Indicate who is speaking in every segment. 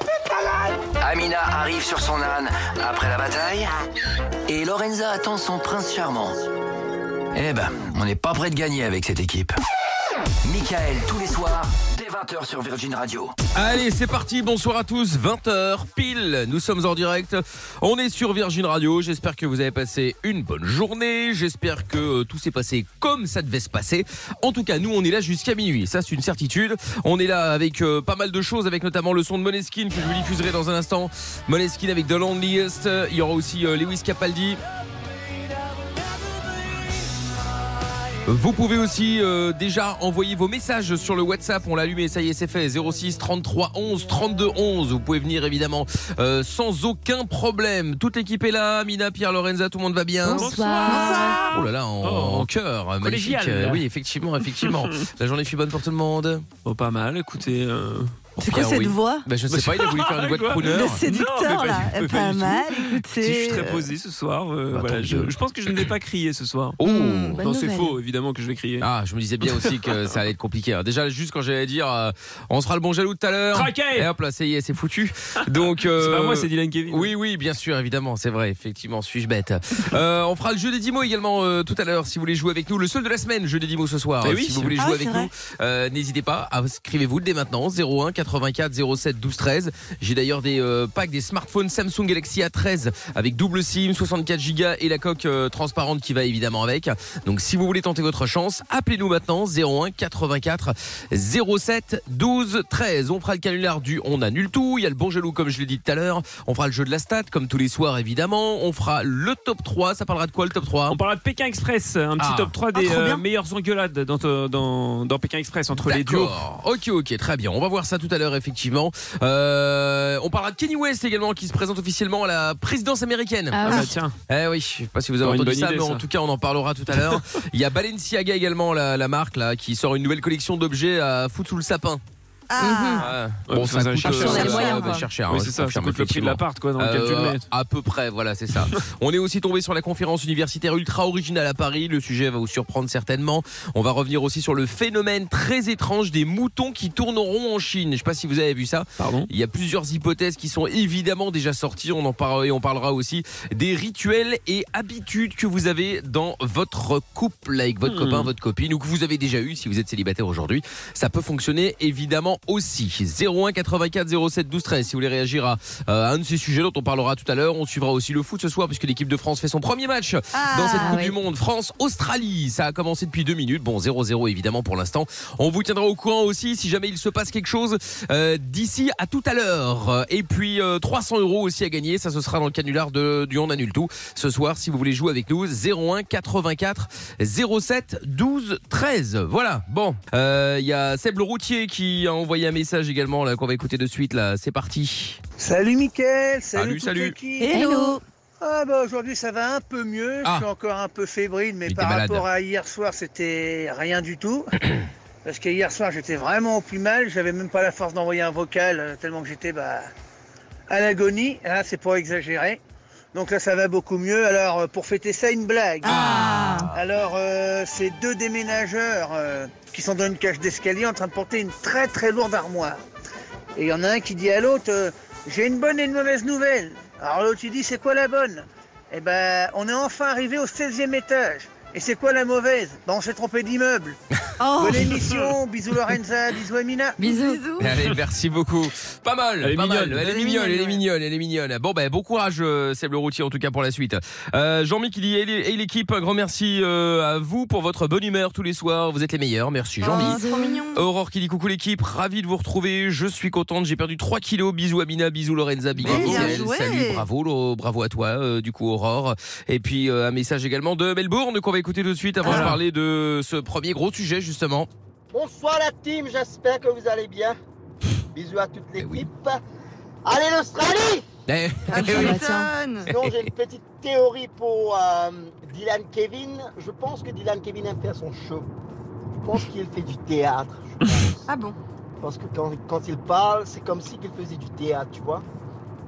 Speaker 1: C'est malade.
Speaker 2: Amina arrive sur son âne après la bataille. Et Lorenza attend son prince charmant. Eh ben, on n'est pas prêt de gagner avec cette équipe. Michael, tous les soirs, dès 20h sur Virgin Radio.
Speaker 3: Allez, c'est parti. Bonsoir à tous. 20h pile. Nous sommes en direct. On est sur Virgin Radio. J'espère que vous avez passé une bonne journée. J'espère que euh, tout s'est passé comme ça devait se passer. En tout cas, nous, on est là jusqu'à minuit. Ça, c'est une certitude. On est là avec euh, pas mal de choses, avec notamment le son de Moneskin que je vous diffuserai dans un instant. Moneskin avec The Loneliest. Il y aura aussi euh, Lewis Capaldi. Vous pouvez aussi euh, déjà envoyer vos messages sur le WhatsApp. On l'a allumé, ça y est, c'est fait. 06 33 11 32 11. Vous pouvez venir évidemment euh, sans aucun problème. Toute l'équipe est là. Mina, Pierre, Lorenza, tout le monde va bien.
Speaker 4: Bonsoir.
Speaker 3: Oh là là, en,
Speaker 5: Oh.
Speaker 3: en cœur, magnifique.
Speaker 5: Collégial.
Speaker 3: Euh, oui, effectivement, effectivement. La journée fut bonne pour tout le monde.
Speaker 5: Oh, pas mal, écoutez. euh,
Speaker 4: C'est quoi
Speaker 3: Ah
Speaker 4: cette
Speaker 3: oui.
Speaker 4: voix
Speaker 3: Bah, je sais pas, il a voulu
Speaker 4: Ah,
Speaker 3: faire une voix de
Speaker 5: Quoi
Speaker 3: crooner.
Speaker 4: Le
Speaker 5: Non, mais
Speaker 4: séducteur
Speaker 5: pas
Speaker 4: là,
Speaker 5: du- pas du
Speaker 4: pas
Speaker 5: tout.
Speaker 4: mal,
Speaker 5: si, je suis
Speaker 4: écoutez.
Speaker 5: très posé ce soir.
Speaker 3: Bah,
Speaker 5: euh,
Speaker 3: tant
Speaker 5: voilà, je,
Speaker 3: mieux.
Speaker 5: je pense que je ne vais pas crier ce soir.
Speaker 3: Oh
Speaker 4: Hmm, bonne
Speaker 5: non, c'est
Speaker 4: nouvelle.
Speaker 5: faux, évidemment que je vais crier.
Speaker 3: Ah, je me disais bien aussi que ça allait être compliqué. Alors déjà, juste quand j'allais dire, euh, on sera le bon jaloux tout à l'heure.
Speaker 5: Traqué
Speaker 3: Et hop là, ça y est, c'est foutu. Donc,
Speaker 5: C'est pas
Speaker 3: euh,
Speaker 5: moi, c'est Dylan Kevin.
Speaker 3: Oui, oui, bien sûr, évidemment, c'est vrai, effectivement, suis-je bête. Euh, on fera le jeu des 10 mots également euh, tout à l'heure si vous voulez jouer avec nous. Le seul de la semaine, jeu des 10 mots ce soir.
Speaker 5: Eh
Speaker 3: Euh,
Speaker 5: oui.
Speaker 3: Si vous voulez
Speaker 4: Ah,
Speaker 3: jouer
Speaker 4: c'est
Speaker 3: avec
Speaker 4: vrai.
Speaker 3: nous, euh, n'hésitez pas, inscrivez-vous dès maintenant 01 84 07 12 13. J'ai d'ailleurs des euh, packs des smartphones Samsung Galaxy A13 avec double SIM, 64 Go et la coque euh, transparente qui va évidemment avec. Donc si vous voulez tenter votre chance, appelez-nous maintenant 01 84 07 12 13. On fera le canular du on annule tout, il y a le bon gelou comme je l'ai dit tout à l'heure, on fera le jeu de la stat comme tous les soirs évidemment, on fera le top 3, ça parlera de quoi le top 3
Speaker 5: On parlera de Pékin Express, un petit
Speaker 3: Ah.
Speaker 5: top 3
Speaker 4: Ah,
Speaker 5: des
Speaker 4: trop
Speaker 5: euh,
Speaker 4: bien.
Speaker 5: meilleures engueulades dans, euh, dans, dans Pékin Express entre les duos.
Speaker 3: D'accord. Ok, ok, très bien. On va voir ça tout à l'heure, effectivement. Euh, on parlera de Kenny West également, qui se présente officiellement à la présidence américaine.
Speaker 5: Ah
Speaker 4: Ah
Speaker 5: bah
Speaker 4: oui.
Speaker 5: tiens,
Speaker 3: Eh oui, je sais pas si vous avez
Speaker 5: Encore une
Speaker 3: entendu
Speaker 5: bonne
Speaker 3: ça,
Speaker 5: idée,
Speaker 3: mais en
Speaker 5: ça.
Speaker 3: tout cas, on en parlera tout à l'heure. Il y a Balenciaga également, la, la marque là, qui sort une nouvelle collection d'objets à foutre sous le sapin.
Speaker 4: Ah,
Speaker 3: Ouais.
Speaker 5: Ouais, ça cherche
Speaker 3: euh,
Speaker 4: sur les moyens,
Speaker 3: ouais,
Speaker 4: quoi.
Speaker 3: chercher, hein,
Speaker 5: oui, c'est
Speaker 3: je
Speaker 5: ça, ça
Speaker 3: confirme,
Speaker 5: coûte le prix de
Speaker 3: effectivement.
Speaker 5: l'appart quoi, dans lequel tu le
Speaker 3: Euh,
Speaker 5: mets.
Speaker 3: à peu près, voilà, c'est ça. On est aussi tombé sur la conférence universitaire ultra originale à Paris. Le sujet va vous surprendre certainement. On va revenir aussi sur le phénomène très étrange des moutons qui tourneront en Chine. Je sais pas si vous avez vu ça.
Speaker 5: Pardon
Speaker 3: Il y a plusieurs hypothèses qui sont évidemment déjà sorties. On en parlera et on parlera aussi des rituels et habitudes que vous avez dans votre couple avec votre
Speaker 5: Hmm.
Speaker 3: copain, votre copine ou que vous avez déjà eu si vous êtes célibataire aujourd'hui. Ça peut fonctionner évidemment aussi. 01 84 07 12 13 si vous voulez réagir à euh, un de ces sujets dont on parlera tout à l'heure. On suivra aussi le foot ce soir puisque l'équipe de France fait son premier match
Speaker 4: Ah,
Speaker 3: dans cette Coupe
Speaker 4: oui.
Speaker 3: du Monde France-Australie. Ça a commencé depuis deux minutes. Bon, 0-0 évidemment pour l'instant. On vous tiendra au courant aussi si jamais il se passe quelque chose euh, d'ici à tout à l'heure. Euh, Et puis euh, 300 euros aussi à gagner. Ça, ce sera dans le canular de, du On Annule Tout ce soir si vous voulez jouer avec nous. 01 84 07 12 13. Voilà. Bon, Euh, il y a Seb le routier qui a envoyé un message également là qu'on va écouter de suite. Là, c'est parti.
Speaker 6: Salut Mickaël,
Speaker 3: Salut,
Speaker 6: salut, toute
Speaker 3: salut.
Speaker 6: l'équipe.
Speaker 4: Hello
Speaker 6: Ah bah aujourd'hui ça va un peu mieux,
Speaker 3: Ah.
Speaker 6: je suis encore un peu fébrile, mais
Speaker 3: Il
Speaker 6: par
Speaker 3: était malade.
Speaker 6: rapport à hier soir c'était rien du tout. Parce que hier soir j'étais vraiment au plus mal, j'avais même pas la force d'envoyer un vocal euh, tellement que j'étais bah, à l'agonie, hein, c'est pour exagérer. Donc là ça va beaucoup mieux, alors euh, pour fêter ça une blague.
Speaker 4: Ah,
Speaker 6: Alors, euh, ces deux déménageurs euh, qui sont dans une cage d'escalier en train de porter une très très lourde armoire. Et il y en a un qui dit à l'autre euh, J'ai une bonne et une mauvaise nouvelle. Alors l'autre il dit C'est quoi la bonne Eh ben, on est enfin arrivé au 16e étage. Et c'est quoi la mauvaise Ben, on s'est trompé d'immeuble.
Speaker 4: Oh
Speaker 6: Bonne émission, bisous Lorenza, bisous Amina.
Speaker 4: Bisous
Speaker 3: Allez, merci beaucoup. Pas mal,
Speaker 5: Elle est
Speaker 3: pas mal.
Speaker 5: mignonne.
Speaker 3: Elle
Speaker 6: Elle
Speaker 3: est
Speaker 6: est
Speaker 3: mignonne, elle est
Speaker 6: mignonne, ouais.
Speaker 3: mignonne, elle est mignonne. Bon, ben, bon courage, euh, Seb le routier, en tout cas pour la suite. Euh, Jean-Mi qui dit, et l'é- et l'équipe, un grand merci euh, à vous pour votre bonne humeur tous les soirs. Vous êtes les meilleurs. Merci, Jean-Mi.
Speaker 4: Oh, trop mignon.
Speaker 3: Aurore qui dit coucou l'équipe, ravi de vous retrouver, je suis contente, j'ai perdu 3 kilos, bisous Amina, bisous Lorenza, big
Speaker 4: Mais
Speaker 3: up,
Speaker 4: Eh, bien
Speaker 3: Mickaël.
Speaker 4: joué.
Speaker 3: salut, bravo, Lo- bravo à toi, euh, du coup Aurore. Et puis euh, un message également de Melbourne qu'on va écouter tout de suite
Speaker 4: Ah.
Speaker 3: avant de
Speaker 5: Voilà.
Speaker 3: parler de ce premier gros sujet justement.
Speaker 7: Bonsoir la team, j'espère que vous allez bien. Bisous à toute
Speaker 3: Eh oui.
Speaker 7: l'équipe. Allez l'Australie
Speaker 3: Eh,
Speaker 4: Ah,
Speaker 3: eh
Speaker 4: tu
Speaker 3: oui.
Speaker 4: m'étonnes.
Speaker 7: Sinon, j'ai une petite théorie pour euh, Dylan Kevin. Je pense que Dylan Kevin aime faire son show. Je pense qu'il fait du théâtre. Je pense,
Speaker 4: Ah bon
Speaker 7: Parce que quand, quand il parle, c'est comme si qu'il faisait du théâtre, tu vois.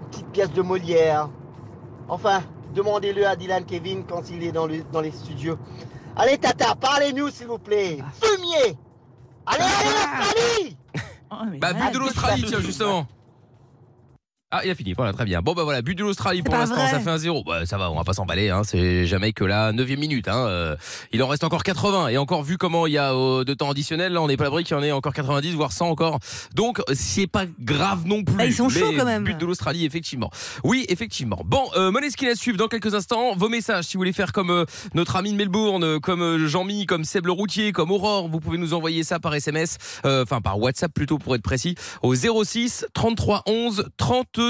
Speaker 7: Une petite pièce de Molière. Enfin, demandez-le à Dylan Kevin quand il est dans, le- dans les studios. Allez, Tata, parlez-nous, s'il vous plaît. Fumier Allez, allez,
Speaker 3: Bah,
Speaker 4: Ah,
Speaker 3: but de l'Australie, tiens, justement. Ah, il a fini, voilà, très bien. Bon, bah voilà, but de l'Australie pour
Speaker 4: pas
Speaker 3: l'instant,
Speaker 4: vrai.
Speaker 3: ça fait un zéro. Bah, ça va, on va pas s'emballer, hein, c'est jamais que la 9 minute. Hein. euh, Il en reste encore 80, et encore vu comment il y a euh, de temps additionnel, là, on n'est pas à l'abri qu'il y en ait encore 90, voire 100 encore. Donc, c'est pas grave non plus.
Speaker 4: Ah, ils sont
Speaker 3: Mais
Speaker 4: chauds, quand même.
Speaker 3: But de l'Australie, effectivement. Oui, effectivement. Bon, euh, monnaie ce qui la suivre dans quelques instants. Vos messages, si vous voulez faire comme euh, notre ami de Melbourne, euh, comme euh, Jean-Mi, comme Seb le routier, comme Aurore, vous pouvez nous envoyer ça par SMS, euh, enfin par WhatsApp plutôt pour être précis, au 06 33 11 32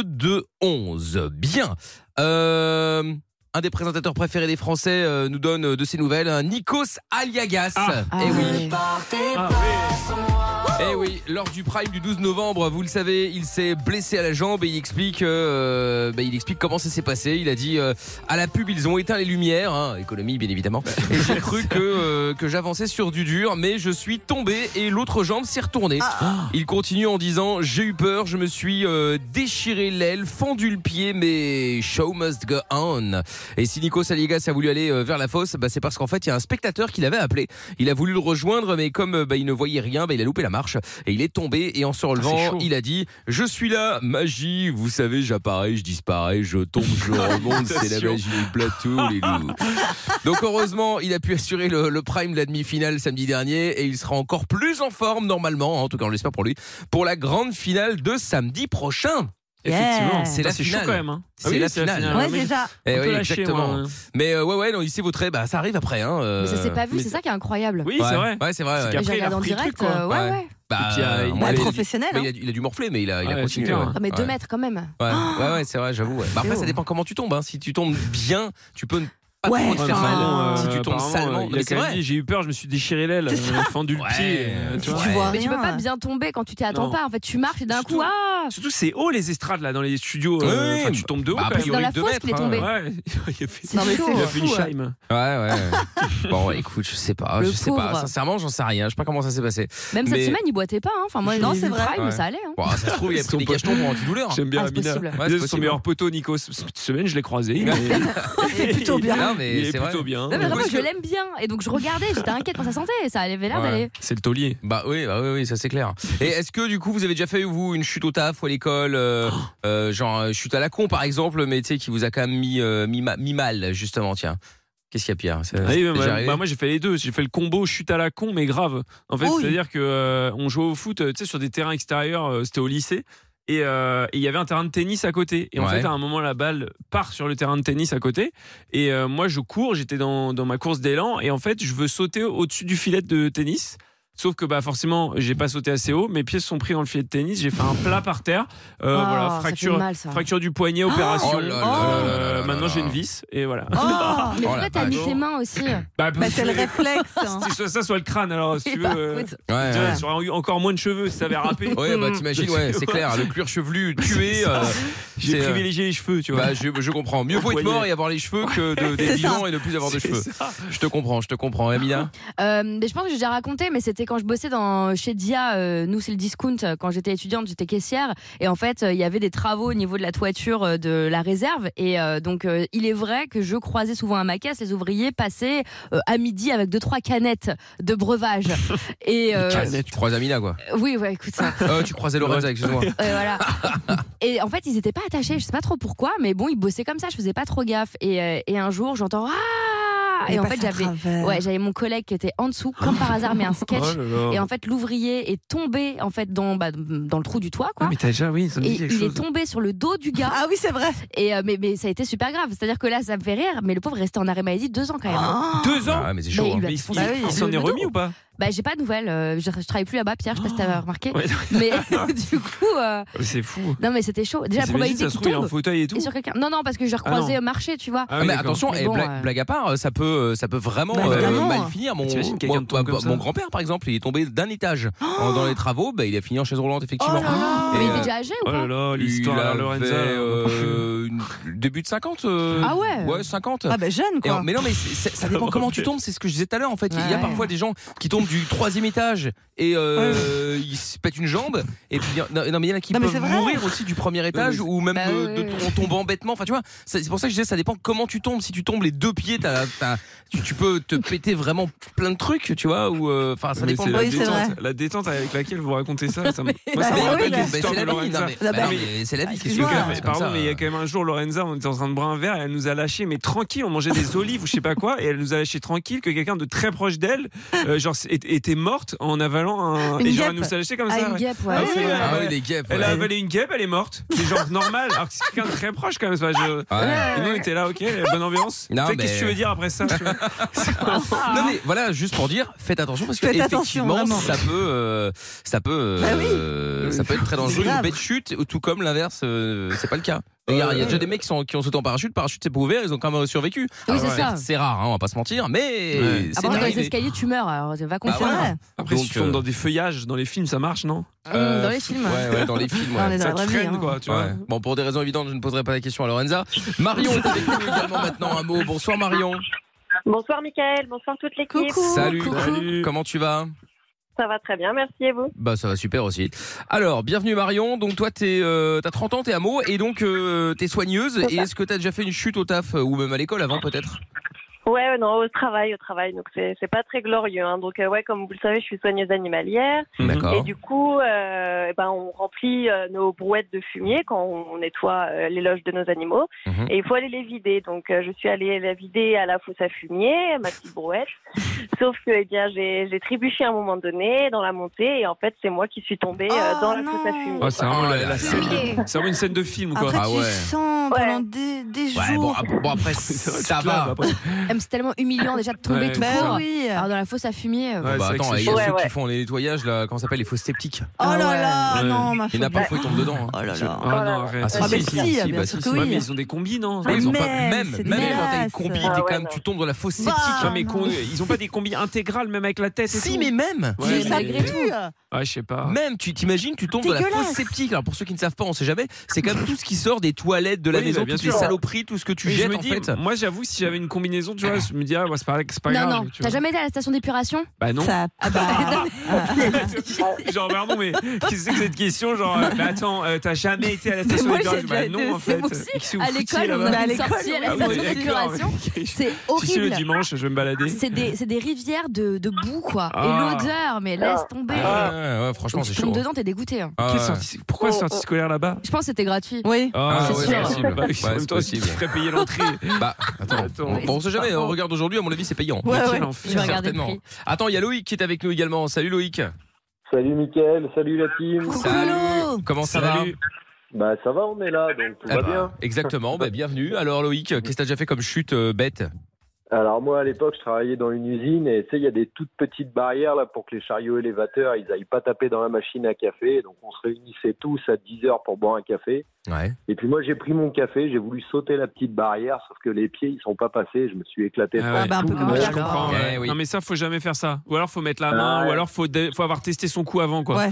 Speaker 3: 11. Bien. Euh, un des présentateurs préférés des Français euh, nous donne euh, de ses nouvelles, un Nikos Aliagas.
Speaker 5: Ah.
Speaker 3: Eh oui.
Speaker 8: ouais.
Speaker 5: Ah,
Speaker 3: Eh oui, lors du Prime du 12 novembre, vous le savez, il s'est blessé à la jambe et il explique, euh, bah, il explique comment ça s'est passé. Il a dit euh, à la pub, ils ont éteint les lumières, hein, économie bien évidemment. Et j'ai cru que euh, que j'avançais sur du dur, mais je suis tombé et l'autre jambe s'est retournée. Il continue en disant j'ai eu peur, je me suis euh, déchiré l'aile, fendu le pied, mais show must go on. Et si Nico Saligas a voulu aller euh, vers la fosse, bah, c'est parce qu'en fait il y a un spectateur qui l'avait appelé. Il a voulu le rejoindre, mais comme euh, bah, il ne voyait rien, bah, il a loupé la marche et il est tombé. Et en se
Speaker 5: Ah, c'est
Speaker 3: relevant,
Speaker 5: chaud.
Speaker 3: il a dit Je suis
Speaker 5: Ah,
Speaker 3: là, magie, vous savez, j'apparais, je disparais, je tombe, je remonte, c'est la magie du plateau, les loups. Donc heureusement, il a pu assurer le, le prime de la demi-finale samedi dernier et il sera encore plus en forme normalement, hein, en tout cas on l'espère pour lui, pour la grande finale de samedi prochain.
Speaker 5: Effectivement,
Speaker 4: Yeah.
Speaker 5: c'est
Speaker 3: la
Speaker 5: c'est chaud
Speaker 3: finale.
Speaker 5: quand même. hein.
Speaker 3: C'est
Speaker 5: Ah oui,
Speaker 3: la finale.
Speaker 4: Ouais,
Speaker 5: Mais-
Speaker 4: déjà.
Speaker 3: Eh
Speaker 5: on peut
Speaker 3: oui,
Speaker 5: lâcher,
Speaker 3: exactement.
Speaker 5: moi, hein.
Speaker 3: Mais euh, ouais, ouais, non, il s'est vautré, bah ça arrive après. Hein, euh,
Speaker 8: Mais ça s'est pas vu,
Speaker 5: mais-
Speaker 8: c'est ça qui est incroyable.
Speaker 5: Oui,
Speaker 3: Ouais,
Speaker 5: c'est vrai.
Speaker 3: Ouais, c'est vrai.
Speaker 5: C'est
Speaker 3: ouais.
Speaker 5: qu'après,
Speaker 8: J'ai
Speaker 5: il a
Speaker 8: regardé en
Speaker 5: pris le
Speaker 8: direct,
Speaker 5: truc, quoi.
Speaker 8: euh, ouais,
Speaker 3: Ouais.
Speaker 8: ouais.
Speaker 3: Bah,
Speaker 5: Et puis, euh, il
Speaker 3: on
Speaker 5: avait-
Speaker 3: l'avait-
Speaker 4: professionnel,
Speaker 3: mais
Speaker 4: hein.
Speaker 3: il, a, il a dû morfler, mais il a, il a
Speaker 5: Ouais,
Speaker 3: continué.
Speaker 5: c'est clair.
Speaker 3: ouais.
Speaker 8: Ah, mais 2
Speaker 3: Ouais.
Speaker 8: mètres quand même.
Speaker 3: Ouais, ouais, ouais, c'est vrai, j'avoue. ouais. Ah. Bah après,
Speaker 8: haut.
Speaker 3: ça dépend comment tu tombes. hein. Si tu tombes bien, tu peux ne pas
Speaker 4: Ouais,
Speaker 3: trop te
Speaker 5: Ouais,
Speaker 3: faire
Speaker 5: mais
Speaker 3: mal.
Speaker 5: bon, euh,
Speaker 3: si tu tombes
Speaker 5: apparemment,
Speaker 3: salement,
Speaker 5: il
Speaker 3: mais
Speaker 5: a
Speaker 3: c'est
Speaker 5: quand même
Speaker 3: vrai.
Speaker 5: dit j'ai eu peur, je me suis déchiré l'aile,
Speaker 4: C'est
Speaker 5: euh, fendu le
Speaker 3: Ouais.
Speaker 5: pied. euh, tu
Speaker 3: Ouais.
Speaker 5: vois.
Speaker 4: Tu vois
Speaker 8: Mais tu
Speaker 4: rien.
Speaker 8: peux pas bien tomber quand tu t'y attends
Speaker 5: Non.
Speaker 8: pas. En fait, tu marches et d'un
Speaker 5: Surtout-
Speaker 8: coup, ah
Speaker 5: Surtout c'est haut les estrades là dans les studios. euh,
Speaker 3: Ouais,
Speaker 5: enfin, tu tombes de haut.
Speaker 3: Bah,
Speaker 5: quand
Speaker 3: a
Speaker 5: même.
Speaker 8: C'est dans la
Speaker 3: deux
Speaker 8: fosse
Speaker 3: mètres,
Speaker 8: qu'il est
Speaker 3: hein.
Speaker 8: tombé.
Speaker 5: Ouais, il a fait,
Speaker 8: C'est
Speaker 4: mais
Speaker 8: chaud.
Speaker 5: il a
Speaker 4: c'est
Speaker 5: fait
Speaker 4: fou,
Speaker 5: une
Speaker 4: ouais.
Speaker 5: chime.
Speaker 3: Ouais, ouais. bon, écoute, je sais pas.
Speaker 8: Le
Speaker 3: je sais pas.
Speaker 8: pauvre.
Speaker 3: Sincèrement, j'en sais rien. Je sais pas comment ça s'est passé.
Speaker 8: Même cette
Speaker 3: Mais-
Speaker 8: semaine, il boitait pas. hein. Enfin, moi,
Speaker 4: Non,
Speaker 8: j'ai
Speaker 4: c'est
Speaker 8: vu le
Speaker 4: vrai.
Speaker 8: Prime,
Speaker 3: Ouais.
Speaker 8: ça allait. hein.
Speaker 3: Bon, ça se trouve, il a
Speaker 5: Son
Speaker 3: pris des
Speaker 5: pote.
Speaker 3: cachetons pour antidouleur.
Speaker 5: J'aime bien
Speaker 8: Ah, c'est
Speaker 5: Amina.
Speaker 8: possible.
Speaker 3: Ouais,
Speaker 5: Il
Speaker 3: c'est
Speaker 5: est son
Speaker 3: possible.
Speaker 5: meilleur poteau Nico. Cette semaine, je l'ai croisé. Il est,
Speaker 4: C'est plutôt bien.
Speaker 3: Non,
Speaker 5: il
Speaker 3: mais
Speaker 5: est
Speaker 3: c'est vrai.
Speaker 5: plutôt bien.
Speaker 8: Non, mais vraiment,
Speaker 3: parce
Speaker 8: je
Speaker 3: que-
Speaker 8: l'aime bien. Et donc, je regardais, j'étais inquiète pour sa santé. Ça avait l'air
Speaker 3: Ouais.
Speaker 8: d'aller.
Speaker 5: C'est le taulier.
Speaker 3: Bah oui, bah oui, oui, ça c'est clair. Et est-ce que du coup vous avez déjà fait vous une chute au taf ou à l'école, euh, euh, genre euh, chute à la con par exemple, mais tu sais qui vous a quand même mis euh, mis, ma- mis mal justement tiens. Qu'est-ce qu'il y a pire Ça-
Speaker 5: Ah oui,
Speaker 3: c'est
Speaker 5: bah,
Speaker 3: déjà
Speaker 5: bah,
Speaker 3: arrivé
Speaker 5: moi j'ai fait les deux, j'ai fait le combo chute à la con mais grave. En
Speaker 8: Ah
Speaker 5: fait,
Speaker 4: Oui.
Speaker 5: c'est-à-dire que euh, on jouait au foot, euh, tu sais sur des terrains extérieurs, euh, c'était au lycée et euh, et il y avait un terrain de tennis à côté et en
Speaker 3: Ouais.
Speaker 5: fait à un moment la balle part sur le terrain de tennis à côté et euh, moi je cours, j'étais dans, dans ma course d'élan et en fait, je veux sauter au-dessus du filet de tennis. Sauf que bah forcément, j'ai pas sauté assez haut, mes pieds se sont pris dans le filet de tennis, j'ai fait un plat par terre, Euh,
Speaker 8: Ah,
Speaker 5: voilà,
Speaker 8: ça fait
Speaker 5: fracture
Speaker 8: mal, ça.
Speaker 5: fracture du poignet, opération.
Speaker 3: Oh là là là là là
Speaker 5: Euh,
Speaker 3: là
Speaker 5: maintenant
Speaker 3: là.
Speaker 5: j'ai une vis et voilà.
Speaker 4: Oh
Speaker 8: Mais
Speaker 3: Oh la
Speaker 8: pourquoi t'as mis
Speaker 3: vache.
Speaker 8: tes mains aussi
Speaker 5: Bah,
Speaker 4: Bah, c'est le réflexe. hein.
Speaker 5: c'est soit ça, soit le crâne. Alors, si
Speaker 8: Eh
Speaker 5: tu veux,
Speaker 8: bah,
Speaker 5: euh,
Speaker 8: écoute,
Speaker 3: Ouais,
Speaker 5: tu
Speaker 3: ouais.
Speaker 5: vois, j'aurais eu encore moins de cheveux si ça avait râpé.
Speaker 3: Ouais, bah t'imagines, ouais, c'est clair, le cuir chevelu tué. euh,
Speaker 5: J'ai
Speaker 3: c'est, euh,
Speaker 5: privilégié les cheveux, tu vois.
Speaker 3: bah, je, je comprends. Mieux vaut être
Speaker 5: Voyez.
Speaker 3: mort et avoir les cheveux que de, des
Speaker 4: C'est
Speaker 3: vivants
Speaker 4: ça.
Speaker 3: et de plus avoir de
Speaker 5: C'est
Speaker 3: cheveux.
Speaker 5: ça.
Speaker 3: Je te comprends, je te comprends. Amina
Speaker 8: Euh, mais je pense que j'ai déjà raconté, mais c'était quand je bossais dans, chez Dia, euh, nous c'est le discount, euh, quand j'étais étudiante, j'étais caissière, et en fait euh, il y avait des travaux au niveau de la toiture euh, de la réserve, et euh, donc euh, il est vrai que je croisais souvent à ma caisse les ouvriers passaient euh, à midi avec deux trois canettes de breuvage. et euh,
Speaker 3: Casse, Tu croises Amina quoi.
Speaker 8: oui, ouais, écoute ça.
Speaker 3: Euh, tu croisais Lorenza, excuse-moi.
Speaker 8: Ouais, Euh, voilà. Et en fait, ils étaient pas attachés, je sais pas trop pourquoi, mais bon, ils bossaient comme ça, je faisais pas trop gaffe. Et, euh, et un jour, j'entends ah
Speaker 4: Il
Speaker 5: bah,
Speaker 8: Et en
Speaker 4: passe
Speaker 8: fait,
Speaker 4: à
Speaker 8: j'avais
Speaker 4: travers.
Speaker 8: ouais, j'avais mon collègue qui était en dessous, comme par hasard, mais un sketch.
Speaker 5: Oh là là.
Speaker 8: Et en fait, l'ouvrier est tombé en fait dans bah, dans le trou du toit,
Speaker 5: Ah,
Speaker 8: quoi.
Speaker 5: mais t'as déjà, oui, ça me
Speaker 8: Et
Speaker 5: dit quelque
Speaker 8: il est
Speaker 5: chose.
Speaker 8: tombé sur le dos du gars.
Speaker 4: Ah oui, c'est vrai.
Speaker 8: Et euh, mais, mais ça a été super grave. C'est-à-dire que là, ça me fait rire. Mais le pauvre est resté en arrêt maladie deux ans quand même. hein.
Speaker 5: Deux ans
Speaker 3: Ah, mais c'est chaud.
Speaker 8: Mais
Speaker 3: hein.
Speaker 8: il lui a
Speaker 5: Mais il
Speaker 8: défoncé
Speaker 5: il
Speaker 8: le-
Speaker 5: s'en
Speaker 8: le
Speaker 5: est
Speaker 8: dos.
Speaker 5: remis ou pas
Speaker 8: Bah, j'ai pas de nouvelles. euh, je, je travaille plus là-bas, Pierre. Je sais pas si t'avais remarqué.
Speaker 5: Ah. Ouais,
Speaker 8: Mais
Speaker 5: Ah.
Speaker 8: du coup, euh,
Speaker 5: c'est fou.
Speaker 8: non, mais c'était chaud. Déjà, la
Speaker 5: T'imagines,
Speaker 8: probabilité
Speaker 5: ça se
Speaker 8: qu'il
Speaker 5: trouve, il y a un
Speaker 8: tombe
Speaker 5: fauteuil et tout.
Speaker 8: est sur quelqu'un. Non, non, parce que je recroisais au marché, tu vois.
Speaker 5: Ah
Speaker 3: Ah,
Speaker 5: oui,
Speaker 3: mais
Speaker 5: d'accord.
Speaker 3: attention,
Speaker 8: Mais
Speaker 3: et
Speaker 8: bon,
Speaker 3: blague,
Speaker 8: euh.
Speaker 3: blague à part, ça peut, euh, ça peut vraiment
Speaker 8: Bah,
Speaker 3: euh,
Speaker 8: évidemment.
Speaker 3: mal finir. Mon,
Speaker 5: T'imagines quelqu'un
Speaker 3: moi,
Speaker 5: tombe
Speaker 3: moi,
Speaker 5: comme ça
Speaker 3: mon grand-père, par exemple, il est tombé d'un étage
Speaker 8: Oh
Speaker 3: euh, dans les travaux, bah, il a fini en chaise roulante, effectivement. Et,
Speaker 8: Mais il
Speaker 3: euh,
Speaker 8: était Ah déjà âgé ou
Speaker 5: Oh
Speaker 8: pas
Speaker 5: là là,
Speaker 3: il
Speaker 5: l'histoire à
Speaker 3: avait,
Speaker 5: Lorenza.
Speaker 3: euh, une- début de 50. euh,
Speaker 8: Ah ouais
Speaker 3: Ouais, 50.
Speaker 4: Ah bah jeune
Speaker 3: Et
Speaker 4: quoi.
Speaker 3: en- mais non, mais c'est- c'est- ça dépend comment tu tombes, c'est ce que je disais tout à l'heure en fait. Il y a
Speaker 8: Ouais.
Speaker 3: parfois des gens qui tombent du troisième étage et euh, ils se pètent une jambe. Et puis, non, non, mais il y en a qui
Speaker 4: Non, mais
Speaker 3: peuvent
Speaker 4: c'est vrai.
Speaker 3: mourir aussi du premier étage ou même euh,
Speaker 8: Bah
Speaker 3: de-
Speaker 8: oui,
Speaker 3: de-
Speaker 8: oui.
Speaker 3: en tombant bêtement. Enfin, tu vois, ça- c'est pour ça que je disais, ça dépend comment tu tombes. Si tu tombes les deux pieds, t'as- t'as- tu, tu peux te péter vraiment plein de trucs, tu vois. Ou euh, enfin, ça
Speaker 5: Mais
Speaker 3: dépend.
Speaker 5: c'est
Speaker 3: de-
Speaker 5: la,
Speaker 4: Oui, c'est
Speaker 5: détente,
Speaker 4: vrai.
Speaker 5: la détente avec laquelle vous racontez ça, ça me- moi,
Speaker 4: bah
Speaker 5: ça me
Speaker 4: oui,
Speaker 5: rappelle
Speaker 4: bah,
Speaker 5: des
Speaker 3: Bah, c'est la
Speaker 5: histoires de
Speaker 3: vie, non, mais-
Speaker 5: Lorenza.
Speaker 3: bah,
Speaker 4: bah
Speaker 3: non,
Speaker 4: oui.
Speaker 3: mais c'est la vie. qu'est-ce que
Speaker 5: Parce
Speaker 3: tu
Speaker 5: que,
Speaker 3: veux
Speaker 5: quand
Speaker 3: faire,
Speaker 5: même-
Speaker 3: c'est comme
Speaker 5: pardon,
Speaker 3: ça.
Speaker 5: mais il y a quand même un jour, Lorenza, on était en train de boire un verre et elle nous a lâché, mais tranquille, on mangeait des olives ou je sais pas quoi, et elle nous a lâché tranquille que quelqu'un de très proche d'elle, euh, genre, c'est- était morte en avalant un.
Speaker 4: Une
Speaker 5: et genre,
Speaker 4: guêpe.
Speaker 5: elle nous a lâché comme
Speaker 8: Ah,
Speaker 5: ça.
Speaker 8: une
Speaker 5: ouais.
Speaker 8: guêpe, ouais.
Speaker 5: Ah oui, ouais.
Speaker 3: Ah oui, les guêpes.
Speaker 5: Elle
Speaker 3: ouais.
Speaker 5: a avalé une guêpe, elle est morte. C'est genre normal, alors que c'est quelqu'un de très proche quand même. c'est pas- je-
Speaker 3: Ah, Ouais.
Speaker 5: Et nous, on était là, ok, bonne ambiance.
Speaker 3: Non,
Speaker 5: Tu sais,
Speaker 3: mais-
Speaker 5: Qu'est-ce que tu veux dire après ça tu vois
Speaker 3: Non mais voilà, juste pour dire, faites attention parce que
Speaker 4: Ah. Faites attention,
Speaker 3: effectivement,
Speaker 4: vraiment. Bah
Speaker 3: ça peut, euh, ça peut, euh, ça peut être très dangereux.
Speaker 4: C'est
Speaker 3: Une
Speaker 4: grave.
Speaker 3: bête chute, tout comme l'inverse, euh, c'est pas le cas. Il y a, il y a déjà des mecs qui, sont- qui ont sauté en parachute, parachute c'est pas ouvert, ils ont quand même survécu.
Speaker 8: Oui, c'est
Speaker 3: Alors,
Speaker 8: ça.
Speaker 3: C'est rare, hein, on va pas se mentir, mais
Speaker 5: Ouais.
Speaker 3: c'est
Speaker 8: Après, dans les
Speaker 3: arrivé.
Speaker 8: escaliers, tu meurs. Alors, va
Speaker 3: Bah
Speaker 8: confier.
Speaker 3: voilà.
Speaker 5: Après, si
Speaker 3: Donc,
Speaker 5: tu tombes
Speaker 3: euh,
Speaker 5: dans des feuillages, dans les films, ça marche, non
Speaker 4: Mmh,
Speaker 8: dans les films.
Speaker 3: Ouais, ouais, dans les films. ouais.
Speaker 4: Dans les-
Speaker 5: Ça
Speaker 4: la vraie vie,
Speaker 5: traîne,
Speaker 4: hein.
Speaker 5: quoi, tu vois.
Speaker 3: Ouais. Bon, pour des raisons évidentes, je ne poserai pas la question à Lorenza. Marion est avec nous également maintenant. Un mot. Bonsoir Marion.
Speaker 9: Bonsoir Mickaël, bonsoir toute l'équipe.
Speaker 4: Coucou.
Speaker 3: Salut.
Speaker 4: coucou.
Speaker 5: Salut.
Speaker 3: Comment tu vas
Speaker 9: Ça va très bien, merci et vous
Speaker 3: Bah ça va super aussi. Alors, bienvenue Marion. Donc toi t'es euh, t'as 30 ans, t'es à Meaux et donc euh, t'es soigneuse. Et est-ce que t'as déjà fait une chute au taf euh, ou même à l'école avant peut-être
Speaker 9: Ouais, ouais, non, au travail, au travail, donc c'est c'est pas très glorieux. hein. Donc euh, ouais, comme vous le savez, je suis soigneuse animalière. Et
Speaker 5: Mm.
Speaker 3: D'accord.
Speaker 9: du coup, euh, eh ben, on remplit euh, nos brouettes de fumier quand on nettoie euh, les loges de nos animaux.
Speaker 5: Mm-hmm.
Speaker 3: Mhm.
Speaker 9: Et il faut aller les vider. Donc euh, je suis allée la vider à la fosse à fumier, ma petite brouette. Sauf que eh bien, j'ai j'ai trébuché à un moment donné dans la montée. Et en fait, c'est moi qui suis tombée euh,
Speaker 4: Oh
Speaker 9: dans la
Speaker 4: non.
Speaker 9: fosse à fumier.
Speaker 5: Oh, c'est vraiment
Speaker 3: Oh là
Speaker 5: la-
Speaker 3: là.
Speaker 5: la scène de- c'est vraiment une scène de film, quoi.
Speaker 4: Après
Speaker 3: Ah
Speaker 4: tu
Speaker 3: ouais.
Speaker 4: sens pendant des, des
Speaker 3: Ouais, bon,
Speaker 4: jours.
Speaker 3: ah, bon, après ça va.
Speaker 5: Ouais,
Speaker 8: Même, C'est tellement humiliant déjà de tomber
Speaker 5: Ouais,
Speaker 8: tout
Speaker 5: c'est
Speaker 4: bah
Speaker 8: court.
Speaker 4: oui.
Speaker 8: Alors, dans la fosse à fumier. euh,
Speaker 5: Ouais,
Speaker 3: bah
Speaker 5: c'est
Speaker 3: attends,
Speaker 5: vrai que
Speaker 3: il
Speaker 5: c'est
Speaker 3: y
Speaker 9: chaud.
Speaker 3: a ceux
Speaker 9: Ouais,
Speaker 3: qui
Speaker 9: ouais.
Speaker 3: font les nettoyages là, comment ça s'appelle les fausses sceptiques.
Speaker 4: Oh là
Speaker 8: ouais.
Speaker 4: là,
Speaker 5: Ouais.
Speaker 4: non, ma
Speaker 3: Il y en a
Speaker 4: phobie.
Speaker 3: parfois qui tombent dedans. hein.
Speaker 4: Oh là
Speaker 5: Ah
Speaker 4: là.
Speaker 5: non,
Speaker 9: là.
Speaker 5: arrête.
Speaker 3: Ah,
Speaker 4: Ah
Speaker 3: si,
Speaker 4: bah
Speaker 3: si,
Speaker 4: si,
Speaker 3: si,
Speaker 4: bien
Speaker 3: bah,
Speaker 4: sûr
Speaker 3: si,
Speaker 4: que
Speaker 3: si.
Speaker 5: Ouais,
Speaker 4: oui.
Speaker 5: mais Ah, ils ont des combis, non
Speaker 3: Mais ils ont
Speaker 4: Mais
Speaker 3: pas- même
Speaker 4: c'est
Speaker 3: même quand t'as une
Speaker 4: dégueulasse.
Speaker 3: combi,
Speaker 9: Ah
Speaker 3: t'es
Speaker 9: ouais,
Speaker 3: quand même,
Speaker 9: non.
Speaker 3: tu tombes dans la fosse
Speaker 4: Bah,
Speaker 3: sceptique.
Speaker 5: Non, hein, mais
Speaker 4: non.
Speaker 5: qu'on- ils ont pas des combis intégrales, même avec la tête et
Speaker 3: Si,
Speaker 5: tout.
Speaker 3: mais même,
Speaker 5: Ouais,
Speaker 8: mais malgré tout.
Speaker 5: Ouais, je sais pas.
Speaker 3: même, tu t'imagines, tu tombes dans la
Speaker 4: Dégueulasse.
Speaker 3: fosse sceptique. Alors pour ceux qui ne savent pas, on sait jamais, c'est quand même tout ce qui sort des toilettes de la
Speaker 5: Oui,
Speaker 3: maison,
Speaker 5: bah, bien
Speaker 3: toutes les
Speaker 5: sûr.
Speaker 3: saloperies, tout ce que tu
Speaker 5: Mais je
Speaker 3: jettes
Speaker 5: me
Speaker 3: en
Speaker 5: dis,
Speaker 3: fait.
Speaker 5: moi j'avoue, si j'avais une combinaison, tu vois, je me dirais, ah, bah, c'est pas, c'est pas
Speaker 8: Non,
Speaker 5: grave.
Speaker 8: non,
Speaker 5: tu
Speaker 8: t'as
Speaker 5: vois.
Speaker 8: jamais été à la station d'épuration
Speaker 5: Bah non.
Speaker 4: Ça, ah bah,
Speaker 5: genre, pardon, mais qu'est-ce que c'est que cette question Genre, euh, mais attends, euh, t'as jamais été à la station
Speaker 8: moi,
Speaker 5: de
Speaker 8: j'ai
Speaker 5: garage Bah
Speaker 8: déjà
Speaker 5: non,
Speaker 8: été,
Speaker 5: en
Speaker 8: c'est
Speaker 5: fait.
Speaker 8: moi aussi.
Speaker 5: Qu'est-ce que vous
Speaker 8: À
Speaker 5: foutiez
Speaker 8: l'école, on
Speaker 5: là-bas
Speaker 4: Mais
Speaker 8: a
Speaker 4: à
Speaker 8: une
Speaker 4: l'école,
Speaker 8: sortie à
Speaker 4: oui.
Speaker 8: la
Speaker 5: Ah oui,
Speaker 8: station
Speaker 5: d'accord,
Speaker 8: d'épuration.
Speaker 5: ok.
Speaker 8: C'est
Speaker 5: Si c'est le
Speaker 8: horrible.
Speaker 5: dimanche, je vais me balader.
Speaker 8: C'est des, c'est des rivières de, de boue, quoi. Et
Speaker 5: Ah.
Speaker 8: l'odeur, mais laisse tomber.
Speaker 3: Ah, Ouais, ouais, ouais, franchement,
Speaker 8: Donc,
Speaker 3: c'est
Speaker 8: tu
Speaker 3: chaud.
Speaker 8: tombes dedans, t'es dégoûté. hein.
Speaker 3: Ah
Speaker 5: Quelle
Speaker 3: ouais.
Speaker 5: sortie- Pourquoi
Speaker 9: Oh,
Speaker 5: sortie
Speaker 9: oh.
Speaker 5: scolaire là-bas
Speaker 8: Je pense que c'était gratuit.
Speaker 4: oui.
Speaker 5: Ah,
Speaker 8: c'est
Speaker 5: ouais,
Speaker 8: sûr.
Speaker 5: c'est possible. Bah,
Speaker 3: Ouais,
Speaker 5: en
Speaker 3: c'est
Speaker 5: même temps, tu
Speaker 3: possible.
Speaker 5: te ferais payer l'entrée.
Speaker 3: Bah, attends,
Speaker 5: Attends.
Speaker 3: on- bon, on sait jamais, on regarde aujourd'hui, à mon avis, c'est payant.
Speaker 4: Ouais,
Speaker 5: Mais
Speaker 4: ouais.
Speaker 5: quel
Speaker 8: Je vais
Speaker 5: enfer.
Speaker 8: regarder le
Speaker 3: Certainement.
Speaker 8: prix.
Speaker 3: Attends, il y a Loïc qui est avec nous également. Salut Loïc.
Speaker 10: Salut Mickaël, salut la team.
Speaker 4: Coucou
Speaker 3: Salut.
Speaker 4: Lolo.
Speaker 3: Comment ça
Speaker 5: Salut.
Speaker 10: Bah ça va, on est là, donc tout
Speaker 3: va
Speaker 10: va
Speaker 3: Eh ben,
Speaker 10: bien.
Speaker 3: Exactement, bah, bienvenue. Alors Loïc, qu'est-ce que t'as déjà fait comme chute euh, bête
Speaker 10: Alors moi à l'époque je travaillais dans une usine et tu sais il y a des toutes petites barrières là pour que les chariots élévateurs ils aillent pas taper dans la machine à café. Donc on se réunissait tous à 10 heures pour boire un café.
Speaker 3: Ouais.
Speaker 10: Et puis moi j'ai pris mon café, j'ai voulu sauter la petite barrière sauf que les pieds ils sont pas passés, je me suis éclaté.
Speaker 5: Ah
Speaker 10: de
Speaker 5: ouais.
Speaker 4: Ah bah, un peu comme
Speaker 5: Ouais, je
Speaker 4: Pierre.
Speaker 5: comprends.
Speaker 3: Eh
Speaker 5: ouais.
Speaker 3: oui.
Speaker 5: euh, Non, mais ça, faut jamais faire ça. Ou alors, faut mettre la main,
Speaker 10: Ah ouais.
Speaker 5: ou alors, faut, dé- faut avoir testé son coup avant, quoi.
Speaker 4: Ouais.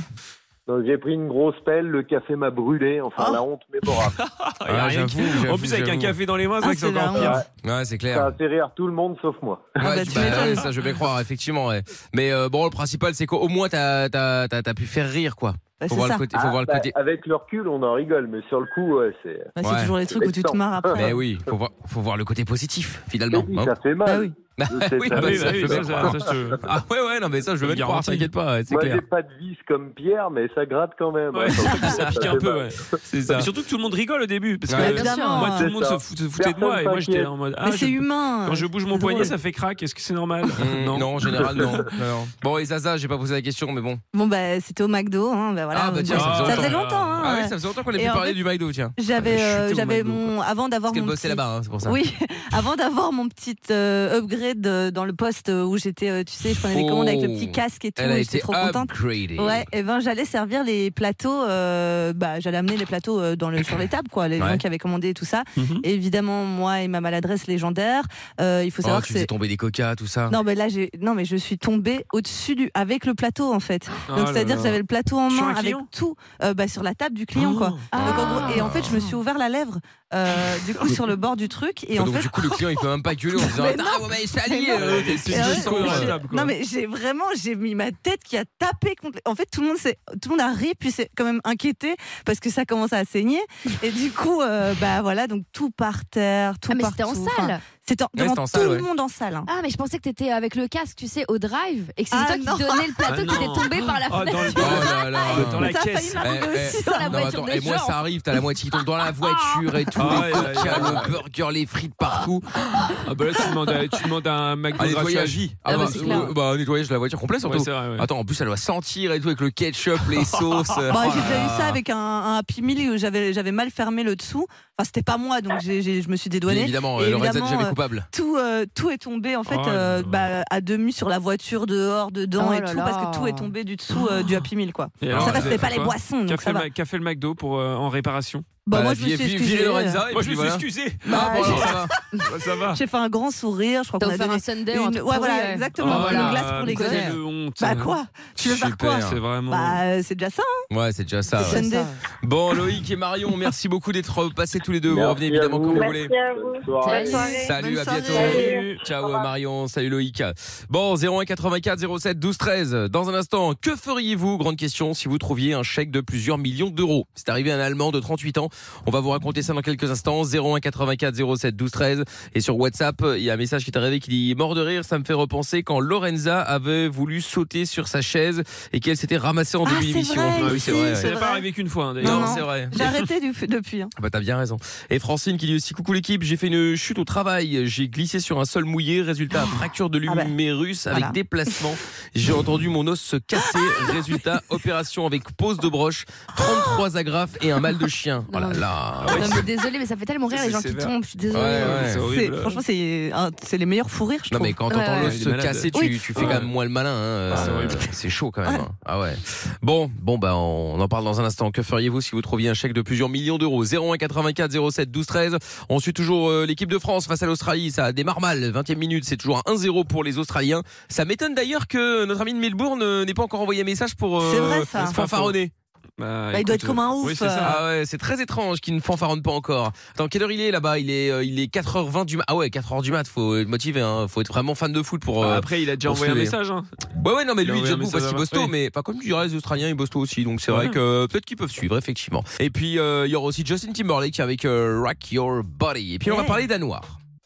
Speaker 10: Donc j'ai pris une grosse pelle, le café m'a brûlé, enfin
Speaker 4: Ah.
Speaker 10: la honte mémorable.
Speaker 5: Ah, y a
Speaker 3: Ah,
Speaker 5: rien
Speaker 3: j'avoue,
Speaker 5: qui- En
Speaker 3: j'avoue,
Speaker 5: plus, avec un
Speaker 3: j'avoue.
Speaker 5: café dans les mains, c'est
Speaker 4: Ah,
Speaker 5: vrai que c'est
Speaker 4: c'est
Speaker 5: encore
Speaker 4: la
Speaker 5: pire.
Speaker 10: honte.
Speaker 3: Ouais, c'est
Speaker 10: ça
Speaker 3: clair.
Speaker 10: a fait rire tout le monde sauf moi.
Speaker 4: Ah,
Speaker 3: Ouais,
Speaker 4: bah,
Speaker 3: tu-
Speaker 4: tu
Speaker 3: bah,
Speaker 4: m'étonnes.
Speaker 3: ouais, ça, je vais croire, effectivement. ouais. Mais euh, bon, le principal, c'est qu'au moins, t'as t'as- t'as- t'as pu faire rire, quoi.
Speaker 4: Bah,
Speaker 3: Faut
Speaker 4: c'est
Speaker 3: voir le
Speaker 4: ça.
Speaker 3: côté. Faut
Speaker 10: Ah,
Speaker 3: voir le
Speaker 10: bah,
Speaker 3: côté.
Speaker 10: Avec le recul on en rigole mais sur le coup ouais, c'est...
Speaker 4: Bah,
Speaker 3: Ouais.
Speaker 4: C'est toujours les trucs où tu te marres après.
Speaker 3: Mais oui, faut voir, faut voir le côté positif,
Speaker 10: Mais
Speaker 3: finalement.
Speaker 10: Eh oui,
Speaker 3: hein.
Speaker 10: ça fait mal.
Speaker 4: Bah oui.
Speaker 10: Je sais
Speaker 3: oui,
Speaker 10: ça.
Speaker 5: Ah
Speaker 3: bah,
Speaker 5: oui,
Speaker 3: ça,
Speaker 5: bah
Speaker 3: je
Speaker 5: oui,
Speaker 3: veux
Speaker 5: ça,
Speaker 3: bien
Speaker 5: ça,
Speaker 3: croire.
Speaker 5: ça, je te-
Speaker 3: Ah ouais, ouais, non, mais ça, je veux même croire,
Speaker 5: Garantie.
Speaker 3: t'inquiète pas, ouais, c'est
Speaker 10: Moi,
Speaker 3: clair.
Speaker 10: j'ai pas de vis comme Pierre, mais ça gratte quand même.
Speaker 5: Ouais, ça pique un peu, ouais.
Speaker 3: C'est ça.
Speaker 5: Mais surtout que tout le monde rigole au début, parce
Speaker 3: Ouais,
Speaker 5: que
Speaker 8: bien sûr.
Speaker 5: moi, tout
Speaker 10: C'est
Speaker 5: le monde se
Speaker 10: ça.
Speaker 5: fout- se foutait de moi, et
Speaker 10: Personne
Speaker 5: moi, j'étais
Speaker 10: s'inquiète.
Speaker 5: en mode. Ah,
Speaker 4: Mais c'est
Speaker 5: je-
Speaker 4: humain.
Speaker 5: Quand je bouge mon
Speaker 4: C'est
Speaker 5: poignet,
Speaker 4: drôle.
Speaker 5: ça fait crack, est-ce que c'est normal
Speaker 3: Mm, non. en général, non. Non, non. Bon, et Zaza, j'ai pas posé la question, mais bon.
Speaker 4: Bon bah c'était au McDo, hein, bah voilà.
Speaker 3: Ah, bah, tiens,
Speaker 4: Bon,
Speaker 5: ça faisait
Speaker 4: ça faisait
Speaker 5: longtemps.
Speaker 4: longtemps. hein.
Speaker 3: Ah oui, ça faisait longtemps qu'on ait
Speaker 4: Et
Speaker 3: pu
Speaker 4: en
Speaker 3: parler
Speaker 4: fait-
Speaker 3: du McDo, tiien.
Speaker 5: Ah,
Speaker 4: J'avais,
Speaker 5: mais
Speaker 3: bah,
Speaker 4: euh,
Speaker 5: chuter au
Speaker 4: j'avais
Speaker 5: McDo,
Speaker 4: mon avant d'avoir
Speaker 3: Parce qu'elle
Speaker 4: mon
Speaker 3: bossait
Speaker 4: petit-
Speaker 3: là-bas, hein, c'est pour ça.
Speaker 4: Oui, avant d'avoir mon petit euh, upgrade upgrade euh, dans le poste où j'étais, euh, tu sais, je prenais les commandes avec le petit casque et tout,
Speaker 3: Elle a
Speaker 4: et j'étais
Speaker 3: été
Speaker 4: trop contente.
Speaker 3: upgradée.
Speaker 4: Ouais, et ben j'allais servir les plateaux, euh, bah, j'allais amener les plateaux euh, dans le, sur les tables, quoi, les
Speaker 3: Ouais.
Speaker 4: gens qui avaient commandé et tout ça. Et évidemment, moi et ma maladresse légendaire, euh, il faut
Speaker 3: Oh,
Speaker 4: savoir que
Speaker 3: tu faisais
Speaker 4: c'est.
Speaker 3: tomber des coca, tout ça.
Speaker 4: Non mais là j'ai non mais je suis tombée au-dessus du avec le plateau en fait.
Speaker 3: Oh
Speaker 4: Donc
Speaker 3: là
Speaker 4: c'est à dire
Speaker 3: là.
Speaker 4: que j'avais le plateau en
Speaker 3: Sur
Speaker 4: main
Speaker 3: un
Speaker 4: avec
Speaker 3: client Ah.
Speaker 4: tout euh, bah, sur la table du client quoi.
Speaker 3: Oh.
Speaker 4: Donc, en gros, et en fait je me suis ouvert la lèvre euh, du coup sur le bord du truc et en
Speaker 3: Ah, Donc
Speaker 4: fait
Speaker 3: du coup, le client, il peut même pas gueuler en disant
Speaker 4: Mais
Speaker 3: Ah,
Speaker 4: non,
Speaker 3: ouais, mais c'est allié,
Speaker 4: mais non.
Speaker 3: euh, t'es
Speaker 4: Et
Speaker 3: plus
Speaker 4: en
Speaker 3: juste
Speaker 4: fait,
Speaker 3: con,
Speaker 4: j'ai-
Speaker 3: euh.
Speaker 4: Non mais j'ai vraiment j'ai mis ma tête qui a tapé contre. En fait tout le monde s'est tout le monde a ri puis c'est quand même inquiété parce que ça commence à saigner et du coup euh, bah voilà donc tout par terre tout
Speaker 8: Ah, mais
Speaker 4: partout.
Speaker 8: c'était en
Speaker 4: Enfin,
Speaker 8: salle
Speaker 4: C'était en-
Speaker 3: Ouais,
Speaker 4: devant
Speaker 3: c'était en
Speaker 4: tout
Speaker 3: salle,
Speaker 4: le
Speaker 3: ouais.
Speaker 4: monde en salle. hein.
Speaker 8: Ah, mais je pensais que t'étais avec le casque, tu sais, au drive et que c'était
Speaker 4: Ah,
Speaker 8: toi qui
Speaker 4: non.
Speaker 8: donnais le plateau
Speaker 5: Ah,
Speaker 8: qui était
Speaker 5: non.
Speaker 8: tombé par la
Speaker 5: Oh, dans le-
Speaker 8: fenêtre. Ah,
Speaker 3: Oh là là.
Speaker 5: dans la
Speaker 4: Ça a failli
Speaker 5: caisse.
Speaker 4: m'arriver
Speaker 3: Eh,
Speaker 4: aussi,
Speaker 3: eh,
Speaker 4: ça.
Speaker 8: la
Speaker 3: non,
Speaker 8: voiture
Speaker 3: attends,
Speaker 8: des
Speaker 3: eh, moi
Speaker 8: gens.
Speaker 3: ça arrive, t'as la moitié qui tombe dans
Speaker 4: Ah.
Speaker 3: la voiture et tout,
Speaker 5: Ah,
Speaker 3: les
Speaker 5: ouais, ouais,
Speaker 3: coca,
Speaker 5: ouais, ouais.
Speaker 3: le burger, les frites partout.
Speaker 5: Ah bah là, tu demandes, à- tu demandes à un mec
Speaker 3: Un
Speaker 5: de
Speaker 3: nettoyage.
Speaker 5: gratuit.
Speaker 3: Ah
Speaker 8: Ah
Speaker 3: bah,
Speaker 8: bah, c'est clair.
Speaker 3: euh, bah, un nettoyage de la voiture complète
Speaker 5: Ouais,
Speaker 3: surtout.
Speaker 5: c'est vrai, ouais.
Speaker 3: Attends, en plus elle doit sentir et tout avec le ketchup, les sauces.
Speaker 4: Bah,
Speaker 3: Oh
Speaker 4: j'ai
Speaker 3: là
Speaker 4: déjà eu
Speaker 3: là.
Speaker 4: ça avec un, un Happy Meal où j'avais j'avais mal fermé le dessous. Enfin, c'était pas moi, donc j'ai- j'ai- je me suis
Speaker 3: Bien
Speaker 4: dédouanée.
Speaker 3: évidemment,
Speaker 4: Et
Speaker 3: euh, Lorenza n'est
Speaker 4: évidemment,
Speaker 3: jamais
Speaker 4: euh,
Speaker 3: coupable.
Speaker 4: Tout, euh, tout est tombé en fait
Speaker 5: Oh là
Speaker 4: euh,
Speaker 5: là.
Speaker 4: bah, à demi sur la voiture, dehors, dedans
Speaker 8: Oh
Speaker 4: et
Speaker 8: là
Speaker 4: tout,
Speaker 8: là.
Speaker 4: parce que tout est tombé du dessous euh, du Happy Meal quoi.
Speaker 5: Et
Speaker 3: alors,
Speaker 4: ça va,
Speaker 5: vous
Speaker 4: c'était
Speaker 5: avez
Speaker 4: pas
Speaker 5: fait
Speaker 4: les
Speaker 5: quoi
Speaker 4: boissons,
Speaker 5: Qu'a
Speaker 4: donc
Speaker 5: fait,
Speaker 4: ça va.
Speaker 5: le Ma- qu'a fait le McDo pour, euh, en réparation
Speaker 4: Bah,
Speaker 3: Bah,
Speaker 4: moi
Speaker 3: la
Speaker 4: je me suis
Speaker 3: vie- vi-
Speaker 4: excusée.
Speaker 3: virer Lorenza et
Speaker 5: Moi,
Speaker 3: puis
Speaker 5: je me suis
Speaker 3: voilà.
Speaker 5: excusé.
Speaker 3: Ah, bon,
Speaker 4: Bah,
Speaker 3: alors, ça va.
Speaker 5: Bah, ça va.
Speaker 4: J'ai fait un grand sourire, je crois
Speaker 8: T'as
Speaker 4: qu'on a
Speaker 8: offert un
Speaker 4: donné
Speaker 8: Sunday ou un
Speaker 4: une...
Speaker 8: truc
Speaker 4: Ouais,
Speaker 8: pourri,
Speaker 4: voilà, exactement,
Speaker 5: Oh
Speaker 4: une
Speaker 5: là
Speaker 4: glace
Speaker 5: là,
Speaker 4: pour les
Speaker 5: quelle
Speaker 4: gosses.
Speaker 5: honte.
Speaker 4: Bah quoi Tu veux faire quoi
Speaker 5: C'est vraiment.
Speaker 4: Bah euh, c'est déjà ça, hein,
Speaker 3: Ouais, c'est déjà ça. ouais.
Speaker 4: Sunday.
Speaker 3: Bon, Loïc et Marion, merci beaucoup d'être passés tous les deux. Vous
Speaker 10: Merci
Speaker 3: revenez
Speaker 10: à
Speaker 3: évidemment
Speaker 10: vous.
Speaker 3: quand vous voulez.
Speaker 9: Merci à vous.
Speaker 10: Bonne soirée.
Speaker 9: Bonne soirée.
Speaker 3: Salut,
Speaker 4: Bonne
Speaker 3: à
Speaker 4: soirée.
Speaker 3: bientôt.
Speaker 9: Salut.
Speaker 3: Ciao euh, Marion, salut Loïc. Bon, 0184 07 12 13. Dans un instant, que feriez-vous Grande question si vous trouviez un chèque de plusieurs millions d'euros. C'est arrivé à un Allemand de 38 ans. On va vous raconter ça dans quelques instants. 0184 07 12 13. Et sur WhatsApp, il y a un message qui est arrivé qui dit mort de rire. Ça me fait repenser quand Lorenza avait voulu sauter sur sa chaise et qu'elle s'était ramassée en
Speaker 4: Ah,
Speaker 3: début
Speaker 4: c'est
Speaker 3: d'émission.
Speaker 4: vrai,
Speaker 3: Ah
Speaker 4: si,
Speaker 3: oui, c'est
Speaker 4: c'est
Speaker 3: vrai.
Speaker 5: Ça
Speaker 3: ouais.
Speaker 5: n'est
Speaker 4: vrai.
Speaker 5: pas arrivé qu'une fois, hein, d'ailleurs.
Speaker 3: Non,
Speaker 4: Non, non.
Speaker 3: c'est vrai.
Speaker 4: J'ai arrêté du- depuis. hein.
Speaker 3: Ah Bah t'as bien raison. Et Francine qui dit aussi coucou l'équipe, j'ai fait une chute au travail, j'ai glissé sur un sol mouillé, résultat fracture de
Speaker 4: Ah bah.
Speaker 3: l'humérus avec
Speaker 4: Voilà.
Speaker 3: déplacement. J'ai entendu mon os se casser, résultat opération avec pose de broche, 33 agrafes et un mal de chien. Oh là là.
Speaker 8: Ah, Non, mais désolé, mais ça fait tellement rire
Speaker 5: Ah C'est
Speaker 8: les gens qui
Speaker 5: sévère.
Speaker 8: tombent. Je suis
Speaker 3: Ouais,
Speaker 8: désolée.
Speaker 3: ouais.
Speaker 5: C'est
Speaker 4: C'est-
Speaker 5: horrible.
Speaker 4: Franchement, c'est un- c'est les meilleurs fous rires, je
Speaker 3: Non
Speaker 4: trouve.
Speaker 3: mais quand
Speaker 8: Ouais,
Speaker 3: t'entends
Speaker 8: ouais.
Speaker 3: l'os
Speaker 5: Il est
Speaker 3: se
Speaker 5: malade. Ah,
Speaker 3: casser, tu,
Speaker 4: Oui.
Speaker 3: tu fais quand même moins le malin. hein.
Speaker 5: c'est
Speaker 3: Euh,
Speaker 5: horrible.
Speaker 3: c'est chaud quand même. hein. Ah ouais. Bon, bon bah on en parle dans un instant. Que feriez-vous si vous trouviez un chèque de plusieurs millions d'euros 01 84 07 12 13. On suit toujours euh, l'équipe de France face à l'Australie. Ça démarre mal. 20e minute, c'est toujours un 1-0 pour les Australiens. Ça m'étonne d'ailleurs que notre ami de Melbourne euh, n'ait pas encore envoyé un message pour euh,
Speaker 4: C'est vrai, ça.
Speaker 3: se fanfaronner.
Speaker 5: Bah,
Speaker 4: Bah, il
Speaker 5: écoute,
Speaker 4: doit être comme un ouf. euh.
Speaker 5: oui, c'est ça.
Speaker 3: Ah ouais, c'est très étrange qu'il ne fanfaronne pas encore. Attends, quelle heure il est là-bas Il est euh, il est 4h20 du mat. Ah ouais, 4h du mat, faut être motivé hein. Faut être vraiment fan de foot pour
Speaker 5: Bah,
Speaker 3: euh,
Speaker 5: après, il a déjà
Speaker 3: pour se
Speaker 5: envoyé un
Speaker 3: lever.
Speaker 5: message. hein.
Speaker 3: Ouais, ouais, non, Ah, mais
Speaker 5: Il a
Speaker 3: lui, il
Speaker 5: envoyé un
Speaker 3: bosse,
Speaker 5: message
Speaker 3: parce
Speaker 5: à
Speaker 3: qu'il bosse
Speaker 5: Marseille.
Speaker 3: tôt, mais pas comme tu dirais, les Australiens, ils bossent tôt aussi, donc c'est vrai
Speaker 5: Ouais.
Speaker 3: que euh, peut-être qu'ils peuvent suivre, effectivement. Et puis, euh, il y aura aussi Justin Timberlake avec euh, Rock Your Body. Et puis, on va
Speaker 4: Ouais.
Speaker 3: parler d'Anouar.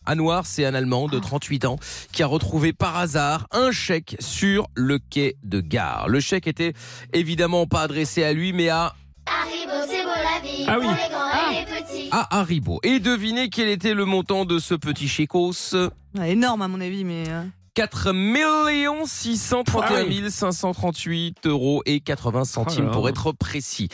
Speaker 3: Anouar, c'est un Allemand de 38 ans qui a retrouvé par hasard un chèque sur le quai de gare. Le chèque était évidemment pas adressé à lui, mais à
Speaker 5: Ah oui.
Speaker 3: à Haribo. Et devinez quel était le montant de ce petit chécos
Speaker 4: Ouais, énorme à mon avis, mais. euh,
Speaker 3: 4 631 538 euros et 80 centimes
Speaker 5: Ah Oh là
Speaker 3: pour
Speaker 5: là.
Speaker 3: être précis.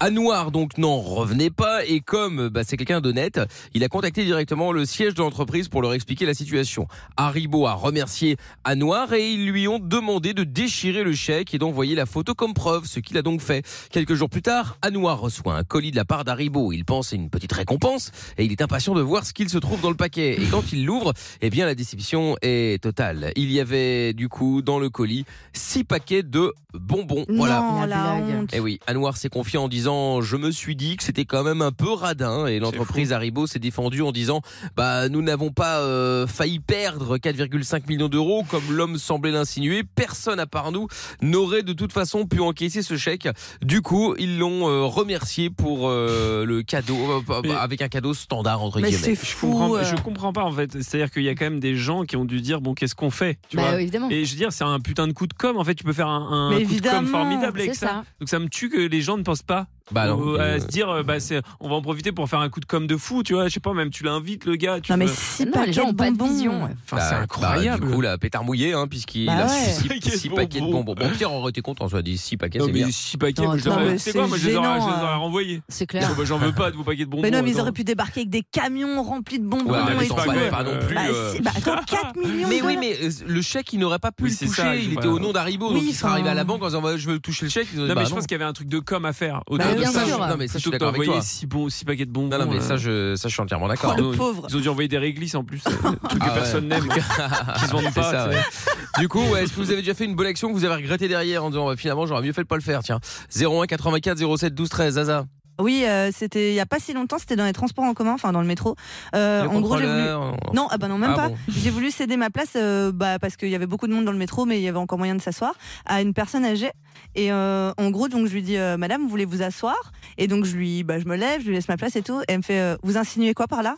Speaker 3: À Noir donc n'en revenait pas et comme bah, c'est quelqu'un d'honnête, il a contacté directement le siège de l'entreprise pour leur expliquer la situation. Haribo a remercié à Noir et ils lui ont demandé de déchirer le chèque et d'envoyer la photo comme preuve, ce qu'il a donc fait. Quelques jours plus tard, Anouar reçoit un colis de la part d'Haribo. Il pense à une petite récompense et il est impatient de voir ce qu'il se trouve dans le paquet. Et quand il l'ouvre, eh bien la déception est totale. Il y avait du coup dans le colis six paquets de bonbons. Voilà.
Speaker 4: Non,
Speaker 8: La
Speaker 4: la
Speaker 8: blague.
Speaker 4: honte.
Speaker 3: Et Eh oui, Anouar s'est confié en disant je me suis dit que c'était quand même un peu radin et l'entreprise Haribo s'est défendue en disant bah nous n'avons pas euh, failli perdre 4,5 millions d'euros comme l'homme semblait l'insinuer, personne à part nous n'aurait de toute façon pu encaisser ce chèque. Du coup, ils l'ont euh, remercié pour euh, le cadeau euh,
Speaker 5: Mais-
Speaker 3: avec un cadeau standard entre
Speaker 4: Mais
Speaker 3: guillemets.
Speaker 4: c'est
Speaker 5: Je comprends,
Speaker 4: fou. euh.
Speaker 5: je comprends pas en fait. C'est-à-dire qu'il y a quand même des gens qui ont dû dire bon qu'est-ce qu'on fait, tu
Speaker 8: Bah,
Speaker 5: vois.
Speaker 8: oui, évidemment.
Speaker 5: Et je veux dire c'est un putain de coup de com. En fait tu peux faire un, un
Speaker 4: Mais
Speaker 5: coup de com
Speaker 4: évidemment,
Speaker 5: formidable avec
Speaker 8: C'est
Speaker 5: ça.
Speaker 8: ça.
Speaker 5: Donc ça me tue que les gens ne pensent pas
Speaker 3: Bah non.
Speaker 5: Ou,
Speaker 3: euh,
Speaker 5: à se dire, euh, bah, c'est, on va en profiter pour faire un coup de com de fou, tu vois. Je sais pas, même tu l'invites, le gars. Tu
Speaker 4: Non, mais
Speaker 5: peux-
Speaker 4: si,
Speaker 8: Non,
Speaker 4: pas
Speaker 8: les gens ont pas de vision.
Speaker 5: Enfin, c'est
Speaker 3: bah,
Speaker 5: incroyable.
Speaker 3: bah, du coup, là, pétard mouillé, hein, puisqu'il
Speaker 4: Bah
Speaker 3: a
Speaker 4: ouais.
Speaker 3: 6
Speaker 5: Paquet de
Speaker 3: paquets de bonbons.
Speaker 5: bonbons.
Speaker 3: Bon, Pierre aurait été content, soit dit 6 paquets,
Speaker 5: Non,
Speaker 3: c'est bien.
Speaker 5: mais hein. si paquets,
Speaker 8: Non,
Speaker 5: moi, je
Speaker 8: attends,
Speaker 5: leur-
Speaker 4: mais
Speaker 5: euh, tu sais quoi,
Speaker 4: c'est
Speaker 5: moi, je les aurais-
Speaker 4: gênant,
Speaker 5: je les
Speaker 4: euh.
Speaker 5: aurais renvoyés.
Speaker 8: C'est
Speaker 5: Bon,
Speaker 8: clair.
Speaker 5: bah, J'en veux pas de vos paquets de bonbons.
Speaker 4: Mais non, mais ils
Speaker 5: attends.
Speaker 4: auraient pu débarquer avec des camions remplis de bonbons
Speaker 3: Ouais, mais
Speaker 4: et
Speaker 5: attends,
Speaker 4: tout.
Speaker 5: pas
Speaker 3: pas,
Speaker 5: grave.
Speaker 3: pas non plus.
Speaker 4: Bah,
Speaker 3: euh,
Speaker 4: si, bah, attends, 4 millions
Speaker 3: Mais
Speaker 4: de
Speaker 3: oui,
Speaker 4: dollars.
Speaker 3: mais euh, le chèque, il n'aurait pas pu
Speaker 5: Oui,
Speaker 3: le
Speaker 5: c'est
Speaker 3: toucher.
Speaker 5: ça, je
Speaker 3: il
Speaker 5: sais
Speaker 3: était
Speaker 5: pas.
Speaker 3: au nom d'Haribo.
Speaker 4: Oui,
Speaker 3: donc il serait arrivé
Speaker 4: enfin-
Speaker 3: à la banque en disant bah, Je veux toucher le chèque. Ils ont dit,
Speaker 5: Non, mais
Speaker 3: bah,
Speaker 5: je pense qu'il y avait un truc de com à faire. Autour
Speaker 4: Bah,
Speaker 5: de
Speaker 4: bien
Speaker 5: ça,
Speaker 4: sûr.
Speaker 5: je-
Speaker 3: Non, mais ça, je suis
Speaker 5: plutôt que
Speaker 3: d'accord avec
Speaker 5: d'envoyer
Speaker 3: toi.
Speaker 5: six bons- six paquets de bonbons.
Speaker 3: Non, non, mais
Speaker 5: euh,
Speaker 3: ça, je, ça, je suis entièrement d'accord.
Speaker 4: Oh, le
Speaker 5: ils ont-
Speaker 4: pauvre.
Speaker 5: Ils ont dû envoyer des réglisses en plus. euh, trucs
Speaker 3: Ah
Speaker 5: que
Speaker 3: ouais.
Speaker 5: personne n'aime. Qui se vendent
Speaker 3: C'est
Speaker 5: pas.
Speaker 3: ça,
Speaker 5: tu
Speaker 3: ouais.
Speaker 5: sais.
Speaker 3: Du coup, ouais, est-ce que vous avez déjà fait une bonne action que vous avez regretté derrière en disant bah, finalement j'aurais mieux fait de pas le faire Tiens, 01 84 07 12 13, Zaza.
Speaker 4: Oui, euh, c'était il y a pas si longtemps, c'était dans les transports en commun, enfin dans le métro. Euh,
Speaker 3: Le
Speaker 4: en gros, j'ai voulu.
Speaker 3: contrôleur, on-
Speaker 4: Non, ah bah non, même
Speaker 3: Ah
Speaker 4: pas.
Speaker 3: bon.
Speaker 4: J'ai voulu céder ma place euh, bah, parce qu'il y avait beaucoup de monde dans le métro, mais il y avait encore moyen de s'asseoir, à une personne âgée. Et euh, en gros, donc, je lui dis euh, Madame, vous voulez vous asseoir Et donc, je, lui, bah, je me lève, je lui laisse ma place et tout. Et elle me fait euh, Vous insinuez quoi par là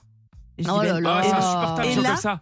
Speaker 4: Et je dis,
Speaker 8: Oh
Speaker 4: Ben,
Speaker 8: là là.
Speaker 5: Ah, c'est
Speaker 4: Et-
Speaker 5: insupportable,
Speaker 4: et
Speaker 5: les gens
Speaker 4: là-
Speaker 5: comme ça.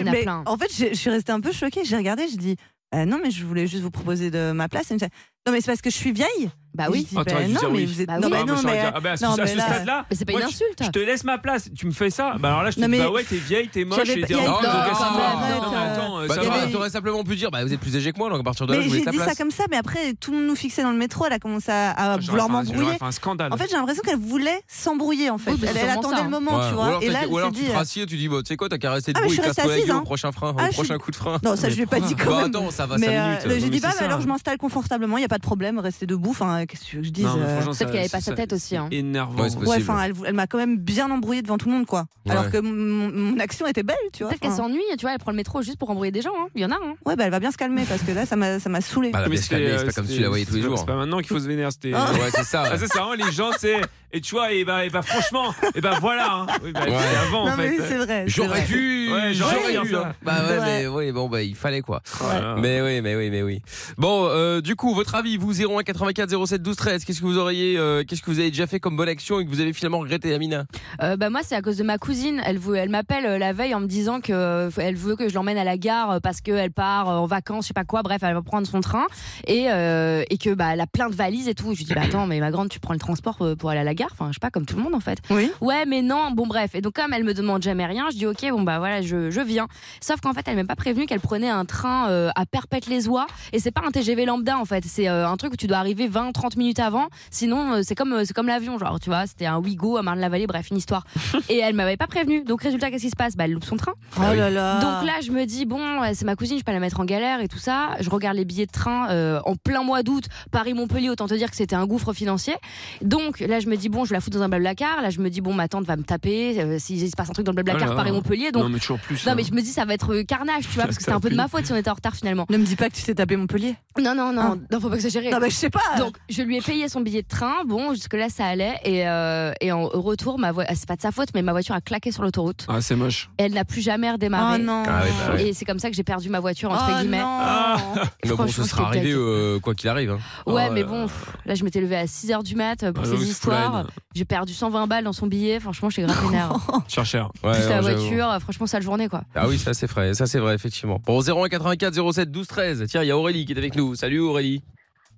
Speaker 8: Il y en a
Speaker 4: mais
Speaker 8: plein.
Speaker 4: En fait, j'ai- je suis restée un peu choquée. J'ai regardé, je dis euh, non, mais je voulais juste vous proposer de ma place. Elle me fait, non, mais c'est parce que je suis vieille.
Speaker 8: Bah
Speaker 4: Et
Speaker 8: oui.
Speaker 4: je dis,
Speaker 5: Ah, t'aurais
Speaker 4: bah,
Speaker 5: dû
Speaker 4: non,
Speaker 5: dire
Speaker 4: mais
Speaker 5: oui.
Speaker 4: vous êtes-
Speaker 8: Bah
Speaker 4: non,
Speaker 8: oui.
Speaker 4: mais
Speaker 5: Ah, moi,
Speaker 4: non,
Speaker 5: j'aurais
Speaker 4: mais,
Speaker 5: dit, ah, bah, à ce,
Speaker 4: non,
Speaker 5: à
Speaker 4: mais
Speaker 5: ce
Speaker 4: là-
Speaker 5: stade-là,
Speaker 8: Mais c'est pas
Speaker 5: moi,
Speaker 8: une
Speaker 5: je-
Speaker 8: insulte.
Speaker 5: Je te laisse ma place. Tu me fais ça. Bah alors là, je te
Speaker 4: Non,
Speaker 5: dis,
Speaker 4: mais-
Speaker 5: bah ouais, t'es vieille, t'es moche.
Speaker 4: J'avais
Speaker 5: et
Speaker 4: pas-
Speaker 5: t'es
Speaker 4: il y a-
Speaker 5: en-
Speaker 3: non,
Speaker 5: t'es cassé.
Speaker 8: quand même,
Speaker 5: Non, mais attends, euh,
Speaker 3: Bah,
Speaker 5: ça
Speaker 4: il y
Speaker 3: t'aurais-
Speaker 5: va.
Speaker 4: avait-
Speaker 3: T'aurais simplement pu dire bah, vous êtes plus âgé que moi, donc à partir de là
Speaker 4: mais
Speaker 3: je vous
Speaker 4: j'ai
Speaker 3: laisse la
Speaker 4: dit ça
Speaker 3: place.
Speaker 4: comme ça, mais après, tout le monde nous fixait dans le métro. Elle a commencé à, à
Speaker 5: J'aurais
Speaker 4: vouloir
Speaker 5: fait un-
Speaker 4: m'embrouiller.
Speaker 5: J'aurais fait un scandale.
Speaker 4: En fait, j'ai l'impression qu'elle voulait s'embrouiller, en fait.
Speaker 8: Oui, mais
Speaker 4: elle
Speaker 8: c'est
Speaker 4: elle
Speaker 8: sûrement
Speaker 4: attendait
Speaker 8: ça.
Speaker 4: le moment,
Speaker 3: Ouais,
Speaker 4: tu
Speaker 3: Ou
Speaker 4: vois.
Speaker 3: alors,
Speaker 4: Et
Speaker 3: t'as-
Speaker 4: là, elle
Speaker 3: ou alors
Speaker 4: s'est
Speaker 3: tu
Speaker 4: dit. euh,
Speaker 3: te rassieds, tu dis bah, tu sais quoi, t'as qu'à rester
Speaker 4: Ah, mais
Speaker 3: debout
Speaker 4: je
Speaker 3: et
Speaker 4: suis
Speaker 3: casse-toi la
Speaker 4: assise,
Speaker 3: gueule au
Speaker 4: hein.
Speaker 3: prochain frein,
Speaker 4: Ah,
Speaker 3: au
Speaker 4: je suis-
Speaker 3: prochain coup de frein.
Speaker 4: Non, ça, je lui ai pas dit quand
Speaker 3: Bah
Speaker 4: même.
Speaker 3: attends, ça va 5
Speaker 4: Mais euh,
Speaker 3: minutes.
Speaker 4: le- j'ai
Speaker 5: mais
Speaker 4: dit,
Speaker 5: c'est
Speaker 4: bah,
Speaker 5: ça.
Speaker 4: alors je m'installe confortablement, il n'y a pas de problème, restez debout. Enfin, euh, qu'est-ce que tu veux que je dise
Speaker 5: Non, mais
Speaker 4: euh,
Speaker 5: franchement, ça-
Speaker 8: qu'il y avait pas
Speaker 5: ça-
Speaker 8: sa tête aussi, hein.
Speaker 5: Énervant.
Speaker 3: Ouais, c'est
Speaker 4: Ouais,
Speaker 3: possible.
Speaker 4: enfin, elle, elle m'a quand même bien embrouillée devant tout le monde, quoi. Alors
Speaker 3: Ouais.
Speaker 4: que mon, mon action était belle, tu vois.
Speaker 8: Peut-être qu'elle
Speaker 4: Enfin,
Speaker 8: s'ennuie, tu vois, elle prend le métro juste pour embrouiller des gens. hein. Il y en a, hein.
Speaker 4: Ouais, bah, elle va bien se calmer parce que là, ça m'a, ça m'a saoulée.
Speaker 3: Bah, la
Speaker 5: Mais
Speaker 3: baisse
Speaker 5: c'était,
Speaker 3: calmée,
Speaker 5: euh,
Speaker 3: c'est pas comme si tu
Speaker 5: c'était-
Speaker 3: la voyais tous les
Speaker 5: c'est pas-
Speaker 3: jours.
Speaker 5: C'est pas maintenant qu'il faut se vénérer. C'était.
Speaker 3: Ouais, c'est ça.
Speaker 5: Ah, ça, c'est vraiment les gens, c'est. Et tu vois, et bah, et bah franchement, et bah voilà. hein. Oui, bah,
Speaker 3: Ouais.
Speaker 5: c'était avant, en
Speaker 4: non, mais
Speaker 5: fait.
Speaker 4: c'est vrai. c'est
Speaker 3: J'aurais
Speaker 4: vrai.
Speaker 3: dû
Speaker 5: Ouais, j'aurais dû dire ça.
Speaker 3: hein. Bah ouais,
Speaker 4: Ouais.
Speaker 3: mais oui, bon, bah il fallait quoi.
Speaker 5: Voilà.
Speaker 3: Mais oui, mais oui, mais oui. Bon, euh, du coup, votre avis, vous 01 84 07 12 13. Qu'est-ce que vous auriez, euh, qu'est-ce que vous avez déjà fait comme bonne action et que vous avez finalement regretté, Amina
Speaker 8: Euh, bah moi c'est à cause de ma cousine. Elle vou- elle m'appelle euh, la veille en me disant que euh, elle veut que je l'emmène à la gare euh, parce qu'elle part euh, en vacances, je sais pas quoi. Bref, elle va prendre son train et euh, et que bah elle a plein de valises et tout. Je lui dis bah attends mais ma grande tu prends le transport euh, pour aller à la gare. Enfin je sais pas comme tout le monde en fait.
Speaker 4: Oui.
Speaker 8: Ouais mais non bon bref et donc comme elle me demande jamais rien, je dis ok bon bah voilà je, je viens. Sauf qu'en fait elle m'a pas prévenu qu'elle prenait un train euh, à Perpète-les-Oies et c'est pas un TGV lambda en fait. C'est euh, un truc où tu dois arriver 20-30 minutes avant. Sinon euh, c'est comme euh, c'est comme l'avion genre tu vois c'était un Ouigo à Marne-la-Vallée bref une histoire et elle m'avait pas prévenu. Donc résultat, qu'est-ce qui se passe Bah elle loupe son train.
Speaker 5: Ah
Speaker 4: Oh là là.
Speaker 8: Donc là, je me dis bon, ouais, c'est ma cousine, je peux la mettre en galère et tout ça. Je regarde les billets de train euh, en plein mois d'août, Paris-Montpellier, autant te dire que c'était un gouffre financier. Donc là, je me dis bon, je vais la fous dans un blablacar. Là, je me dis bon, ma tante va me taper euh, s'il se passe un truc dans le
Speaker 5: Oh là
Speaker 8: blablacar
Speaker 5: là.
Speaker 8: Paris-Montpellier. Donc
Speaker 5: Non, mais toujours plus.
Speaker 8: non,
Speaker 5: hein.
Speaker 8: mais je me dis ça va être euh, carnage, tu vois, parce que c'était un peu de ma faute si on était en retard finalement.
Speaker 4: Ne me dis pas que tu t'es tapé Montpellier. Hein.
Speaker 8: Non, non, non, non, faut pas exagérer.
Speaker 4: Non, mais je sais pas.
Speaker 8: Donc, je lui ai payé son billet de train. Bon, jusque-là, ça allait. Et, euh, et en au retour, ma voie- ah, c'est pas de sa faute, mais ma voiture a claqué sur l'autoroute.
Speaker 5: Ah, c'est moche.
Speaker 8: Elle n'a plus jamais
Speaker 4: oh
Speaker 8: redémarré.
Speaker 4: non.
Speaker 3: Ah oui, bah oui. Ah.
Speaker 8: Et c'est comme ça que j'ai perdu ma voiture, entre
Speaker 4: Oh
Speaker 8: guillemets.
Speaker 4: non.
Speaker 3: Mais bon,
Speaker 8: Franchement,
Speaker 3: ce sera
Speaker 8: c'était
Speaker 3: arrivé
Speaker 8: claqué.
Speaker 3: euh, quoi qu'il arrive. hein.
Speaker 8: Ouais,
Speaker 5: Oh
Speaker 8: mais
Speaker 5: là
Speaker 8: bon,
Speaker 5: là.
Speaker 8: pff, là, je m'étais levée à 6h du mat euh, pour
Speaker 5: Ah,
Speaker 8: ces
Speaker 5: longue
Speaker 8: histoires.
Speaker 5: foulaine.
Speaker 8: J'ai perdu 120 balles dans son billet. Franchement, j'étais grave vénère.
Speaker 5: Cher, cher.
Speaker 3: Ouais,
Speaker 8: Plus la
Speaker 3: non, j'avoue.
Speaker 8: voiture, euh, franchement, sale journée, quoi.
Speaker 3: Ah oui, ça c'est vrai, ça c'est vrai effectivement. Bon 01 84 07 12 13. Tiens, il y a Aurélie qui est avec nous. Salut Aurélie.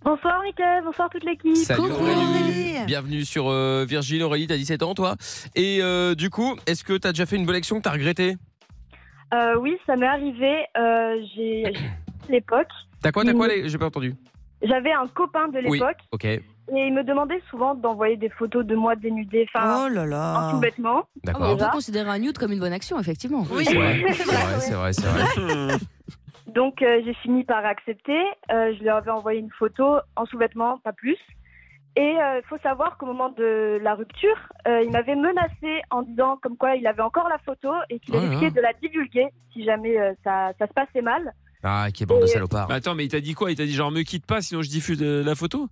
Speaker 9: Bonsoir Mickaël, bonsoir toute l'équipe.
Speaker 3: Salut
Speaker 8: Coucou,
Speaker 4: Aurélie.
Speaker 3: Bienvenue sur euh, Virgile. Aurélie, t'as 17 ans toi. Et euh, du coup, est-ce que t'as déjà fait une bonne action que t'as regretté
Speaker 9: Euh, oui, ça m'est arrivé. euh, j'ai à l'époque,
Speaker 3: T'as quoi, t'as quoi les- J'ai pas entendu.
Speaker 9: j'avais un copain de
Speaker 3: Oui.
Speaker 9: l'époque
Speaker 3: Ok,
Speaker 9: et il me demandait souvent d'envoyer des photos de moi dénudée, enfin
Speaker 4: Oh là
Speaker 9: en
Speaker 4: là.
Speaker 9: tout vêtement.
Speaker 8: Ah, on
Speaker 3: d'accord.
Speaker 8: peut considérer un nude comme une bonne action, effectivement.
Speaker 3: Oui, c'est vrai, c'est vrai, c'est vrai, c'est vrai.
Speaker 9: Donc euh, j'ai fini par accepter. Euh, je lui avais envoyé une photo en sous-vêtements, pas plus. Et il faut savoir qu'au moment de la rupture, euh, il m'avait menacé en disant comme quoi il avait encore la photo et qu'il
Speaker 5: Oh là
Speaker 9: risquait
Speaker 5: là.
Speaker 9: de la divulguer si jamais euh, ça, ça se passait mal.
Speaker 3: Ah, quelle bande de salopards.
Speaker 5: Bah, attends, mais il t'a dit quoi Il t'a dit genre, me quitte pas, sinon je diffuse euh, la photo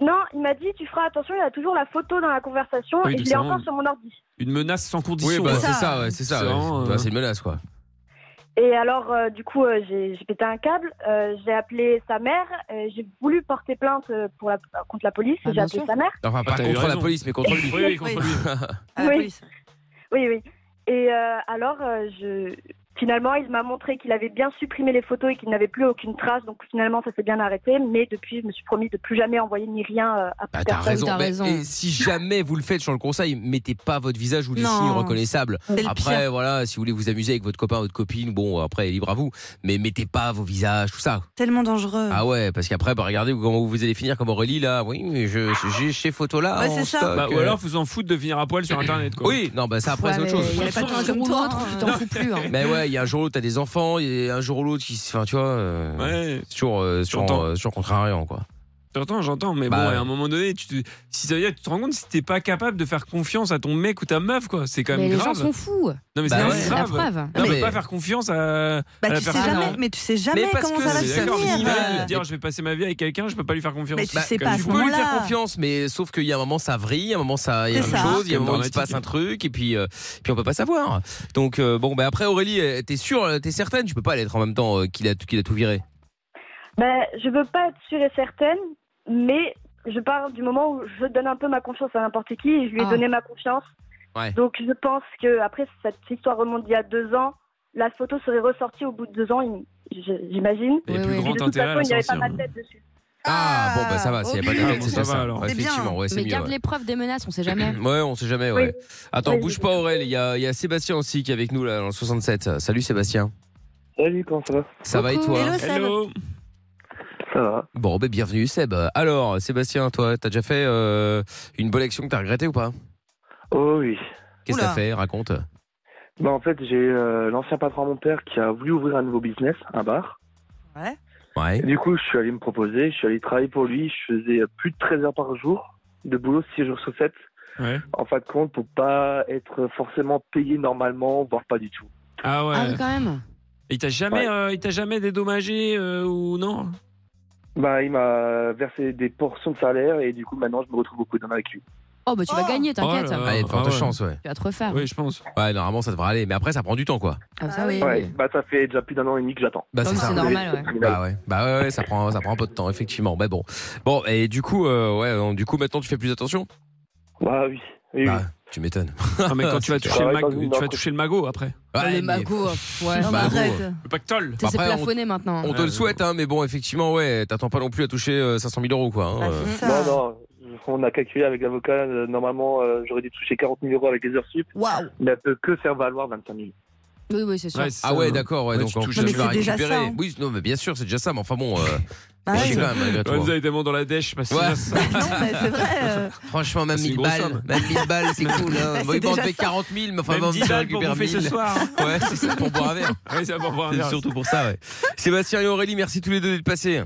Speaker 9: Non, il m'a dit tu feras attention, il y a toujours la photo dans la conversation
Speaker 5: Oui,
Speaker 9: et
Speaker 5: donc
Speaker 9: je l'ai
Speaker 5: c'est vraiment-
Speaker 9: encore sur mon ordi.
Speaker 5: Une menace sans
Speaker 3: Oui,
Speaker 5: condition.
Speaker 3: bah,
Speaker 5: quoi.
Speaker 3: c'est ça, ouais, c'est ça.
Speaker 5: C'est
Speaker 3: ouais.
Speaker 5: vraiment, euh,
Speaker 3: Bah, c'est une menace, quoi.
Speaker 9: Et alors, euh, du coup, euh, j'ai j'ai pété un câble. euh, j'ai appelé sa mère. euh, j'ai voulu porter plainte euh, pour la, contre la police.
Speaker 8: Ah,
Speaker 9: j'ai
Speaker 8: bien
Speaker 9: appelé
Speaker 8: sûr.
Speaker 9: sa mère.
Speaker 3: Enfin, pas
Speaker 5: t'as eu
Speaker 3: contre la
Speaker 5: raison.
Speaker 3: police, mais contre
Speaker 5: Oui,
Speaker 3: lui.
Speaker 5: oui, contre lui.
Speaker 4: À la
Speaker 9: Oui.
Speaker 4: police.
Speaker 9: Oui, oui. Et euh, alors, euh, je... petit Finalement, il m'a montré qu'il avait bien supprimé les photos et qu'il n'avait plus aucune trace. Donc finalement, ça s'est bien arrêté. Mais depuis, je me suis promis de plus jamais envoyer ni rien euh, à
Speaker 3: Bah, t'as
Speaker 9: personne.
Speaker 3: raison.
Speaker 8: t'as
Speaker 3: Mais-
Speaker 8: raison.
Speaker 3: Et si jamais vous le faites, sur le conseil, mettez pas votre visage ou des
Speaker 4: Non.
Speaker 3: signes reconnaissables.
Speaker 4: C'est le
Speaker 3: Après, voilà, si vous voulez vous amuser avec votre copain, votre copine, bon, après, libre à vous. Mais mettez pas vos visages, tout ça.
Speaker 4: Tellement dangereux.
Speaker 3: Ah ouais, parce qu'après, bah, regardez comment vous allez finir comme Aurélie, là. Oui, mais je, j'ai ces photos-là.
Speaker 4: Ouais,
Speaker 3: en
Speaker 4: c'est ça.
Speaker 3: stock.
Speaker 5: Bah, ou
Speaker 3: Euh,
Speaker 5: alors, vous en foutez de venir à poil sur Internet, quoi.
Speaker 3: Oui, non, bah ça, après, c'est autre chose.
Speaker 8: Il n'y a pas de temps comme toi, autre, tu t'en fous plus. hein.
Speaker 3: Mais ouais, il y a un jour ou l'autre, t'as des enfants, et un jour ou l'autre, qui se- enfin, tu vois, euh,
Speaker 5: Ouais.
Speaker 3: c'est toujours, euh, c'est toujours,
Speaker 5: J'entends.
Speaker 3: euh, c'est toujours contrariant, quoi.
Speaker 5: J'entends, j'entends, mais
Speaker 3: Bah
Speaker 5: bon,
Speaker 3: ouais.
Speaker 5: à un moment donné, tu te... si ça veut dire que tu te rends compte si t'es pas capable de faire confiance à ton mec ou ta meuf, quoi, c'est quand
Speaker 8: Mais
Speaker 5: même
Speaker 8: les gens
Speaker 5: grave.
Speaker 8: sont fous.
Speaker 5: non,
Speaker 3: Bah
Speaker 5: mais c'est quand
Speaker 3: ouais.
Speaker 5: même
Speaker 8: C'est la
Speaker 5: grave.
Speaker 8: preuve.
Speaker 5: Non, mais,
Speaker 3: Mais-
Speaker 5: pas faire confiance à.
Speaker 4: Bah,
Speaker 5: à la
Speaker 4: tu sais
Speaker 5: personne.
Speaker 4: jamais,
Speaker 8: non.
Speaker 4: mais tu sais jamais
Speaker 3: Mais parce
Speaker 4: comment
Speaker 3: que
Speaker 4: ça va
Speaker 3: c'est-
Speaker 4: se
Speaker 5: D'accord,
Speaker 4: finir.
Speaker 5: mais imagine de
Speaker 4: euh.
Speaker 5: dire je vais passer ma vie avec quelqu'un, je peux pas lui faire confiance.
Speaker 4: Mais tu
Speaker 3: Bah,
Speaker 4: sais
Speaker 5: quand
Speaker 4: pas à
Speaker 5: tu
Speaker 4: ce
Speaker 3: tu peux lui faire
Speaker 4: moment-là.
Speaker 3: confiance, mais sauf qu'il y a un moment ça vrille, à un moment ça, il y a
Speaker 4: C'est
Speaker 3: quelque
Speaker 4: ça.
Speaker 3: chose, il y a un moment il se
Speaker 5: Dramatique.
Speaker 3: passe un truc, et puis, euh, puis on peut pas savoir. Donc euh, bon, bah après Aurélie, euh, t'es sûre, euh, t'es certaine, tu peux pas l'être en même temps euh, qu'il a, qu'il a tout viré.
Speaker 9: Ben, je veux pas être sûre et certaine, mais je pars du moment où je donne un peu ma confiance à n'importe qui et je lui ai
Speaker 8: Ah.
Speaker 9: donné ma confiance.
Speaker 3: Ouais.
Speaker 9: Donc je pense que après cette histoire remonte il y a deux ans, la photo serait ressortie au bout de deux ans, im- j- j'imagine.
Speaker 5: Il y a
Speaker 8: Oui,
Speaker 5: plus
Speaker 8: oui.
Speaker 9: Et
Speaker 5: grand
Speaker 9: de toute
Speaker 5: intérêt à
Speaker 9: façon,
Speaker 5: la
Speaker 9: il n'y avait pas
Speaker 5: sortir.
Speaker 9: ma tête dessus.
Speaker 3: Ah, bon bah ça va, s'il y a pas de
Speaker 5: Ah,
Speaker 3: tête,
Speaker 5: bon,
Speaker 3: c'est
Speaker 5: ça
Speaker 3: déjà
Speaker 5: va,
Speaker 3: ça.
Speaker 5: alors.
Speaker 3: Ouais,
Speaker 4: C'est bien.
Speaker 3: Effectivement, ouais, c'est
Speaker 8: Mais
Speaker 3: mieux.
Speaker 8: garde
Speaker 3: ouais.
Speaker 8: les preuves des menaces, on sait jamais.
Speaker 3: Ouais, on sait jamais, ouais. Attends,
Speaker 9: Oui,
Speaker 3: bouge
Speaker 9: oui.
Speaker 3: pas Aurel, il y a, il y a Sébastien aussi qui est avec nous là dans le 67. Salut Sébastien.
Speaker 10: Salut, comment ça va
Speaker 3: Ça va et
Speaker 8: Coucou.
Speaker 3: toi
Speaker 4: Hello Seb.
Speaker 5: Hello.
Speaker 10: Ça va.
Speaker 3: Bon, ben bienvenue Seb. Alors, Sébastien, toi, t'as déjà fait euh, une bonne action que t'as regretté ou pas
Speaker 10: Oh oui.
Speaker 3: Qu'est-ce que
Speaker 4: Oula.
Speaker 3: t'as fait Raconte.
Speaker 8: Ah,
Speaker 10: Bah, en fait, j'ai euh, l'ancien patron à mon père qui a voulu ouvrir un nouveau business, un bar.
Speaker 4: Ouais.
Speaker 3: Ouais.
Speaker 10: Et du coup, je suis allé me proposer, je suis allé travailler pour lui. Je faisais plus de 13 heures par jour de boulot, 6 jours sur 7.
Speaker 5: Ouais.
Speaker 10: En fin de compte, pour pas être forcément payé normalement, voire pas du tout.
Speaker 5: Ah ouais.
Speaker 8: Ah oui, quand même.
Speaker 5: Il t'a
Speaker 10: Ouais.
Speaker 5: jamais, euh, il t'a jamais dédommagé euh, ou non
Speaker 10: Bah, il m'a versé des portions de salaire et du coup, maintenant, je me retrouve beaucoup d'un avec lui.
Speaker 8: Oh, bah tu vas
Speaker 4: Oh.
Speaker 8: gagner, t'inquiète.
Speaker 5: Oh là là.
Speaker 3: Allez, forte
Speaker 5: ah ouais.
Speaker 3: chance, ouais.
Speaker 8: Tu vas te refaire.
Speaker 5: Oui, je pense.
Speaker 3: Ouais, normalement ça devrait aller, mais après ça prend du temps quoi.
Speaker 8: Ah, ça,
Speaker 9: Ah
Speaker 8: oui.
Speaker 9: oui.
Speaker 10: Ouais, bah, ça fait déjà plus d'un an et demi que j'attends.
Speaker 3: Bah,
Speaker 8: Non,
Speaker 3: c'est
Speaker 8: mais
Speaker 3: ça.
Speaker 8: c'est normal, ouais.
Speaker 3: Bah ouais, bah ouais, ouais, ça prend, ça prend un peu de temps, effectivement. Mais bon, bon et du coup, euh, ouais, donc, du coup maintenant tu fais plus attention.
Speaker 10: Bah oui. oui, oui.
Speaker 3: Bah, tu m'étonnes.
Speaker 5: Non, mais quand tu vas toucher
Speaker 10: clair.
Speaker 5: le,
Speaker 10: Ouais,
Speaker 5: mag-
Speaker 10: dans une
Speaker 5: tu vas
Speaker 10: banque.
Speaker 5: toucher le magot après.
Speaker 8: Ah,
Speaker 3: Ouais,
Speaker 8: Les
Speaker 3: mais-
Speaker 8: magos, ouais.
Speaker 4: Non, mais
Speaker 3: Bah,
Speaker 4: arrête.
Speaker 5: Le pactole.
Speaker 8: Ça, C'est
Speaker 3: Après, on-
Speaker 8: plafonné maintenant.
Speaker 3: On te le souhaite, hein, mais bon, effectivement, ouais, t'attends pas non plus à toucher euh, 500 000 euros, quoi. hein,
Speaker 8: Bah,
Speaker 4: Ah,
Speaker 3: euh.
Speaker 4: c'est ça.
Speaker 10: Non, non, on a calculé avec l'avocat, euh, normalement euh, j'aurais dû toucher 40 000 euros avec les heures sup,
Speaker 4: Waouh.
Speaker 10: mais elle peut que faire valoir 25 000.
Speaker 8: Oui, oui, c'est sûr.
Speaker 5: Ouais, c'est
Speaker 3: Ah
Speaker 5: ça.
Speaker 3: ouais, d'accord, ouais,
Speaker 5: Ouais,
Speaker 3: donc
Speaker 5: tu
Speaker 3: en
Speaker 5: touches
Speaker 3: plus,
Speaker 5: la
Speaker 3: tu vas
Speaker 4: chose. Mais c'est déjà
Speaker 3: récupérer.
Speaker 4: ça, hein.
Speaker 3: Oui, non, mais bien sûr, c'est déjà ça, mais enfin bon, euh,
Speaker 4: Bah,
Speaker 3: c'est
Speaker 4: ouais.
Speaker 3: quand même malgré
Speaker 5: Ouais,
Speaker 3: tout.
Speaker 5: Vous
Speaker 3: hein.
Speaker 5: avez tellement dans la dèche. Bah, c'est
Speaker 3: Ouais.
Speaker 5: bien ça.
Speaker 4: Non, mais c'est vrai. euh,
Speaker 3: Franchement, même
Speaker 5: C'est une
Speaker 3: 1000
Speaker 5: grosse
Speaker 3: balles,
Speaker 5: somme.
Speaker 3: même 1000 balles, c'est cool. Hein.
Speaker 4: Ouais,
Speaker 3: Bon,
Speaker 4: c'est
Speaker 3: ils vont
Speaker 4: déjà
Speaker 3: enlever
Speaker 4: ça.
Speaker 3: 40 000, mais enfin,
Speaker 5: Même
Speaker 3: bon,
Speaker 5: 10
Speaker 3: tu
Speaker 5: balles pour
Speaker 3: récupères
Speaker 5: bouffer
Speaker 3: 1000.
Speaker 5: ce soir. hein.
Speaker 3: Ouais, c'est ça, pour boire un verre.
Speaker 5: Ouais, ça va pour
Speaker 3: C'est surtout pour ça, ouais. Sébastien et Aurélie, merci tous les deux d'être passés.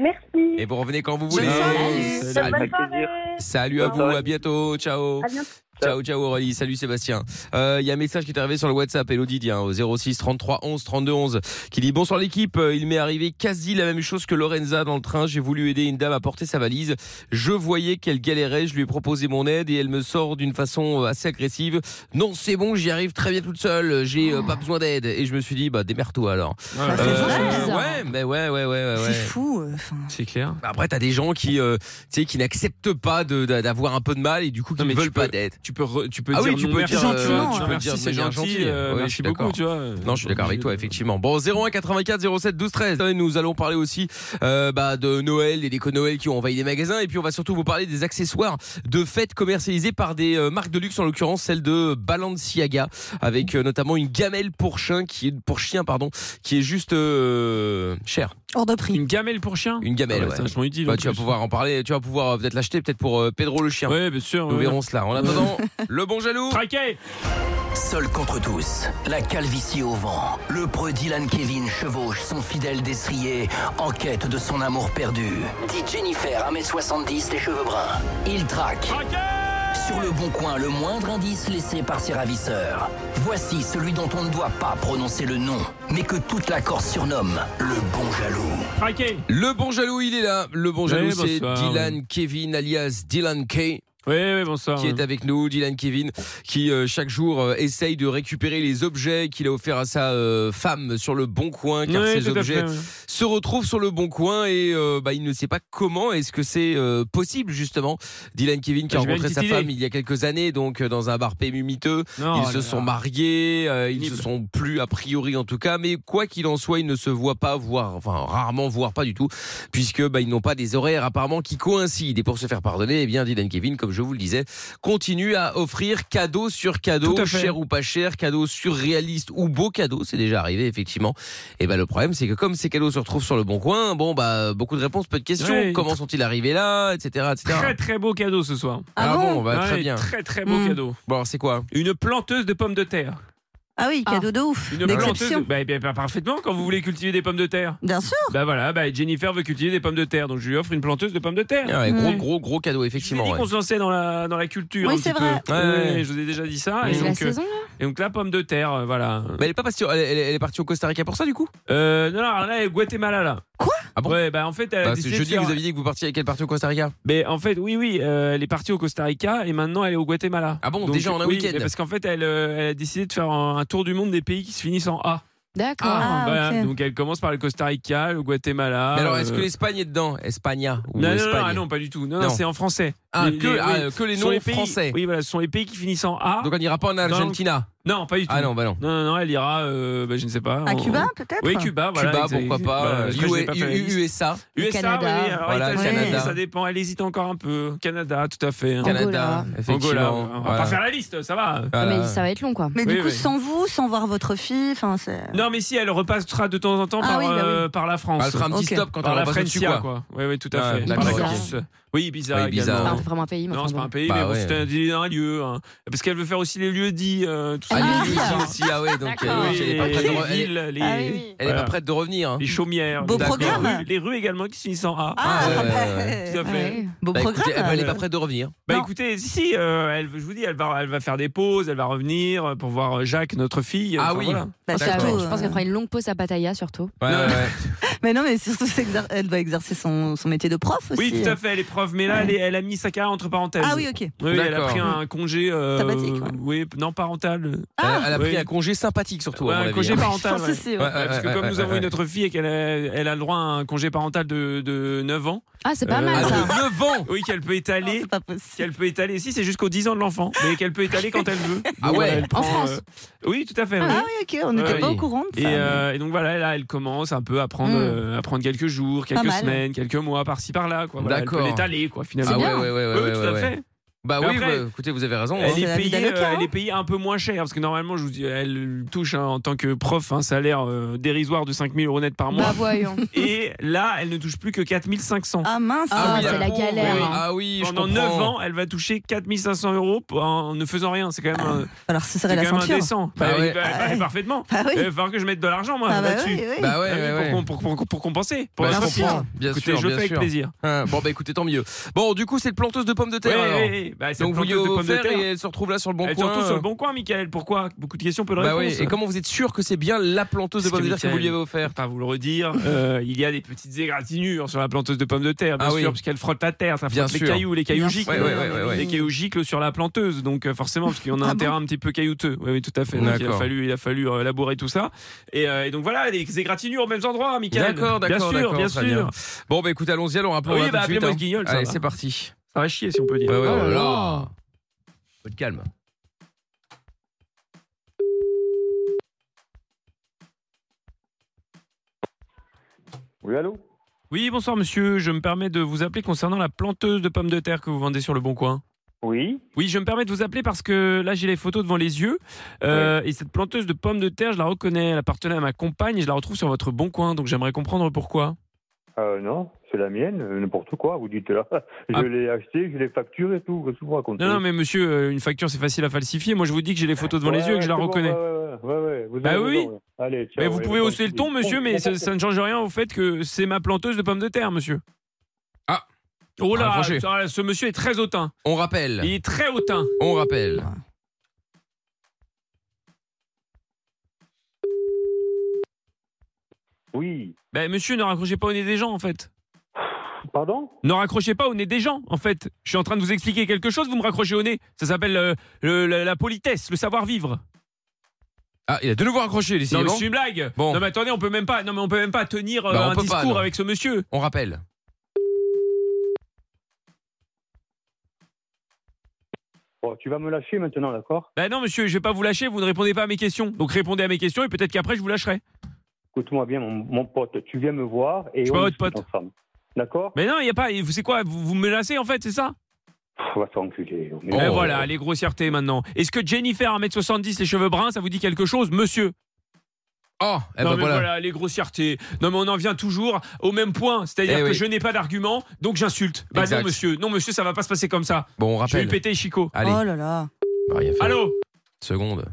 Speaker 9: Merci.
Speaker 3: Et vous revenez quand vous
Speaker 5: Bonne
Speaker 3: voulez.
Speaker 5: soirée.
Speaker 3: Salut.
Speaker 9: Bonne
Speaker 10: avec
Speaker 9: soirée.
Speaker 10: plaisir.
Speaker 3: Salut à
Speaker 10: Bonne
Speaker 3: vous,
Speaker 10: soirée.
Speaker 3: à bientôt, ciao.
Speaker 9: À bientôt.
Speaker 3: Ciao, ciao Aurélie, salut Sébastien. Euh, Il y a un message qui est arrivé sur le WhatsApp, Elodie, dit, hein, au 06 33 11 32 11, qui dit Bonsoir l'équipe, euh, il m'est arrivé quasi la même chose que Lorenza dans le train. J'ai voulu aider une dame à porter sa valise. Je voyais qu'elle galérait, je lui ai proposé mon aide et elle me sort d'une façon euh, assez agressive. Non, c'est bon, j'y arrive très bien toute seule, j'ai euh, pas besoin d'aide. Et je me suis dit Bah démerde-toi alors. Euh,
Speaker 4: Ah, c'est vrai.
Speaker 8: bizarre.
Speaker 3: ouais, mais ouais, ouais, ouais, ouais.
Speaker 4: C'est
Speaker 3: ouais.
Speaker 4: fou. euh, enfin.
Speaker 5: C'est clair.
Speaker 3: Bah Après, t'as des gens qui, euh, tu sais, qui n'acceptent pas de- d'a- d'avoir un peu de mal et du coup qui
Speaker 5: Non,
Speaker 3: ne
Speaker 5: mais tu
Speaker 3: veulent
Speaker 5: peux-
Speaker 3: pas d'aide.
Speaker 5: Tu peux, re- tu peux
Speaker 3: Ah
Speaker 5: dire
Speaker 3: oui, tu
Speaker 5: non,
Speaker 3: peux
Speaker 5: merci,
Speaker 4: dire,
Speaker 5: tu vois,
Speaker 4: gentiment,
Speaker 5: tu
Speaker 4: hein.
Speaker 5: peux
Speaker 3: dire
Speaker 5: merci,
Speaker 3: de
Speaker 5: c'est
Speaker 3: manière
Speaker 5: gentil,
Speaker 3: gentille.
Speaker 5: euh,
Speaker 3: Ouais, je suis
Speaker 5: merci
Speaker 3: d'accord.
Speaker 5: beaucoup, tu vois.
Speaker 3: Non, je suis d'accord avec toi, effectivement. Bon, 01 84 07 12 13. Et Nous allons parler aussi euh, bah, de Noël, des décos Noël qui ont envahi les magasins. Et puis, on va surtout vous parler des accessoires de fêtes commercialisés par des euh, marques de luxe, en l'occurrence celle de Balenciaga, avec euh, notamment une gamelle pour chien qui est, pour chien, pardon, qui est juste euh, chère.
Speaker 4: Hors de prix.
Speaker 5: Une gamelle pour chien
Speaker 3: Une gamelle,
Speaker 5: Ah bah,
Speaker 3: ouais.
Speaker 5: C'est vachement utile.
Speaker 3: Bah,
Speaker 5: en
Speaker 3: tu vas
Speaker 5: plus.
Speaker 3: pouvoir en parler, tu vas pouvoir euh, peut-être l'acheter, peut-être pour euh, Pedro le chien.
Speaker 5: Ouais, bien sûr.
Speaker 3: Nous
Speaker 5: ouais.
Speaker 3: verrons cela. En attendant, le bon jaloux.
Speaker 5: Traqué
Speaker 2: Seul contre tous, la calvitie au vent, le preux Dylan Kevin chevauche son fidèle destrier en quête de son amour perdu. Dit Jennifer, 1m70, les cheveux bruns. Il traque. Sur le bon coin, le moindre indice laissé par ses ravisseurs. Voici celui dont on ne doit pas prononcer le nom, mais que toute la Corse surnomme le bon jaloux.
Speaker 5: Traqué
Speaker 3: Le bon jaloux, il est là. Le bon
Speaker 5: Ouais,
Speaker 3: jaloux,
Speaker 5: bonsoir,
Speaker 3: c'est Dylan
Speaker 5: ouais.
Speaker 3: Kevin alias Dylan K.
Speaker 5: Oui, oui, bonsoir.
Speaker 3: qui est avec nous, Dylan Kevin, qui euh, chaque jour euh, essaye de récupérer les objets qu'il a offerts à sa euh, femme sur le bon coin, car
Speaker 5: Oui,
Speaker 3: ces
Speaker 5: tout à
Speaker 3: objets
Speaker 5: fait, oui.
Speaker 3: se retrouvent sur le bon coin et euh, bah, il ne sait pas comment est-ce que c'est euh, possible justement. Dylan Kevin qui a
Speaker 5: Bah, J'ai bien une
Speaker 3: rencontré sa
Speaker 5: petite
Speaker 3: femme
Speaker 5: idée.
Speaker 3: il y a quelques années, donc euh, dans un bar pémumiteux.
Speaker 5: Non,
Speaker 3: Ils
Speaker 5: oh
Speaker 3: se
Speaker 5: là
Speaker 3: sont
Speaker 5: là.
Speaker 3: mariés, euh, ils se
Speaker 5: Pénible.
Speaker 3: sont plus a priori en tout cas, mais quoi qu'il en soit, ils ne se voient pas, voire enfin rarement, voire pas du tout, puisque bah, ils n'ont pas des horaires apparemment qui coïncident. Et pour se faire pardonner, eh bien Dylan Kevin, comme je vous le disais, continue à offrir cadeau sur cadeau,
Speaker 5: Tout à fait.
Speaker 3: cher ou pas cher, cadeau surréaliste ou beau cadeau, c'est déjà arrivé effectivement. Et ben le problème, c'est que comme ces cadeaux se retrouvent sur le bon coin, bon bah beaucoup de réponses, peu de questions.
Speaker 5: Ouais.
Speaker 3: Comment sont-ils arrivés là, etc., etc.
Speaker 5: Très très beau cadeau ce soir.
Speaker 4: Ah bon
Speaker 3: bah, très
Speaker 5: Ouais,
Speaker 3: bien.
Speaker 5: Très très beau
Speaker 4: Mm.
Speaker 5: cadeau.
Speaker 3: Bon, alors, c'est quoi
Speaker 5: Une planteuse de pommes de terre.
Speaker 4: Ah oui, cadeau de ouf.
Speaker 5: Une planteuse. De...
Speaker 4: D'exception.
Speaker 5: Bah, eh bien, bah, parfaitement quand vous voulez cultiver des pommes de terre.
Speaker 4: Bien sûr.
Speaker 5: Bah voilà, bah, Jennifer veut cultiver des pommes de terre, donc je lui offre une planteuse de pommes de terre.
Speaker 3: Ah ouais, Gros,
Speaker 4: Mm.
Speaker 3: gros, gros cadeau,
Speaker 5: Je vous ai
Speaker 3: effectivement.
Speaker 5: dit
Speaker 3: ouais.
Speaker 5: qu'on se lançait dans la, dans la culture.
Speaker 4: Oui,
Speaker 5: un petit
Speaker 4: c'est
Speaker 5: peu.
Speaker 4: vrai.
Speaker 3: Ouais.
Speaker 5: Ouais, je vous ai déjà dit ça.
Speaker 3: Mais
Speaker 5: Et
Speaker 8: C'est la
Speaker 5: donc, euh,
Speaker 8: saison là
Speaker 5: et donc la pomme de terre, euh, voilà.
Speaker 3: Mais elle est pas partie, elle, elle- elle est partie au Costa Rica pour ça du coup
Speaker 5: Euh, non, non, alors là, elle est au Guatemala, là.
Speaker 4: Quoi
Speaker 3: Ah bon
Speaker 5: Ouais, bah en fait, elle a
Speaker 3: Bah, c'est
Speaker 5: décidé de
Speaker 3: jeudi,
Speaker 5: faire-
Speaker 3: vous aviez dit que vous partiez avec elle partie au Costa Rica
Speaker 5: Mais en fait, oui, oui, euh, elle est partie au Costa Rica et maintenant elle est au Guatemala.
Speaker 3: Ah bon, déjà en un
Speaker 5: oui,
Speaker 3: week-end
Speaker 5: mais Parce qu'en fait, elle, euh, elle a décidé de faire un, un tour du monde des pays qui se finissent en A.
Speaker 8: D'accord.
Speaker 4: Ah,
Speaker 5: Voilà,
Speaker 4: ok.
Speaker 5: donc elle commence par le Costa Rica, le Guatemala.
Speaker 3: Mais alors, est-ce
Speaker 5: euh,
Speaker 3: que l'Espagne est dedans Espagna ou
Speaker 5: non, non, non,
Speaker 3: Espagne
Speaker 5: ah non, pas du tout. Non, non,
Speaker 3: Non.
Speaker 5: c'est en français.
Speaker 3: Ah,
Speaker 5: Les-
Speaker 3: que,
Speaker 5: les-
Speaker 3: ah,
Speaker 5: oui.
Speaker 3: que les
Speaker 5: Ce sont
Speaker 3: noms
Speaker 5: pays-
Speaker 3: français.
Speaker 5: Oui, voilà, ce sont les pays qui finissent en A.
Speaker 3: Donc on n'ira pas en Argentina
Speaker 5: non, pas du tout.
Speaker 3: Ah non, bah non.
Speaker 5: Non, non, non, elle ira, euh, bah, je ne sais pas.
Speaker 4: À
Speaker 5: en-
Speaker 4: Cuba, peut-être
Speaker 5: Oui, Cuba, voilà.
Speaker 3: Cuba,
Speaker 5: exact-
Speaker 3: pourquoi pas
Speaker 5: voilà,
Speaker 3: euh,
Speaker 5: je l'ai pas fait la
Speaker 3: U-
Speaker 5: liste.
Speaker 3: U- USA,
Speaker 5: USA,
Speaker 8: Canada.
Speaker 5: oui, alors,
Speaker 3: Voilà,
Speaker 5: Italie,
Speaker 4: Canada.
Speaker 5: ça dépend. Elle hésite encore un peu. Canada, tout à fait. hein.
Speaker 3: Canada,
Speaker 8: Angola.
Speaker 5: Angola.
Speaker 3: effectivement.
Speaker 5: On va
Speaker 3: Voilà.
Speaker 5: pas faire la liste, ça va.
Speaker 3: Voilà.
Speaker 8: Mais ça va être long quoi.
Speaker 4: Mais
Speaker 5: Oui,
Speaker 4: du coup,
Speaker 5: oui.
Speaker 4: sans vous, sans voir votre fille, enfin, c'est.
Speaker 5: Non, mais si, elle repassera de temps en temps
Speaker 4: Ah
Speaker 5: par,
Speaker 4: oui, bah oui.
Speaker 5: euh, par la France.
Speaker 3: Elle fera un petit
Speaker 4: Ok.
Speaker 3: stop quand on
Speaker 5: par la
Speaker 3: aura passé dessus,
Speaker 5: Francia,
Speaker 3: quoi.
Speaker 5: quoi. Oui, oui, tout à
Speaker 3: Ah,
Speaker 5: fait.
Speaker 3: d'accord,
Speaker 5: Par la
Speaker 8: ok.
Speaker 5: Corse. Oui, bizarre.
Speaker 3: Oui, Ibiza.
Speaker 8: Enfin,
Speaker 3: Non.
Speaker 8: c'est vraiment un pays. mais
Speaker 5: Non,
Speaker 8: enfin,
Speaker 5: c'est pas
Speaker 8: bon.
Speaker 5: un pays,
Speaker 3: Bah
Speaker 5: mais bon,
Speaker 3: ouais.
Speaker 5: c'est un, un lieu. hein. Parce qu'elle veut faire aussi les lieux dits, euh, tout ça.
Speaker 3: Ah,
Speaker 8: Ah,
Speaker 3: les
Speaker 8: oui,
Speaker 3: villes
Speaker 8: alors.
Speaker 3: aussi, ah ouais, donc
Speaker 8: D'accord.
Speaker 3: euh,
Speaker 5: Oui,
Speaker 3: oui, elle est
Speaker 5: les,
Speaker 3: pas prête de
Speaker 5: les
Speaker 3: re- elle est-
Speaker 5: villes, les,
Speaker 4: Ah oui, oui.
Speaker 3: elle est pas
Speaker 5: Voilà.
Speaker 3: prête de revenir. hein.
Speaker 5: les chaumières.
Speaker 4: Beau
Speaker 5: les-
Speaker 4: programme.
Speaker 5: Les rues, les rues également qui se finissent en A.
Speaker 4: Ah,
Speaker 3: ouais, ouais,
Speaker 4: bah,
Speaker 3: ouais.
Speaker 5: Tout à fait.
Speaker 8: Ouais.
Speaker 4: Beau
Speaker 3: Bah, écoutez,
Speaker 4: programme.
Speaker 3: elle- elle est pas prête de revenir.
Speaker 5: Bah
Speaker 4: Non.
Speaker 5: écoutez, si, si, euh, elle, je vous dis, elle va, elle va faire des pauses, elle va revenir euh, pour voir Jacques, notre fille. euh,
Speaker 3: Ah
Speaker 5: enfin,
Speaker 3: oui.
Speaker 5: voilà.
Speaker 4: Bah,
Speaker 8: Parce que,
Speaker 3: D'accord.
Speaker 4: surtout,
Speaker 8: Je pense
Speaker 4: euh,
Speaker 8: qu'elle fera une longue pause à Pattaya surtout.
Speaker 3: Ouais, ouais, ouais.
Speaker 4: Mais non, mais surtout, c'est exer- elle doit exercer son, son métier de prof aussi.
Speaker 5: Oui, tout à fait, elle est prof, mais là, elle, est- elle a mis sa carrière entre parenthèses.
Speaker 4: Ah oui, ok.
Speaker 5: Oui, oui, elle a
Speaker 3: D'accord.
Speaker 5: pris un congé. euh,
Speaker 4: Sabbatique, ouais. Ah
Speaker 5: Oui, non parental.
Speaker 3: Elle- elle a pris
Speaker 5: oui.
Speaker 3: un congé sympathique surtout. à
Speaker 5: Ouais,
Speaker 3: mon
Speaker 5: un
Speaker 3: avis,
Speaker 5: congé
Speaker 3: hein.
Speaker 4: Je
Speaker 5: parental.
Speaker 4: pense
Speaker 5: ouais.
Speaker 4: aussi, ouais.
Speaker 3: Ouais, ouais,
Speaker 5: Parce que
Speaker 3: ouais,
Speaker 5: comme
Speaker 3: ouais,
Speaker 5: nous avons
Speaker 3: ouais.
Speaker 5: une autre fille et qu'elle a, elle a le droit à un congé parental de, de 9 ans,
Speaker 8: Ah, c'est pas
Speaker 5: Euh,
Speaker 8: mal
Speaker 3: Ah,
Speaker 8: ça.
Speaker 3: de 9 ans
Speaker 5: oui, qu'elle peut
Speaker 4: Non,
Speaker 5: étaler.
Speaker 4: C'est pas possible.
Speaker 5: Qu'elle peut étaler, si c'est jusqu'aux 10 ans de l'enfant, mais qu'elle peut étaler quand elle veut.
Speaker 3: Ah
Speaker 5: Donc,
Speaker 3: ouais.
Speaker 5: elle
Speaker 8: En
Speaker 5: prend,
Speaker 8: France.
Speaker 5: euh, Oui, tout à fait. oui.
Speaker 4: Ah oui, ok, on n'était
Speaker 5: Ouais,
Speaker 4: pas
Speaker 3: oui.
Speaker 4: au courant de
Speaker 5: Et,
Speaker 4: ça.
Speaker 5: euh, et donc voilà, là, elle commence un peu à prendre,
Speaker 4: Mm.
Speaker 5: euh, à prendre quelques jours, quelques
Speaker 4: mal.
Speaker 5: semaines, quelques mois, par-ci par-là. quoi. Voilà, elle peut
Speaker 3: D'accord.
Speaker 5: l'étaler, quoi, finalement.
Speaker 3: Ah ouais, ouais,
Speaker 8: bien.
Speaker 3: ouais,
Speaker 5: Oui,
Speaker 3: ouais,
Speaker 5: oui, tout
Speaker 3: ouais,
Speaker 5: à
Speaker 3: ouais.
Speaker 5: fait.
Speaker 3: Bah
Speaker 5: Mais
Speaker 3: oui,
Speaker 5: après-
Speaker 3: bah, écoutez, vous avez raison. hein.
Speaker 5: Elle
Speaker 4: c'est
Speaker 5: est,
Speaker 4: la vie
Speaker 5: payée,
Speaker 4: d'Aloca,
Speaker 5: euh,
Speaker 4: hein.
Speaker 5: elle est payée un peu moins cher parce que normalement, je vous dis, elle touche hein, en tant que prof un salaire euh, dérisoire de 5000 euros net par mois.
Speaker 8: Bah voyons.
Speaker 5: Et là, elle ne touche plus que 4500.
Speaker 4: Ah mince.
Speaker 8: Ah,
Speaker 3: oui,
Speaker 8: c'est
Speaker 3: la
Speaker 8: la
Speaker 3: pauvre,
Speaker 8: galère,
Speaker 3: oui.
Speaker 8: hein.
Speaker 3: Ah oui, je
Speaker 5: Pendant
Speaker 3: comprends.
Speaker 5: 9 ans, elle va toucher 4500 euros pour- en ne faisant rien. C'est quand même, un-
Speaker 4: Alors, ce
Speaker 5: c'est
Speaker 4: serait la
Speaker 5: quand même
Speaker 4: ceinture.
Speaker 5: indécent.
Speaker 3: Bah
Speaker 5: Bah,
Speaker 3: ouais.
Speaker 5: bah, bah,
Speaker 4: Ah ouais.
Speaker 5: Parfaitement.
Speaker 4: Ah
Speaker 5: Il
Speaker 4: oui.
Speaker 5: va falloir que je mette de l'argent, moi,
Speaker 4: Ah bah
Speaker 5: là-dessus.
Speaker 4: oui, oui.
Speaker 3: Bah ouais,
Speaker 5: Ah oui,
Speaker 3: ouais,
Speaker 5: pour-
Speaker 3: ouais.
Speaker 5: Pour, pour- pour- pour compenser. Pour
Speaker 3: Bah, je
Speaker 5: la sortir.
Speaker 3: comprends. Bien
Speaker 5: Écoutez,
Speaker 3: sûr,
Speaker 5: je le
Speaker 3: bien
Speaker 5: fais
Speaker 3: sûr.
Speaker 5: avec plaisir.
Speaker 3: Hein, Bon, bah écoutez, tant mieux. Bon, du coup, c'est le planteuse de pommes de terre. alors.
Speaker 5: Oui, oui, oui. Bah, c'est
Speaker 3: Donc
Speaker 5: le
Speaker 3: vous lui
Speaker 5: planteuse de pommes de
Speaker 3: offert
Speaker 5: terre.
Speaker 3: et elle se retrouve là sur le bon
Speaker 5: Elle se
Speaker 3: coin.
Speaker 5: retrouve sur le bon coin, hein, Michael. Pourquoi Beaucoup de questions, peu de
Speaker 3: Bah oui,
Speaker 5: réponses.
Speaker 3: et comment vous êtes sûr que c'est bien la planteuse de
Speaker 5: Parce
Speaker 3: pommes de
Speaker 5: que
Speaker 3: terre que vous lui
Speaker 5: Michael-
Speaker 3: avez offert
Speaker 5: Pas vous le redire, euh, il y a des petites égratignures sur la planteuse de pommes de terre, bien
Speaker 3: Ah
Speaker 5: sûr,
Speaker 3: oui.
Speaker 5: parce qu'elle frotte la terre, ça
Speaker 3: Bien
Speaker 5: frotte les
Speaker 3: sûr.
Speaker 5: cailloux, les cailloux
Speaker 4: Bien
Speaker 5: giclent,
Speaker 3: sûr. Ouais, ouais, ouais, ouais,
Speaker 5: les
Speaker 4: ouais.
Speaker 5: cailloux giclent sur la planteuse, donc euh, forcément, parce qu'on a
Speaker 4: Ah
Speaker 5: un
Speaker 4: bon
Speaker 5: terrain un petit peu caillouteux. Oui, oui, tout à fait. Donc, il a
Speaker 3: D'accord.
Speaker 5: fallu, il a fallu euh, labourer tout ça, et, euh, et donc voilà, des égratignures aux mêmes endroits, Michael.
Speaker 3: D'accord, d'accord,
Speaker 5: bien sûr,
Speaker 3: d'accord,
Speaker 5: bien
Speaker 3: très
Speaker 5: sûr.
Speaker 3: bien. Bon, bah écoutez, allons-y alors, on rappelle
Speaker 5: Oui,
Speaker 3: on va
Speaker 5: bah,
Speaker 3: tout de suite,
Speaker 5: appelez-moi
Speaker 3: hein.
Speaker 5: ce guignol, ça
Speaker 3: Allez,
Speaker 5: va.
Speaker 3: c'est parti.
Speaker 5: Ça va chier si on peut dire.
Speaker 3: Ouais, ouais,
Speaker 8: Oh là
Speaker 3: voilà.
Speaker 8: là.
Speaker 3: Faut être calme.
Speaker 10: Oui, allô
Speaker 5: Oui, bonsoir monsieur, je me permets de vous appeler concernant la planteuse de pommes de terre que vous vendez sur le Bon Coin.
Speaker 10: Oui.
Speaker 5: Oui, je me permets de vous appeler parce que là, j'ai les photos devant les yeux. Euh, Et cette planteuse de pommes de terre, je la reconnais. Elle appartenait à ma compagne et je la retrouve sur votre bon coin. Donc, j'aimerais comprendre pourquoi.
Speaker 10: Euh, non, c'est la mienne, euh, n'importe quoi, vous dites là. Je
Speaker 5: Ah.
Speaker 10: l'ai acheté, je l'ai facturé et tout, qu'est-ce que vous racontez
Speaker 5: Non, non, mais monsieur, euh, une facture, c'est facile à falsifier. Moi, je vous dis que j'ai les photos devant les
Speaker 10: Ouais,
Speaker 5: yeux et que je la
Speaker 10: c'est bon,
Speaker 5: reconnais.
Speaker 10: ouais, ouais, ouais, ouais, vous
Speaker 5: Bah
Speaker 10: avez
Speaker 5: oui,
Speaker 10: raison, ouais. Allez, ciao,
Speaker 5: Mais vous
Speaker 10: allez,
Speaker 5: pouvez
Speaker 10: bon
Speaker 5: hausser le ton,
Speaker 10: appétit.
Speaker 5: monsieur, mais ça, ça ne change rien au fait que c'est ma planteuse de pommes de terre, monsieur.
Speaker 3: Ah.
Speaker 5: Oh là,
Speaker 3: Rapprochez.
Speaker 5: ça, ce monsieur est très hautain.
Speaker 3: On rappelle,
Speaker 5: Il est très hautain.
Speaker 3: on rappelle.
Speaker 10: Oui.
Speaker 5: Ben, monsieur, ne raccrochez pas au nez des gens, en fait.
Speaker 11: Pardon
Speaker 5: Ne raccrochez pas au nez des gens, en fait. Je suis en train de vous expliquer quelque chose, vous me raccrochez au nez. Ça s'appelle euh, le- la, la politesse, le savoir-vivre.
Speaker 3: Ah, il a de nouveau raccroché,
Speaker 5: Non, mais
Speaker 3: décidément.
Speaker 5: c'est une blague.
Speaker 3: Bon.
Speaker 5: Non, mais attendez, on peut même pas, non, mais on peut même pas tenir euh,
Speaker 3: Bah, on
Speaker 5: un
Speaker 3: peut pas,
Speaker 5: discours
Speaker 3: non.
Speaker 5: avec ce monsieur.
Speaker 3: On rappelle.
Speaker 10: Bon, tu vas me lâcher maintenant, d'accord
Speaker 5: Ben non, monsieur, je vais pas vous lâcher, vous ne répondez pas à mes questions. Donc répondez à mes questions et peut-être qu'après je vous lâcherai.
Speaker 10: Écoute-moi bien, mon, mon pote. Tu viens me voir et
Speaker 5: suis
Speaker 10: on
Speaker 5: pas votre
Speaker 10: discute
Speaker 5: pote.
Speaker 10: ensemble. D'accord
Speaker 5: Mais non, il y a pas. et vous- C'est quoi Vous vous me menacez en fait, c'est ça
Speaker 10: Pff, On va s'enculer. on est-
Speaker 5: Ben
Speaker 3: Oh.
Speaker 5: voilà, les grossièretés maintenant. Est-ce que Jennifer, 1m70, les cheveux bruns, ça vous dit quelque chose, monsieur
Speaker 3: Oh, eh
Speaker 5: Non,
Speaker 3: ben
Speaker 5: mais voilà.
Speaker 3: voilà.
Speaker 5: les grossièretés. Non, mais on en vient toujours au même point. C'est-à-dire
Speaker 3: Eh
Speaker 5: que
Speaker 3: oui.
Speaker 5: je n'ai pas d'argument, donc j'insulte. Bah
Speaker 3: Exact.
Speaker 5: non, monsieur. Non, monsieur, ça va pas se passer comme ça.
Speaker 3: Bon, on
Speaker 5: Je vais
Speaker 3: rappelle.
Speaker 5: lui péter Chico.
Speaker 3: Allez,
Speaker 4: Oh là là.
Speaker 3: on va rien faire.
Speaker 5: Allô
Speaker 3: Seconde.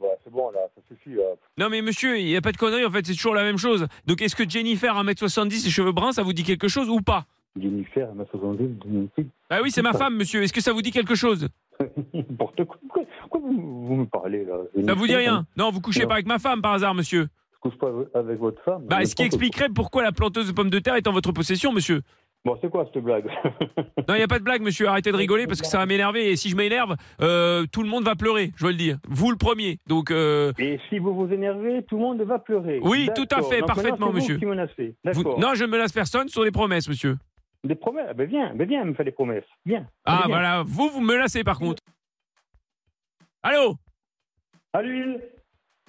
Speaker 10: Ouais, c'est bon, là, ça suffit. là.
Speaker 5: Non, mais monsieur, il n'y a pas de conneries, en fait, c'est toujours la même chose. Donc est-ce que Jennifer, 1m70, les cheveux bruns, ça vous dit quelque chose ou pas
Speaker 10: Jennifer, elle m'a 70, Jennifer.
Speaker 5: Bah oui, c'est ma femme, monsieur. Est-ce que ça vous dit quelque chose
Speaker 10: N'importe quoi. Pourquoi, pourquoi vous, vous me parlez, là
Speaker 5: Ça vous dit
Speaker 10: Jennifer, hein
Speaker 5: rien Non, vous couchez
Speaker 10: Non.
Speaker 5: pas avec ma femme par hasard, monsieur.
Speaker 10: Je couche pas avec votre femme.
Speaker 5: Bah,
Speaker 10: Je
Speaker 5: ce
Speaker 10: pense
Speaker 5: qui
Speaker 10: que-
Speaker 5: expliquerait pourquoi la planteuse de pommes de terre est en votre possession, monsieur.
Speaker 10: Bon, c'est quoi cette blague
Speaker 5: Non, il n'y a pas de blague, monsieur. Arrêtez de rigoler parce que ça va m'énerver. Et si je m'énerve, euh, tout le monde va pleurer, je veux le dire. Vous le premier. Donc, euh,
Speaker 10: Et si vous vous énervez, tout le monde va pleurer.
Speaker 5: Oui, tout à
Speaker 10: D'accord.
Speaker 5: fait,
Speaker 10: Donc,
Speaker 5: parfaitement,
Speaker 10: maintenant, c'est vous
Speaker 5: monsieur.
Speaker 10: qui menacez.
Speaker 5: vous-
Speaker 10: D'accord.
Speaker 5: non, je ne menace personne, ce sont des promesses, monsieur.
Speaker 10: Des promesses Ben viens, ben viens, me fais des promesses. Viens.
Speaker 5: Ah,
Speaker 10: Allez, viens.
Speaker 5: voilà. Vous, vous me menacez par contre. Allô
Speaker 10: Allez.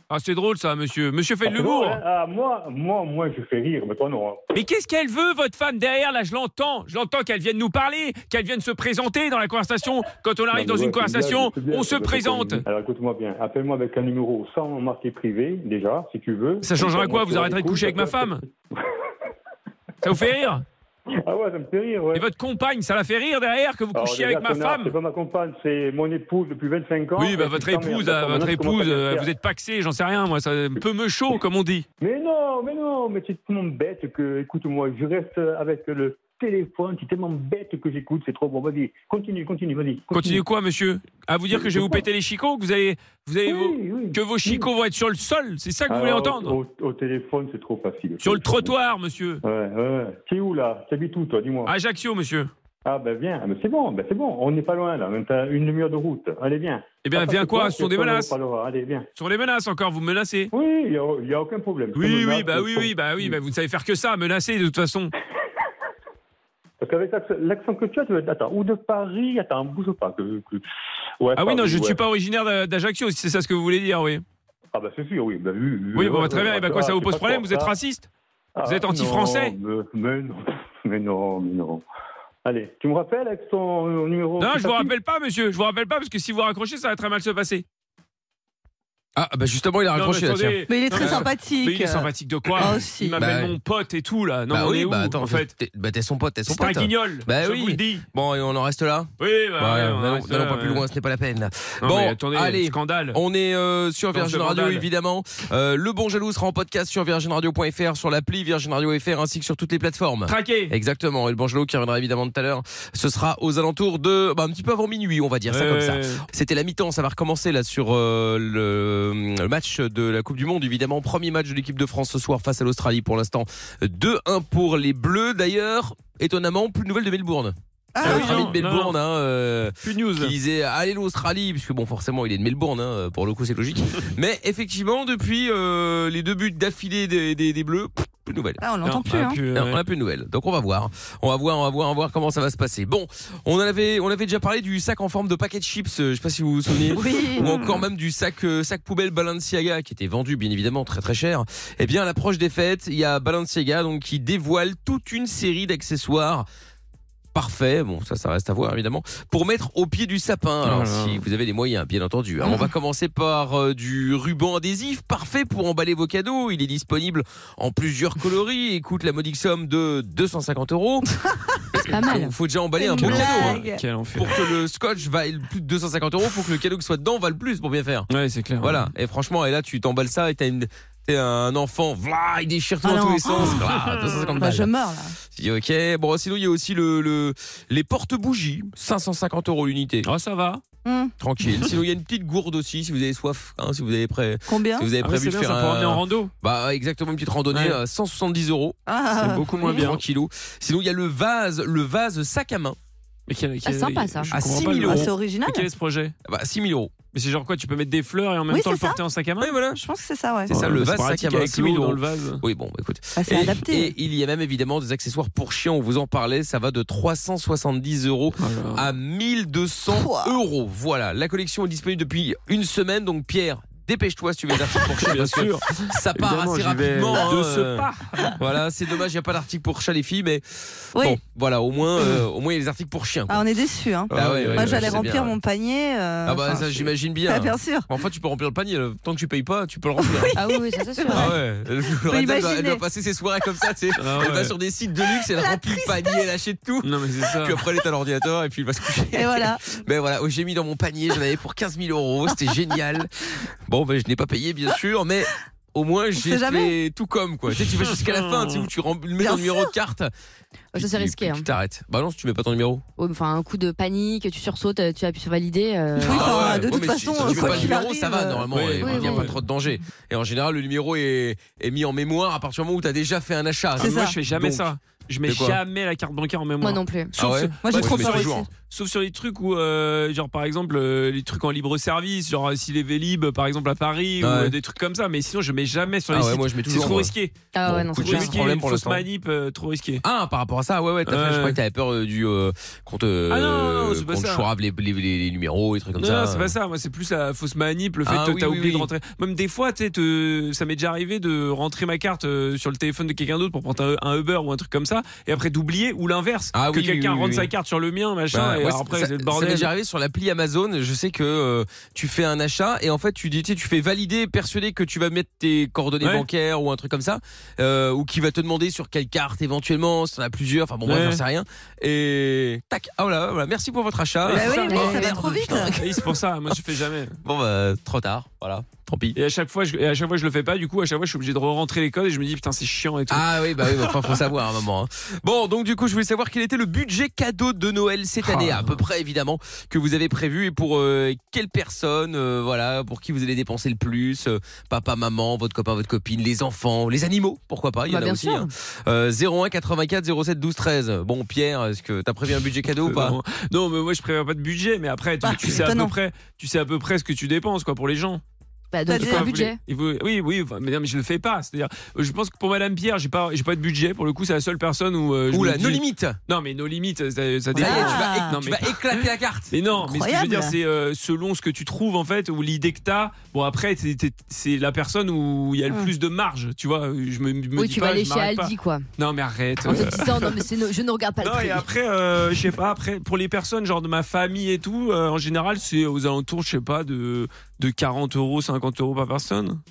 Speaker 5: Ah, c'est drôle ça, monsieur. Monsieur fait de
Speaker 10: Ah, c'est bon,
Speaker 5: l'humour.
Speaker 10: hein. Ah, moi, moi, moi, je fais rire, mais toi, non. hein.
Speaker 5: Mais qu'est-ce qu'elle veut, votre femme derrière Là, je l'entends. Je l'entends qu'elle vienne nous parler, qu'elle vienne se présenter dans la conversation. Quand on arrive
Speaker 10: Non,
Speaker 5: dans
Speaker 10: mais ouais, c'est bien,
Speaker 5: une conversation,
Speaker 10: c'est bien,
Speaker 5: on
Speaker 10: c'est
Speaker 5: se
Speaker 10: bien, c'est
Speaker 5: présente.
Speaker 10: bien. Alors, écoute-moi bien. Appelle-moi avec un numéro sans marqué privé, déjà, si tu veux.
Speaker 5: Ça changera
Speaker 10: Comme
Speaker 5: quoi
Speaker 10: moi,
Speaker 5: Vous
Speaker 10: je
Speaker 5: arrêterez de
Speaker 10: l'écoute,
Speaker 5: coucher avec ma
Speaker 10: ça-
Speaker 5: femme Ça vous fait rire
Speaker 10: Ah ouais, ça me fait rire, ouais.
Speaker 5: Et votre compagne, ça la fait rire derrière que vous
Speaker 10: Alors,
Speaker 5: couchiez
Speaker 10: déjà,
Speaker 5: avec ma
Speaker 10: connard, C'est
Speaker 5: femme
Speaker 10: pas ma compagne, c'est mon épouse depuis 25 ans.
Speaker 5: Oui, bah
Speaker 10: Et
Speaker 5: votre
Speaker 10: putain, merde,
Speaker 5: épouse,
Speaker 10: d'accord,
Speaker 5: euh,
Speaker 10: maintenant,
Speaker 5: votre
Speaker 10: je commence à
Speaker 5: épouse, euh,
Speaker 10: faire.
Speaker 5: vous êtes paxé, j'en sais rien, moi, ça un peu me chaud, comme on dit.
Speaker 10: Mais non, mais non, mais c'est tellement bête que, écoute-moi, je reste avec le téléphone, c'est tellement bête que j'écoute, c'est trop bon. Vas-y, continue, continue, vas-y.
Speaker 5: Continuez quoi, monsieur À vous dire que je vais vous péter les chicots, que vous allez, vous allez, vos-
Speaker 10: Oui, oui.
Speaker 5: que vos chicots vont être sur le sol, c'est ça que vous voulez
Speaker 10: Alors,
Speaker 5: entendre
Speaker 10: au, au téléphone, c'est trop facile.
Speaker 5: Sur le trottoir, monsieur.
Speaker 10: Ouais, ouais. T'es où là T'habites où toi Dis-moi. Ah,
Speaker 5: Ajaccio, monsieur.
Speaker 10: ben viens, Ah, mais c'est bon, ben c'est bon, on n'est pas loin là, même t'as une demi-heure de route. Allez, viens. Ah,
Speaker 5: Eh bien,
Speaker 10: Attends,
Speaker 5: viens
Speaker 10: c'est
Speaker 5: quoi Ce sont des
Speaker 10: personne ne
Speaker 5: menaces.
Speaker 10: parlera. Allez, viens.
Speaker 5: Ce sont des menaces encore, vous me menacez.
Speaker 10: Oui, il n'y a, il y a aucun problème.
Speaker 5: Oui,
Speaker 10: Comme
Speaker 5: oui,
Speaker 10: menace,
Speaker 5: bah oui,
Speaker 10: comme-
Speaker 5: oui, bah oui, bah vous ne savez faire que ça, menacer de toute façon.
Speaker 10: Parce qu'avec l'accent- l'accent que tu as, tu vas être- attends, ou de Paris, attends, bouge pas. Que, que- Ouais,
Speaker 5: Ah oui, non,
Speaker 10: Paris,
Speaker 5: je ne
Speaker 10: ouais.
Speaker 5: suis pas originaire d'A- d'Ajaccio, si c'est ça ce que vous voulez dire, oui.
Speaker 10: Ah bah c'est sûr, oui. Bah, oui,
Speaker 5: Oui,
Speaker 10: oui,
Speaker 5: bon,
Speaker 10: ouais,
Speaker 5: bah, très
Speaker 10: ouais,
Speaker 5: bien, et bah quoi,
Speaker 10: ah,
Speaker 5: ça vous
Speaker 10: c'est
Speaker 5: pose
Speaker 10: pas
Speaker 5: problème
Speaker 10: fort,
Speaker 5: Vous êtes
Speaker 10: ça.
Speaker 5: raciste Vous
Speaker 10: Ah,
Speaker 5: êtes anti-français
Speaker 10: non, mais, mais non, mais non, mais non. Allez, tu me rappelles avec ton euh, numéro
Speaker 5: Non,
Speaker 10: qui
Speaker 5: je vous
Speaker 10: s'affiche
Speaker 5: rappelle pas, monsieur. Je vous rappelle pas parce que si vous raccrochez, ça va très mal se passer.
Speaker 3: Ah, bah justement, il a
Speaker 5: Non,
Speaker 3: raccroché
Speaker 5: mais
Speaker 3: là, tiens.
Speaker 5: attendez.
Speaker 4: Mais il est
Speaker 5: Non,
Speaker 4: très
Speaker 5: mais-
Speaker 4: sympathique.
Speaker 5: Mais il est sympathique de quoi
Speaker 4: Oh, si.
Speaker 5: Il m'appelle
Speaker 3: Bah,
Speaker 5: mon pote et tout là. Non,
Speaker 3: bah
Speaker 5: on
Speaker 3: oui,
Speaker 5: est où
Speaker 3: bah attends,
Speaker 5: en fait
Speaker 3: t'es, bah, t'es son pote, t'es son
Speaker 5: C'est
Speaker 3: pote.
Speaker 5: un guignol.
Speaker 3: Bah
Speaker 5: je
Speaker 3: oui.
Speaker 5: vous le dis.
Speaker 3: Bon, et on en reste là
Speaker 5: Oui,
Speaker 3: Ouais,
Speaker 5: bah, ouais,
Speaker 3: ouais,
Speaker 5: on
Speaker 3: n'allons-
Speaker 5: reste
Speaker 3: N'allons
Speaker 5: là,
Speaker 3: pas plus
Speaker 5: ouais.
Speaker 3: loin, ce n'est pas la peine.
Speaker 5: Non,
Speaker 3: Bon,
Speaker 5: mais attendez,
Speaker 3: allez.
Speaker 5: scandale.
Speaker 3: On est euh, sur
Speaker 5: Dans ce
Speaker 3: Virgin Radio
Speaker 5: vandal.
Speaker 3: évidemment. Euh, le bon jaloux sera en podcast sur virginradio.fr, sur l'appli Virgin Radio FR ainsi que sur toutes les plateformes.
Speaker 5: Traqué.
Speaker 3: Exactement. Et le bon jaloux qui reviendra évidemment tout à l'heure. Ce sera aux alentours de bah, un petit peu avant minuit, on va dire ça comme ça.
Speaker 5: Euh,
Speaker 3: C'était la mi-temps, ça va recommencer là sur euh, le, le match de la Coupe du Monde. Évidemment, premier match de l'équipe de France ce soir face à l'Australie. Pour l'instant, 2-1 pour les Bleus. D'ailleurs, étonnamment, plus de nouvelles de Melbourne.
Speaker 5: Ah
Speaker 3: Notre
Speaker 5: oui,
Speaker 3: ami
Speaker 5: non,
Speaker 3: de Melbourne, hein, euh,
Speaker 5: Plus de news.
Speaker 3: qui disait allez l'Australie, puisque bon, forcément, il est de Melbourne. hein, pour le coup, c'est logique. Mais effectivement, depuis euh, les deux buts d'affilée des, des- des Bleus, pff, plus de nouvelles.
Speaker 4: Ah, on l'entend
Speaker 5: Non,
Speaker 4: plus.
Speaker 5: ah,
Speaker 4: hein.
Speaker 5: plus,
Speaker 3: Non,
Speaker 5: ouais.
Speaker 3: on n'a plus de nouvelles. Donc on va voir. On va voir, on va voir, on va voir comment ça va se passer. Bon, on en avait, on avait déjà parlé du sac en forme de paquet de chips. euh, Je sais pas si vous vous souvenez.
Speaker 4: Oui.
Speaker 3: Ou encore même du sac, euh, sac poubelle Balenciaga qui était vendu bien évidemment très très cher. Eh bien à l'approche des fêtes, il y a Balenciaga donc qui dévoile toute une série d'accessoires parfaits, bon ça ça reste à voir évidemment, pour mettre au pied du sapin. Alors
Speaker 5: Oh là Ah. là.
Speaker 3: si vous avez les moyens bien entendu. hein. On va commencer par euh, du ruban adhésif parfait pour emballer vos cadeaux. Il est disponible en plusieurs coloris et coûte la modique somme de 250 euros.
Speaker 8: C'est pas mal.
Speaker 3: Il faut déjà emballer un
Speaker 4: Une
Speaker 3: bon cadeau. hein.
Speaker 4: blague.
Speaker 5: Quel enfer.
Speaker 3: Pour que le scotch vaille plus de 250 euros, faut que le cadeau qui soit dedans vaille plus pour bien faire.
Speaker 5: Ouais, c'est clair.
Speaker 3: Voilà. Et franchement, et là, tu t'emballes ça et t'as une. T'es un enfant, vla, il déchire tout
Speaker 4: Ah
Speaker 3: dans
Speaker 4: non.
Speaker 3: tous les sens. Ah, Vla, 250
Speaker 4: Bah,
Speaker 3: balles.
Speaker 4: je meurs là.
Speaker 3: Tu dis, ok. Bon, sinon, il y a aussi le, le- les porte-bougies, 550 euros l'unité.
Speaker 5: Oh, ça va.
Speaker 8: Hum.
Speaker 4: Hmm.
Speaker 3: Tranquille. Sinon, il y a une petite gourde aussi si vous avez soif, hein, si vous avez prêt.
Speaker 4: Combien
Speaker 3: Si vous avez
Speaker 5: Ah ouais,
Speaker 3: prévu
Speaker 5: c'est
Speaker 3: de
Speaker 5: bien,
Speaker 3: faire
Speaker 5: ça pourra
Speaker 3: un-
Speaker 5: venir en rando.
Speaker 3: Bah exactement une petite randonnée
Speaker 5: Ouais.
Speaker 3: à 170 euros.
Speaker 4: Ah,
Speaker 5: C'est beaucoup moins
Speaker 4: oui.
Speaker 5: bien.
Speaker 3: Tranquillou. Sinon il y a le vase, le vase sac à main
Speaker 5: Mais quel, quel-
Speaker 8: sympa, ça.
Speaker 5: je
Speaker 3: à
Speaker 5: comprends
Speaker 3: 6
Speaker 5: pas
Speaker 3: 000
Speaker 5: le-
Speaker 4: Ah,
Speaker 3: euros.
Speaker 4: c'est original.
Speaker 5: Mais quel est ce projet
Speaker 3: Bah 6 000 euros.
Speaker 5: Mais c'est genre quoi Tu peux mettre des fleurs et en même
Speaker 4: Oui,
Speaker 5: temps le
Speaker 4: c'est ça.
Speaker 5: porter en sac à main
Speaker 3: Oui voilà.
Speaker 4: Je pense que c'est ça, ouais.
Speaker 3: C'est ça le vase sac à main.
Speaker 5: avec
Speaker 3: 6 000
Speaker 5: l'eau dans
Speaker 3: euros.
Speaker 5: le vase.
Speaker 3: Oui bon bah, écoute.
Speaker 4: Bah, c'est
Speaker 3: et,
Speaker 4: adapté.
Speaker 3: et il y a même évidemment des accessoires pour chiens. On vous en parlait. Ça va de 370 euros à 1200
Speaker 4: Pouah.
Speaker 3: euros. Voilà, la collection est disponible depuis une semaine. Donc Pierre, dépêche-toi si tu veux des articles pour chat,
Speaker 5: Bien
Speaker 3: parce que
Speaker 5: sûr.
Speaker 3: ça part
Speaker 5: Évidemment,
Speaker 3: assez
Speaker 5: j'y vais
Speaker 3: rapidement. hein,
Speaker 5: de ce
Speaker 3: euh,
Speaker 5: pas.
Speaker 3: Voilà, c'est dommage, il n'y a pas d'article pour chat les filles, mais
Speaker 4: Oui.
Speaker 3: bon, voilà, au moins, euh, au moins il y a des articles pour chiens. quoi.
Speaker 4: Ah, on est déçus. Hein.
Speaker 3: Ah ouais, ouais,
Speaker 4: Moi,
Speaker 3: ouais,
Speaker 4: j'allais
Speaker 3: je sais
Speaker 4: remplir
Speaker 3: bien, ouais.
Speaker 4: mon panier. euh,
Speaker 3: Ah bah
Speaker 4: enfin,
Speaker 3: ça,
Speaker 4: c'est-
Speaker 3: j'imagine
Speaker 4: Ah,
Speaker 3: bien.
Speaker 4: bien sûr.
Speaker 3: Enfin, tu peux remplir le panier, le- tant que tu payes pas, tu peux le remplir.
Speaker 8: Ah oui, oui, ça c'est sûr.
Speaker 3: Ah ouais, elle, elle doit- elle doit,
Speaker 4: imaginer.
Speaker 3: passer ses soirées comme ça, tu sais.
Speaker 5: Ah
Speaker 3: Elle va
Speaker 5: ouais.
Speaker 3: sur des sites de luxe, elle remplit le panier, elle achète tout.
Speaker 5: Non mais c'est ça.
Speaker 3: Puis après, elle est à l'ordinateur et puis elle va se coucher.
Speaker 4: Et voilà.
Speaker 3: Ben voilà, oh, j'ai mis dans mon panier, j'en avais pour 15 000 euros, c'était génial. Bon, ben je n'ai pas payé, bien sûr, mais au moins j'ai
Speaker 4: sait jamais.
Speaker 3: fait tout comme quoi. Tu sais, tu vas jusqu'à la fin, tu sais, où tu rem- mets
Speaker 4: Bien Oh,
Speaker 3: ton numéro de carte.
Speaker 8: Ça, c'est
Speaker 3: Puis-
Speaker 8: risqué,
Speaker 3: puis
Speaker 8: hein.
Speaker 3: Tu t'arrêtes. Bah non, si tu mets pas ton numéro.
Speaker 8: Ouais, mais Enfin, un coup de panique, tu sursautes, tu appuies sur valider. euh,
Speaker 4: Oui, enfin, de
Speaker 3: Ah ouais,
Speaker 4: toute
Speaker 3: mais si-
Speaker 4: façon, euh,
Speaker 3: si, tu mets
Speaker 4: quoi
Speaker 3: pas le
Speaker 4: qu'il
Speaker 3: numéro, ça va
Speaker 4: arrive,
Speaker 3: normalement.
Speaker 5: oui,
Speaker 3: Il
Speaker 8: oui,
Speaker 3: n'y a
Speaker 8: oui.
Speaker 3: pas trop de danger. Et en général, le numéro est, est mis en mémoire à partir du moment où tu as déjà fait un achat.
Speaker 5: Ah,
Speaker 4: C'est
Speaker 5: mais Moi
Speaker 4: ça.
Speaker 5: je fais jamais
Speaker 3: Donc,
Speaker 5: ça. Je
Speaker 3: de
Speaker 5: mets
Speaker 3: quoi
Speaker 5: jamais la carte bancaire en
Speaker 8: Moi
Speaker 5: mémoire.
Speaker 8: non plus.
Speaker 3: Ah
Speaker 5: Sauf,
Speaker 3: ouais
Speaker 5: ce-
Speaker 4: Moi, j'ai
Speaker 5: Ouais,
Speaker 4: trop
Speaker 5: tu mets
Speaker 4: peur
Speaker 5: sur les
Speaker 4: aussi.
Speaker 3: jours.
Speaker 5: sauf sur les trucs où, euh, genre par exemple, euh, les trucs en libre service, genre euh, si les Vélib par exemple à Paris
Speaker 3: Ah
Speaker 5: ou
Speaker 3: ouais.
Speaker 5: euh, des trucs comme ça. Mais sinon, je mets jamais sur les
Speaker 3: Ah ouais,
Speaker 5: sites.
Speaker 3: moi je mets
Speaker 5: C'est
Speaker 3: toujours.
Speaker 5: trop
Speaker 3: moi.
Speaker 5: risqué.
Speaker 8: Ah
Speaker 3: Bon,
Speaker 8: ouais, non, c'est
Speaker 3: écoute,
Speaker 5: Trop
Speaker 3: j'ai
Speaker 8: clair.
Speaker 3: un
Speaker 5: risqué.
Speaker 3: problème pour
Speaker 5: fausse
Speaker 3: l'instant.
Speaker 5: manip, euh, trop risqué.
Speaker 3: Ah, par rapport à ça, ouais, ouais, t'as fait-
Speaker 5: Ouais.
Speaker 3: je crois que t'avais peur euh, du. euh, qu'on te.
Speaker 5: Ah non, non, non, c'est pas
Speaker 3: qu'on te
Speaker 5: ça.
Speaker 3: chourave les, les, les- les numéros et trucs comme
Speaker 5: non,
Speaker 3: ça. euh.
Speaker 5: non, c'est pas ça. Moi, c'est plus la fausse manip, le fait
Speaker 3: Ah
Speaker 5: que
Speaker 3: oui,
Speaker 5: t'as
Speaker 3: oui,
Speaker 5: oublié
Speaker 3: oui.
Speaker 5: de rentrer. Même des fois, tu sais, te- ça m'est déjà arrivé de rentrer ma carte euh, sur le téléphone de quelqu'un d'autre pour prendre un, un Uber ou un truc comme ça, et après d'oublier ou l'inverse,
Speaker 3: Ah
Speaker 5: que
Speaker 3: oui, oui,
Speaker 5: quelqu'un
Speaker 3: oui,
Speaker 5: rentre
Speaker 3: oui.
Speaker 5: sa carte sur le mien, machin,
Speaker 3: Bah,
Speaker 5: et
Speaker 3: ouais,
Speaker 5: alors après
Speaker 3: ça,
Speaker 5: c'est le
Speaker 3: ça m'est
Speaker 5: bordel.
Speaker 3: déjà arrivé sur l'appli Amazon. Je sais que euh, tu fais un achat et en fait tu dis, tu sais, tu fais valider, persuadé que tu vas mettre tes coordonnées
Speaker 5: Ouais.
Speaker 3: bancaires ou un truc comme ça, euh, ou qui va te demander sur quelle carte éventuellement, si t'en as plusieurs. Enfin bon, bref,
Speaker 5: Ouais.
Speaker 3: j'en sais rien. Et tac, ah voilà, voilà, merci pour votre achat.
Speaker 4: Bah oui,
Speaker 5: Ah,
Speaker 4: mais ça va
Speaker 3: merde.
Speaker 4: trop vite.
Speaker 5: Et c'est pour ça, moi je fais jamais.
Speaker 3: Bon bah trop tard, voilà, tant pis.
Speaker 5: Et à chaque fois, je, et à chaque fois, je le fais pas. Du coup, à chaque fois, je suis obligé de rentrer les codes et je me dis putain, c'est chiant et tout.
Speaker 3: Ah oui, bah oui, bah, enfin, faut savoir à un moment. hein. Bon, donc du coup, je voulais savoir quel était le budget cadeau de Noël cette
Speaker 5: Ah.
Speaker 3: année, à peu près évidemment, que vous avez prévu et pour euh, quelle personne, euh, voilà, pour qui vous allez dépenser le plus, euh, papa, maman, votre copain, votre copine, les enfants, les animaux, pourquoi pas, il y
Speaker 8: Bah,
Speaker 3: en a
Speaker 8: bien
Speaker 3: aussi.
Speaker 8: sûr.
Speaker 3: hein. Euh, 01 84 07 12 13. Bon, Pierre, est-ce que t'as prévu un budget cadeau ou pas
Speaker 5: non, non, mais moi je préviens pas de budget, mais après tu,
Speaker 4: Bah,
Speaker 5: tu sais à
Speaker 4: putain, non.
Speaker 5: peu près, tu sais à peu près ce que tu dépenses quoi pour les gens.
Speaker 8: Bah, donc,
Speaker 4: T'as
Speaker 8: tu
Speaker 4: dit-
Speaker 8: fais
Speaker 5: Enfin,
Speaker 8: un
Speaker 5: vous
Speaker 8: budget.
Speaker 5: les- et vous- oui, oui, enfin, mais, non, mais je le fais pas. C'est-à-dire, euh, je pense que pour Madame Pierre, j'ai pas, j'ai pas de budget. Pour le coup, c'est la seule personne où. euh, je
Speaker 3: Oula,
Speaker 5: me dis-
Speaker 3: nos limites
Speaker 5: Non, mais nos limites, ça, ça
Speaker 3: Ça y est, tu
Speaker 5: dépend.
Speaker 3: vas, éc-
Speaker 5: Non,
Speaker 3: tu
Speaker 5: mais-
Speaker 3: vas éclater la carte
Speaker 5: Mais non, mais ce que je veux
Speaker 4: Incroyable.
Speaker 5: dire, c'est euh, selon ce que tu trouves en fait, ou l'idée que t'as. Bon, après, c'est- c'est- c'est la personne où il y a le
Speaker 4: Hmm.
Speaker 5: plus de marge, tu vois. Je me, me
Speaker 8: Hum. Oui,
Speaker 5: dis
Speaker 8: tu
Speaker 5: pas,
Speaker 8: vas aller
Speaker 5: je
Speaker 8: chez
Speaker 5: m'arrête pas.
Speaker 8: Aldi, quoi.
Speaker 5: Non, mais arrête.
Speaker 8: En te
Speaker 5: euh.
Speaker 8: disant, non, mais c'est no- je ne regarde pas le
Speaker 5: Non,
Speaker 8: prix.
Speaker 5: et après, euh, je sais pas, après, pour les personnes, genre de ma famille et tout, euh, en général, c'est aux alentours, je sais pas, de, de 40 euros, 50 euros par personne.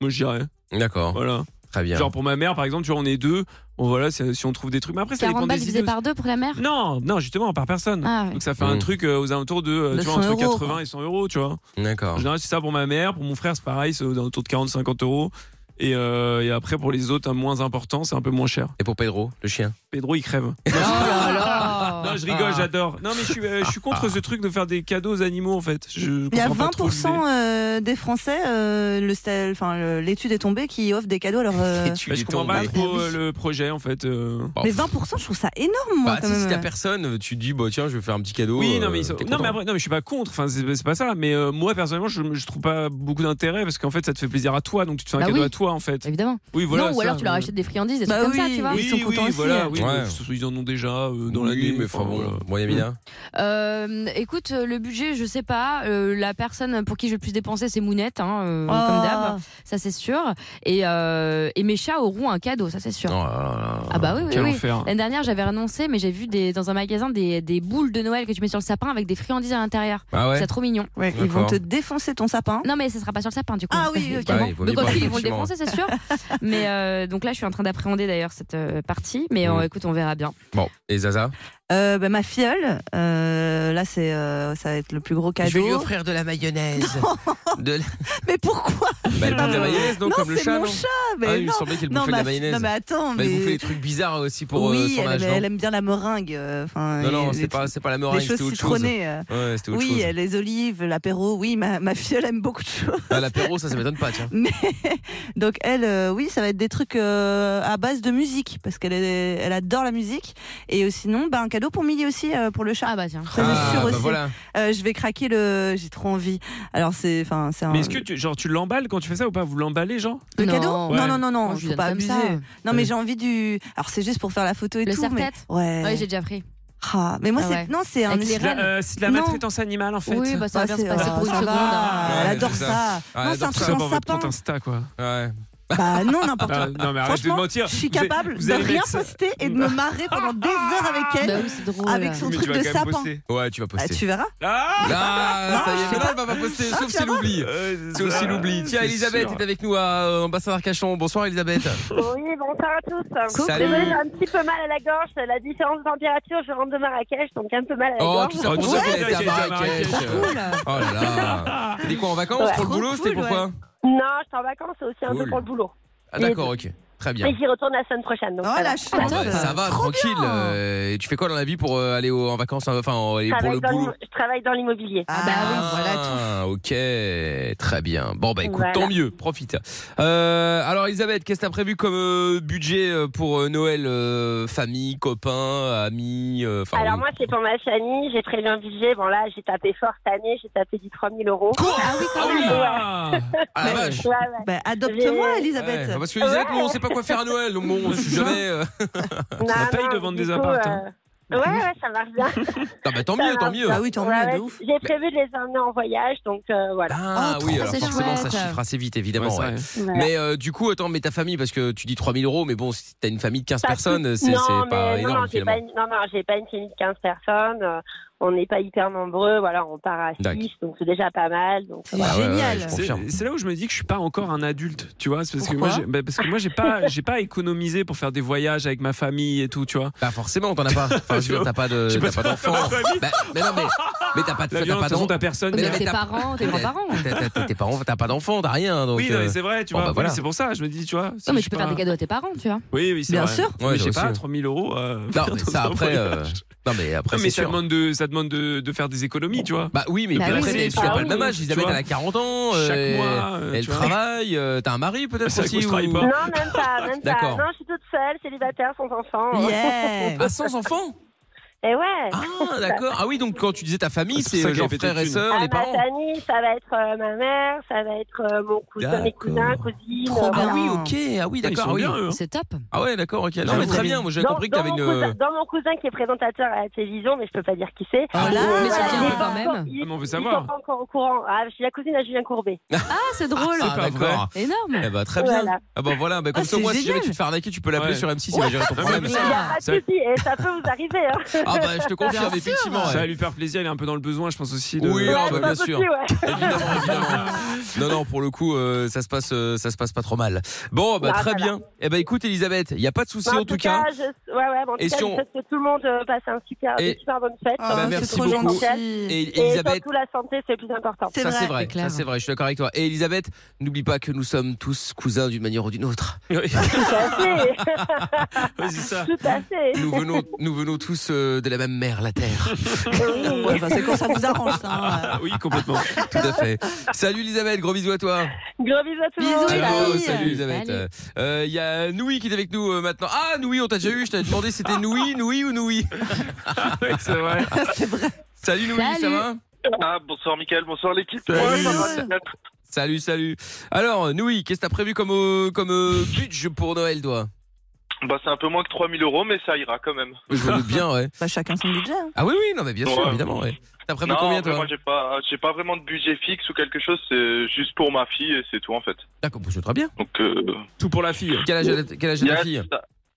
Speaker 5: Moi, je dirais.
Speaker 3: D'accord,
Speaker 5: Voilà.
Speaker 3: très bien.
Speaker 5: Genre pour ma mère, par exemple, tu vois, on est deux. Bon, voilà, c'est- si on trouve des trucs. Mais après, ça
Speaker 8: 40
Speaker 5: dépend
Speaker 8: balles,
Speaker 5: des
Speaker 8: tu
Speaker 5: idées
Speaker 8: faisais par deux pour la mère
Speaker 5: aussi. Non, non, justement, par personne.
Speaker 8: Ah, ouais.
Speaker 5: Donc ça fait
Speaker 3: Mm.
Speaker 5: un truc euh, aux alentours de, euh, tu vois,
Speaker 4: 200
Speaker 5: entre
Speaker 4: euros,
Speaker 5: 80 et 100 euros, tu vois. En
Speaker 3: D'accord.
Speaker 5: général, c'est ça pour ma mère. Pour mon frère, c'est pareil, c'est aux alentours de 40-50 euros. Et, euh, et après, pour les autres, un moins important, c'est un peu moins cher.
Speaker 3: Et pour Pedro, le chien
Speaker 5: Pedro, il crève.
Speaker 8: Oh là là
Speaker 5: Non, je rigole,
Speaker 8: Ah.
Speaker 5: j'adore. Non, mais je suis, euh, je suis contre
Speaker 3: Ah.
Speaker 5: ce truc de faire des cadeaux aux animaux, en fait. Je
Speaker 4: Il y a
Speaker 5: comprends pas trop
Speaker 4: 20%
Speaker 5: l'idée.
Speaker 4: euh, des Français, euh, le sta- enfin, le- l'étude est tombée, qui offrent des cadeaux à leurs. euh,
Speaker 3: Et tu
Speaker 5: Bah, je
Speaker 3: l'es
Speaker 5: comprends pas
Speaker 3: tombé.
Speaker 5: trop
Speaker 4: Ah oui.
Speaker 5: euh, le projet, en fait. euh.
Speaker 3: Bon.
Speaker 4: Mais 20%, je trouve ça énorme, moi,
Speaker 3: Bah,
Speaker 4: quand
Speaker 3: si
Speaker 4: même.
Speaker 3: t'as personne, tu te dis, bah tiens, je vais faire un petit cadeau.
Speaker 5: Oui, non,
Speaker 3: euh,
Speaker 5: mais, ils sont-
Speaker 3: t'es
Speaker 5: non, mais
Speaker 3: content.
Speaker 5: après, non, mais je suis pas contre. Enfin, c'est c'est pas ça. Mais euh, moi, personnellement, je, je trouve pas beaucoup d'intérêt parce qu'en fait, ça te fait plaisir à toi. Donc, tu te fais un
Speaker 8: Bah
Speaker 5: cadeau
Speaker 8: oui.
Speaker 5: à toi, en fait.
Speaker 8: Évidemment.
Speaker 5: Oui, voilà.
Speaker 8: non, ou
Speaker 5: ça,
Speaker 8: alors tu leur
Speaker 5: euh.
Speaker 8: achètes des friandises, des
Speaker 4: Bah
Speaker 8: trucs comme ça,
Speaker 4: oui,
Speaker 8: tu vois.
Speaker 5: Oui,
Speaker 4: Ils sont
Speaker 5: oui,
Speaker 4: contents aussi,
Speaker 5: voilà,
Speaker 4: euh.
Speaker 5: oui,
Speaker 3: Ouais.
Speaker 5: mais ils en ont déjà euh, dans
Speaker 3: Oui,
Speaker 5: l'année.
Speaker 3: mais enfin,
Speaker 5: voilà.
Speaker 3: bon, bon, Yamina.
Speaker 8: Euh, écoute, euh, le budget, je sais pas. Euh, la personne pour qui je vais le plus dépenser, c'est Mounette, hein, euh,
Speaker 4: Ah.
Speaker 8: comme d'hab. Ça, c'est sûr. Et, euh, et mes chats auront un cadeau, ça, c'est sûr.
Speaker 3: Oh là là là.
Speaker 8: Ah bah oui, oui,
Speaker 5: Quel
Speaker 8: oui.
Speaker 5: enfer.
Speaker 8: L'année dernière, j'avais annoncé, mais j'ai vu des, dans un magasin des, des boules de Noël que tu mets sur le sapin avec des friandises à l'intérieur.
Speaker 3: Ah ouais
Speaker 8: C'est trop mignon.
Speaker 4: Ouais, ils
Speaker 3: D'accord.
Speaker 4: vont te défoncer ton sapin.
Speaker 8: Non, mais ça sera pas sur le sapin, du coup.
Speaker 4: Ah oui, ok.
Speaker 8: Évidemment.
Speaker 3: Bah oui, vaut mieux
Speaker 8: donc, en
Speaker 3: pas,
Speaker 8: fait, ils vont le
Speaker 3: effectivement.
Speaker 8: défoncer, c'est sûr. mais euh, donc là, je suis en train d'appréhender d'ailleurs cette euh, partie. Mais
Speaker 3: Mm.
Speaker 8: euh, écoute, on verra bien.
Speaker 3: Bon, et Zaza
Speaker 4: Euh, bah, ma filleule, euh, là, c'est, euh, ça va être le plus gros cadeau.
Speaker 3: Je vais lui offrir de la mayonnaise. De la-
Speaker 4: Mais pourquoi
Speaker 3: Bah, elle bouffe de la mayonnaise, non,
Speaker 4: Non,
Speaker 3: comme le
Speaker 4: c'est
Speaker 3: chat,
Speaker 4: mon
Speaker 3: non
Speaker 4: chat, mais
Speaker 3: Ah, il me
Speaker 4: non.
Speaker 3: semblait qu'elle
Speaker 4: Non,
Speaker 3: bouffait de
Speaker 4: ma
Speaker 3: la
Speaker 4: fi-
Speaker 3: mayonnaise.
Speaker 4: Non, mais attends,
Speaker 3: Bah,
Speaker 4: mais...
Speaker 3: elle bouffait des trucs bizarres aussi pour euh,
Speaker 4: oui,
Speaker 3: son
Speaker 4: elle,
Speaker 3: âge,
Speaker 4: elle
Speaker 3: non
Speaker 4: aime bien la meringue. euh, Enfin,
Speaker 3: Non,
Speaker 4: et
Speaker 3: non,
Speaker 4: les
Speaker 3: c'est pas,
Speaker 4: trucs-
Speaker 3: c'est pas la
Speaker 4: les
Speaker 3: meringue,
Speaker 4: choses
Speaker 3: c'était autre chose.
Speaker 4: citronnées. euh.
Speaker 3: Ouais, c'était autre
Speaker 4: Oui,
Speaker 3: chose.
Speaker 4: euh, les olives, l'apéro. Oui, ma, ma filleule aime beaucoup de choses.
Speaker 3: Ah, l'apéro, ça, ça m'étonne pas, tiens.
Speaker 4: Mais donc elle, euh, oui, ça va être des trucs euh, à base de musique parce qu'elle est- elle adore la musique. Et euh, sinon, bah, un cadeau pour Millie aussi euh, pour le chat.
Speaker 8: Ah bah tiens.
Speaker 4: Ça,
Speaker 3: Ah,
Speaker 4: c'est sûr
Speaker 3: bah
Speaker 4: aussi.
Speaker 3: voilà.
Speaker 4: Euh, je vais craquer le. J'ai trop envie. Alors c'est, enfin, c'est un.
Speaker 5: Mais est-ce que tu, genre, tu l'emballes quand tu fais ça ou pas Vous l'emballez, genre
Speaker 4: le
Speaker 8: Non.
Speaker 4: cadeau
Speaker 5: Ouais.
Speaker 4: Non, non, non, non,
Speaker 8: Non, je
Speaker 4: je
Speaker 8: lui
Speaker 4: peux pas
Speaker 8: donne
Speaker 4: abuser.
Speaker 8: comme ça.
Speaker 4: Non, mais
Speaker 5: Ouais.
Speaker 4: j'ai envie du. Alors c'est juste pour faire la photo et
Speaker 8: Le
Speaker 4: tout. mais...
Speaker 8: serre-tête
Speaker 4: Ouais.
Speaker 8: Oui, j'ai déjà pris.
Speaker 4: Ah, mais moi,
Speaker 8: Ah
Speaker 4: c'est
Speaker 8: ouais.
Speaker 4: non, c'est un.
Speaker 8: Avec les
Speaker 5: C'est de la-
Speaker 8: reines.
Speaker 5: euh, C'est de la
Speaker 4: Non.
Speaker 5: maltraitance animale en fait.
Speaker 8: Oui, bah ça va
Speaker 4: Ah,
Speaker 8: bien se
Speaker 4: c'est-
Speaker 8: passer
Speaker 4: ah,
Speaker 8: pour une
Speaker 4: ça
Speaker 8: seconde.
Speaker 4: va.
Speaker 8: hein.
Speaker 4: Elle
Speaker 3: euh, Ouais,
Speaker 4: adore
Speaker 3: c'est ça.
Speaker 4: ça.
Speaker 3: Ah,
Speaker 4: non,
Speaker 3: elle
Speaker 4: c'est un
Speaker 3: adore
Speaker 5: Tout
Speaker 4: truc
Speaker 5: ça
Speaker 4: en
Speaker 5: pour votre
Speaker 4: sapin.
Speaker 5: compte Insta, quoi.
Speaker 3: Ouais.
Speaker 4: Bah non, n'importe quoi.
Speaker 5: Ah, non, mais arrête de
Speaker 4: Franchement,
Speaker 5: mentir.
Speaker 4: Je suis
Speaker 5: Vous allez-
Speaker 4: capable
Speaker 5: vous
Speaker 4: de
Speaker 5: allez
Speaker 4: rien
Speaker 5: mettre ça-
Speaker 4: poster et de me marrer pendant des heures avec
Speaker 8: Bah
Speaker 4: elle.
Speaker 8: oui, c'est drôle.
Speaker 4: Avec son
Speaker 5: Mais
Speaker 4: truc
Speaker 5: tu vas
Speaker 4: de
Speaker 5: quand même
Speaker 4: sapin.
Speaker 5: poster.
Speaker 3: Ouais, tu vas
Speaker 4: Bah,
Speaker 3: poster.
Speaker 4: tu verras.
Speaker 5: Ah
Speaker 3: Ah, ça y
Speaker 4: je
Speaker 3: est,
Speaker 4: sais Ah,
Speaker 3: mais non, elle va pas poster, sauf si elle oublie.
Speaker 5: Euh,
Speaker 3: Sauf si elle
Speaker 5: euh,
Speaker 3: oublie. Tiens,
Speaker 5: c'est
Speaker 3: Elisabeth
Speaker 5: sûr.
Speaker 3: est avec nous à euh, Ambassadeur Cachon. Bonsoir, Elisabeth.
Speaker 9: Oui, bonsoir à tous.
Speaker 3: Coucou. Salut.
Speaker 9: Désolée, j'ai un petit peu mal à la gorge. La différence de température, je rentre de Marrakech, donc un peu mal à la
Speaker 3: Oh,
Speaker 9: gorge.
Speaker 3: tout ça pour
Speaker 5: Ouais,
Speaker 3: ça qu'elle était à
Speaker 5: c'est
Speaker 3: Marrakech.
Speaker 4: Cool.
Speaker 3: Oh là là. T'es quoi en vacances
Speaker 9: Ouais.
Speaker 3: pour le boulot
Speaker 4: Trop
Speaker 3: C'était
Speaker 4: cool,
Speaker 3: pourquoi
Speaker 9: Non, je suis en vacances, c'est aussi un
Speaker 3: Cool.
Speaker 9: peu pour le boulot.
Speaker 3: Ah, d'accord, ok. Très bien.
Speaker 9: Mais j'y retourne la semaine prochaine. Donc
Speaker 4: Oh
Speaker 9: ça va.
Speaker 4: la
Speaker 3: Ah
Speaker 4: chance.
Speaker 3: bah, ça va, tranquille.
Speaker 8: bien.
Speaker 3: Euh, et tu fais quoi dans la vie pour euh, aller au- en vacances, hein, enfin en- aller
Speaker 9: Je
Speaker 3: pour
Speaker 9: travaille
Speaker 3: le
Speaker 9: dans
Speaker 3: boulot
Speaker 9: l'immo- je travaille dans l'immobilier.
Speaker 4: Ah bah oui, voilà tout.
Speaker 3: Ah, ok, très bien. Bon, bah écoute,
Speaker 9: Voilà.
Speaker 3: tant mieux, profite. Euh, alors, Elisabeth, qu'est-ce que t'as prévu comme euh, budget euh, pour euh, Noël euh, Famille, copains, amis euh, enfin,
Speaker 9: Alors
Speaker 3: oui.
Speaker 9: moi, c'est pour ma famille, j'ai prévu un budget. Bon là, j'ai tapé fort cette année, j'ai tapé du 3000 euros.
Speaker 8: Ah oui, quand même.
Speaker 5: Ah
Speaker 3: Ah, la vache
Speaker 9: Ouais, ouais.
Speaker 4: Bah, adopte-moi, Elisabeth.
Speaker 3: Ouais, bah, Parce que Elisabeth, nous, on sait pas quoi faire à Noël, donc bon, on sait jamais. euh.
Speaker 9: Non,
Speaker 5: paye
Speaker 9: non,
Speaker 5: de vendre
Speaker 9: du
Speaker 5: des
Speaker 9: coup,
Speaker 5: appartes,
Speaker 9: euh,
Speaker 5: hein.
Speaker 9: Ouais, ouais, ça marche bien.
Speaker 3: Ah, bah tant mieux, tant mieux.
Speaker 4: Bah oui, tant mieux,
Speaker 9: Ouais,
Speaker 4: de
Speaker 9: ouais,
Speaker 4: ouf.
Speaker 9: J'ai prévu de les emmener en voyage, donc euh, voilà.
Speaker 3: Ah
Speaker 4: Oh,
Speaker 3: oui,
Speaker 4: trop,
Speaker 3: alors
Speaker 8: c'est
Speaker 3: forcément, ça
Speaker 8: chouette.
Speaker 3: chiffre assez vite, évidemment.
Speaker 5: Ouais, c'est
Speaker 3: ouais.
Speaker 5: vrai.
Speaker 9: Voilà.
Speaker 3: Mais euh, du coup, attends, mais ta famille, parce que tu dis 3000 euros, mais bon, si t'as une famille de 15
Speaker 9: Pas
Speaker 3: personnes,
Speaker 9: tout-
Speaker 3: c'est
Speaker 9: non,
Speaker 3: c'est
Speaker 9: mais
Speaker 3: pas
Speaker 9: non,
Speaker 3: énorme
Speaker 9: non, j'ai
Speaker 3: finalement.
Speaker 9: pas une- non, non, j'ai pas une famille de 15 personnes. euh, on n'est pas hyper nombreux. Voilà, on part à
Speaker 3: D'accord.
Speaker 9: 6, donc c'est déjà pas mal. Donc,
Speaker 4: C'est
Speaker 3: Ah ouais, ouais,
Speaker 4: génial.
Speaker 3: je
Speaker 5: C'est
Speaker 3: confirme.
Speaker 5: c'est là où je me dis que je suis pas encore un adulte, tu vois, c'est parce que
Speaker 4: Pourquoi
Speaker 5: moi, j'ai- bah, parce que moi j'ai pas, j'ai pas économisé pour faire des voyages avec ma famille et tout, tu vois.
Speaker 3: Bah forcément, t'en as pas. Enfin, je veux dire, t'as pas de,
Speaker 5: J'ai
Speaker 3: t'as
Speaker 5: pas
Speaker 3: pas d'enfant. Bah, mais non, mais, mais t'as pas, de-
Speaker 5: La
Speaker 3: t'as
Speaker 5: violence, de
Speaker 3: pas
Speaker 5: toute façon,
Speaker 3: d'enfant.
Speaker 5: t'as personne.
Speaker 3: Mais
Speaker 8: Mais
Speaker 3: la
Speaker 8: tes
Speaker 3: méta-
Speaker 8: parents, tes grands-parents.
Speaker 3: T'as- t'as- t'as- Tes parents, t'as pas d'enfant, t'as rien. Donc,
Speaker 5: oui, non,
Speaker 3: euh,
Speaker 5: mais c'est vrai, tu
Speaker 3: bon,
Speaker 5: vois.
Speaker 3: bah,
Speaker 5: oui,
Speaker 3: voilà.
Speaker 5: C'est pour ça, je me dis, tu vois.
Speaker 8: Non,
Speaker 5: je
Speaker 8: mais
Speaker 5: sais
Speaker 8: tu peux
Speaker 5: pas-
Speaker 8: faire des cadeaux à tes parents, tu vois.
Speaker 5: Oui, oui, c'est
Speaker 4: Bien
Speaker 5: vrai.
Speaker 4: sûr.
Speaker 3: Ouais,
Speaker 5: mais je sais
Speaker 3: aussi,
Speaker 5: pas,
Speaker 3: ouais.
Speaker 5: 3000 euros. euh,
Speaker 3: non,
Speaker 5: faire
Speaker 3: mais
Speaker 5: dans
Speaker 3: ça
Speaker 5: un
Speaker 3: après, euh,
Speaker 5: voyage.
Speaker 3: non mais après
Speaker 5: Non,
Speaker 3: c'est
Speaker 5: mais ça
Speaker 3: sûr.
Speaker 5: demande de, ça demande de, de faire des économies, tu vois.
Speaker 3: Bah oui, mais
Speaker 8: Bah
Speaker 3: puis
Speaker 8: oui,
Speaker 3: après,
Speaker 8: c'est
Speaker 3: t'es- tu
Speaker 8: pas
Speaker 3: n'as pas
Speaker 8: ouf,
Speaker 3: le même âge.
Speaker 5: tu
Speaker 3: Elisabeth,
Speaker 5: vois.
Speaker 3: elle a 40 ans.
Speaker 5: Chaque
Speaker 3: euh,
Speaker 5: mois, euh,
Speaker 3: elle
Speaker 5: tu vois.
Speaker 3: travaille. euh, T'as un mari peut-être
Speaker 5: C'est vrai que
Speaker 3: aussi.
Speaker 5: moi, je travaille
Speaker 3: ou-
Speaker 5: pas.
Speaker 9: Non, même pas, même pas.
Speaker 3: D'accord.
Speaker 9: Non, je suis toute seule, célibataire, sans enfant.
Speaker 4: Yeah.
Speaker 3: Ah, sans enfant
Speaker 9: Et ouais.
Speaker 3: Ah, d'accord. Ah oui, donc quand tu disais ta famille,
Speaker 5: Ah, C'est pour
Speaker 3: c'est
Speaker 5: ça
Speaker 3: euh,
Speaker 5: qu'elle
Speaker 3: genre
Speaker 5: fait des
Speaker 3: frères et
Speaker 5: thunes.
Speaker 3: sœurs,
Speaker 9: Ah,
Speaker 3: les
Speaker 9: ma
Speaker 3: parents.
Speaker 9: famille, ça va être euh, ma mère, ça va être euh, mon cousin, mes
Speaker 3: D'accord.
Speaker 9: cousins, cousines.
Speaker 4: Trop
Speaker 9: euh,
Speaker 4: bien.
Speaker 3: Ah oui, ok. Ah oui,
Speaker 5: Ils
Speaker 3: d'accord.
Speaker 5: sont
Speaker 3: ah oui.
Speaker 5: bien, eux. hein.
Speaker 8: C'est top.
Speaker 3: Ah ouais, d'accord, ok. Non,
Speaker 4: J'avoue,
Speaker 3: mais très
Speaker 4: j'avais-
Speaker 3: bien. Moi, j'avais
Speaker 9: Dans,
Speaker 3: compris que
Speaker 9: dans
Speaker 3: t'avais
Speaker 9: mon
Speaker 3: une. euh,
Speaker 9: cousin, dans mon cousin qui est présentateur à la télévision, mais je peux pas dire qui c'est.
Speaker 4: Ah, là,
Speaker 9: Euh,
Speaker 8: mais c'est
Speaker 9: voilà,
Speaker 8: bien
Speaker 9: il est
Speaker 8: quand
Speaker 9: pas
Speaker 8: même.
Speaker 9: encore- il-
Speaker 5: Ah, mais on veut
Speaker 9: il est
Speaker 5: savoir.
Speaker 9: pas encore au courant. Ah, je suis la cousine à Julien Courbet.
Speaker 8: Ah, c'est drôle.
Speaker 3: Ah,
Speaker 5: pas
Speaker 3: d'accord.
Speaker 8: Énorme. Oh
Speaker 3: Eh bah, très bien.
Speaker 9: Voilà.
Speaker 3: Ah bah voilà, bah, comme
Speaker 4: Ah,
Speaker 3: ça,
Speaker 4: c'est
Speaker 3: moi, si jamais
Speaker 4: génial.
Speaker 3: tu te fais arnaquer, tu peux l'appeler
Speaker 5: Ouais.
Speaker 3: sur M6, il va
Speaker 8: Ah,
Speaker 3: gérer ton
Speaker 5: Ouais,
Speaker 3: problème.
Speaker 5: mais
Speaker 9: Il y a pas de
Speaker 5: Ça-
Speaker 9: souci, et ça peut vous arriver. Hein.
Speaker 3: Ah bah, je te confirme, effectivement.
Speaker 5: Ça va
Speaker 3: ouais.
Speaker 5: lui faire plaisir, elle est un peu dans le besoin, je pense aussi. De...
Speaker 3: Oui,
Speaker 9: Ouais,
Speaker 3: ah,
Speaker 9: c'est
Speaker 3: bah,
Speaker 9: pas
Speaker 3: bien
Speaker 9: possible,
Speaker 3: sûr.
Speaker 9: ouais.
Speaker 3: Évidemment, évidemment. Non, non, pour le coup, euh, ça se passe, euh, ça se passe pas trop mal. Bon, bah,
Speaker 9: Non,
Speaker 3: très
Speaker 9: ça va.
Speaker 3: bien. Eh bah, écoute, Elisabeth, il y a pas de souci
Speaker 9: Bah,
Speaker 3: en tout cas.
Speaker 9: je, ouais, ouais, bah, en
Speaker 3: Et
Speaker 9: tout cas,
Speaker 3: si on-
Speaker 9: je souhaite que tout le monde euh, passe un super,
Speaker 3: Et-
Speaker 9: une super bonne fête.
Speaker 4: Ah,
Speaker 3: bah,
Speaker 9: Euh,
Speaker 3: merci
Speaker 4: c'est trop
Speaker 3: beaucoup.
Speaker 4: gentil.
Speaker 3: Et
Speaker 9: Et
Speaker 3: Elisabeth,
Speaker 9: surtout, la santé, c'est le plus important.
Speaker 4: C'est
Speaker 3: ça c'est
Speaker 4: vrai,
Speaker 3: vrai,
Speaker 8: c'est
Speaker 3: ça
Speaker 8: clair.
Speaker 3: c'est vrai, je suis d'accord avec toi. Et Elisabeth, n'oublie pas que nous sommes tous cousins d'une manière ou d'une autre.
Speaker 9: Tout à fait.
Speaker 5: Ouais, c'est ça.
Speaker 9: Tout à fait.
Speaker 3: Nous venons, nous venons tous euh, de la même mère, la Terre.
Speaker 9: Oui.
Speaker 4: Ouais, enfin, c'est quand ça vous arrange, ça. hein.
Speaker 5: Ah oui, complètement.
Speaker 3: Tout à fait. Salut Elisabeth, gros bisous à toi.
Speaker 9: Gros bisous à tout le
Speaker 4: Bisous,
Speaker 9: monde.
Speaker 4: les
Speaker 3: Allô,
Speaker 4: filles.
Speaker 3: Ah, salut Elisabeth.
Speaker 8: Salut.
Speaker 3: Euh, Il y a Noui qui est avec nous euh, maintenant. Ah Noui, on t'a déjà eu, je t'avais demandé si c'était Noui, Noui ou Noui.
Speaker 5: Ouais, c'est vrai.
Speaker 4: c'est vrai.
Speaker 3: Salut Noui, ça
Speaker 8: Salut.
Speaker 3: va
Speaker 10: Ah, bonsoir Mickaël, bonsoir l'équipe.
Speaker 3: Salut.
Speaker 10: Ouais, ça va,
Speaker 4: Salut.
Speaker 10: bien.
Speaker 3: Salut, salut. Alors Noui, qu'est-ce que t'as prévu comme, euh, comme euh, budget pour Noël toi
Speaker 10: Bah, c'est un peu moins que 3000 euros, mais ça ira quand même.
Speaker 3: Je me doute bien, ouais.
Speaker 4: Bah, chacun son budget. hein.
Speaker 3: Ah oui, oui, non mais bien sûr,
Speaker 10: Ouais.
Speaker 3: évidemment, ouais. T'as prévu
Speaker 10: non,
Speaker 3: combien
Speaker 10: en vrai,
Speaker 3: toi
Speaker 10: moi, j'ai pas, j'ai pas vraiment de budget fixe ou quelque chose, c'est juste pour ma fille et c'est tout en fait.
Speaker 3: D'accord, c'est très bien.
Speaker 10: Donc, euh,
Speaker 5: Tout pour la fille.
Speaker 3: Quel âge elle a- quel âge a ta
Speaker 10: yes,
Speaker 3: fille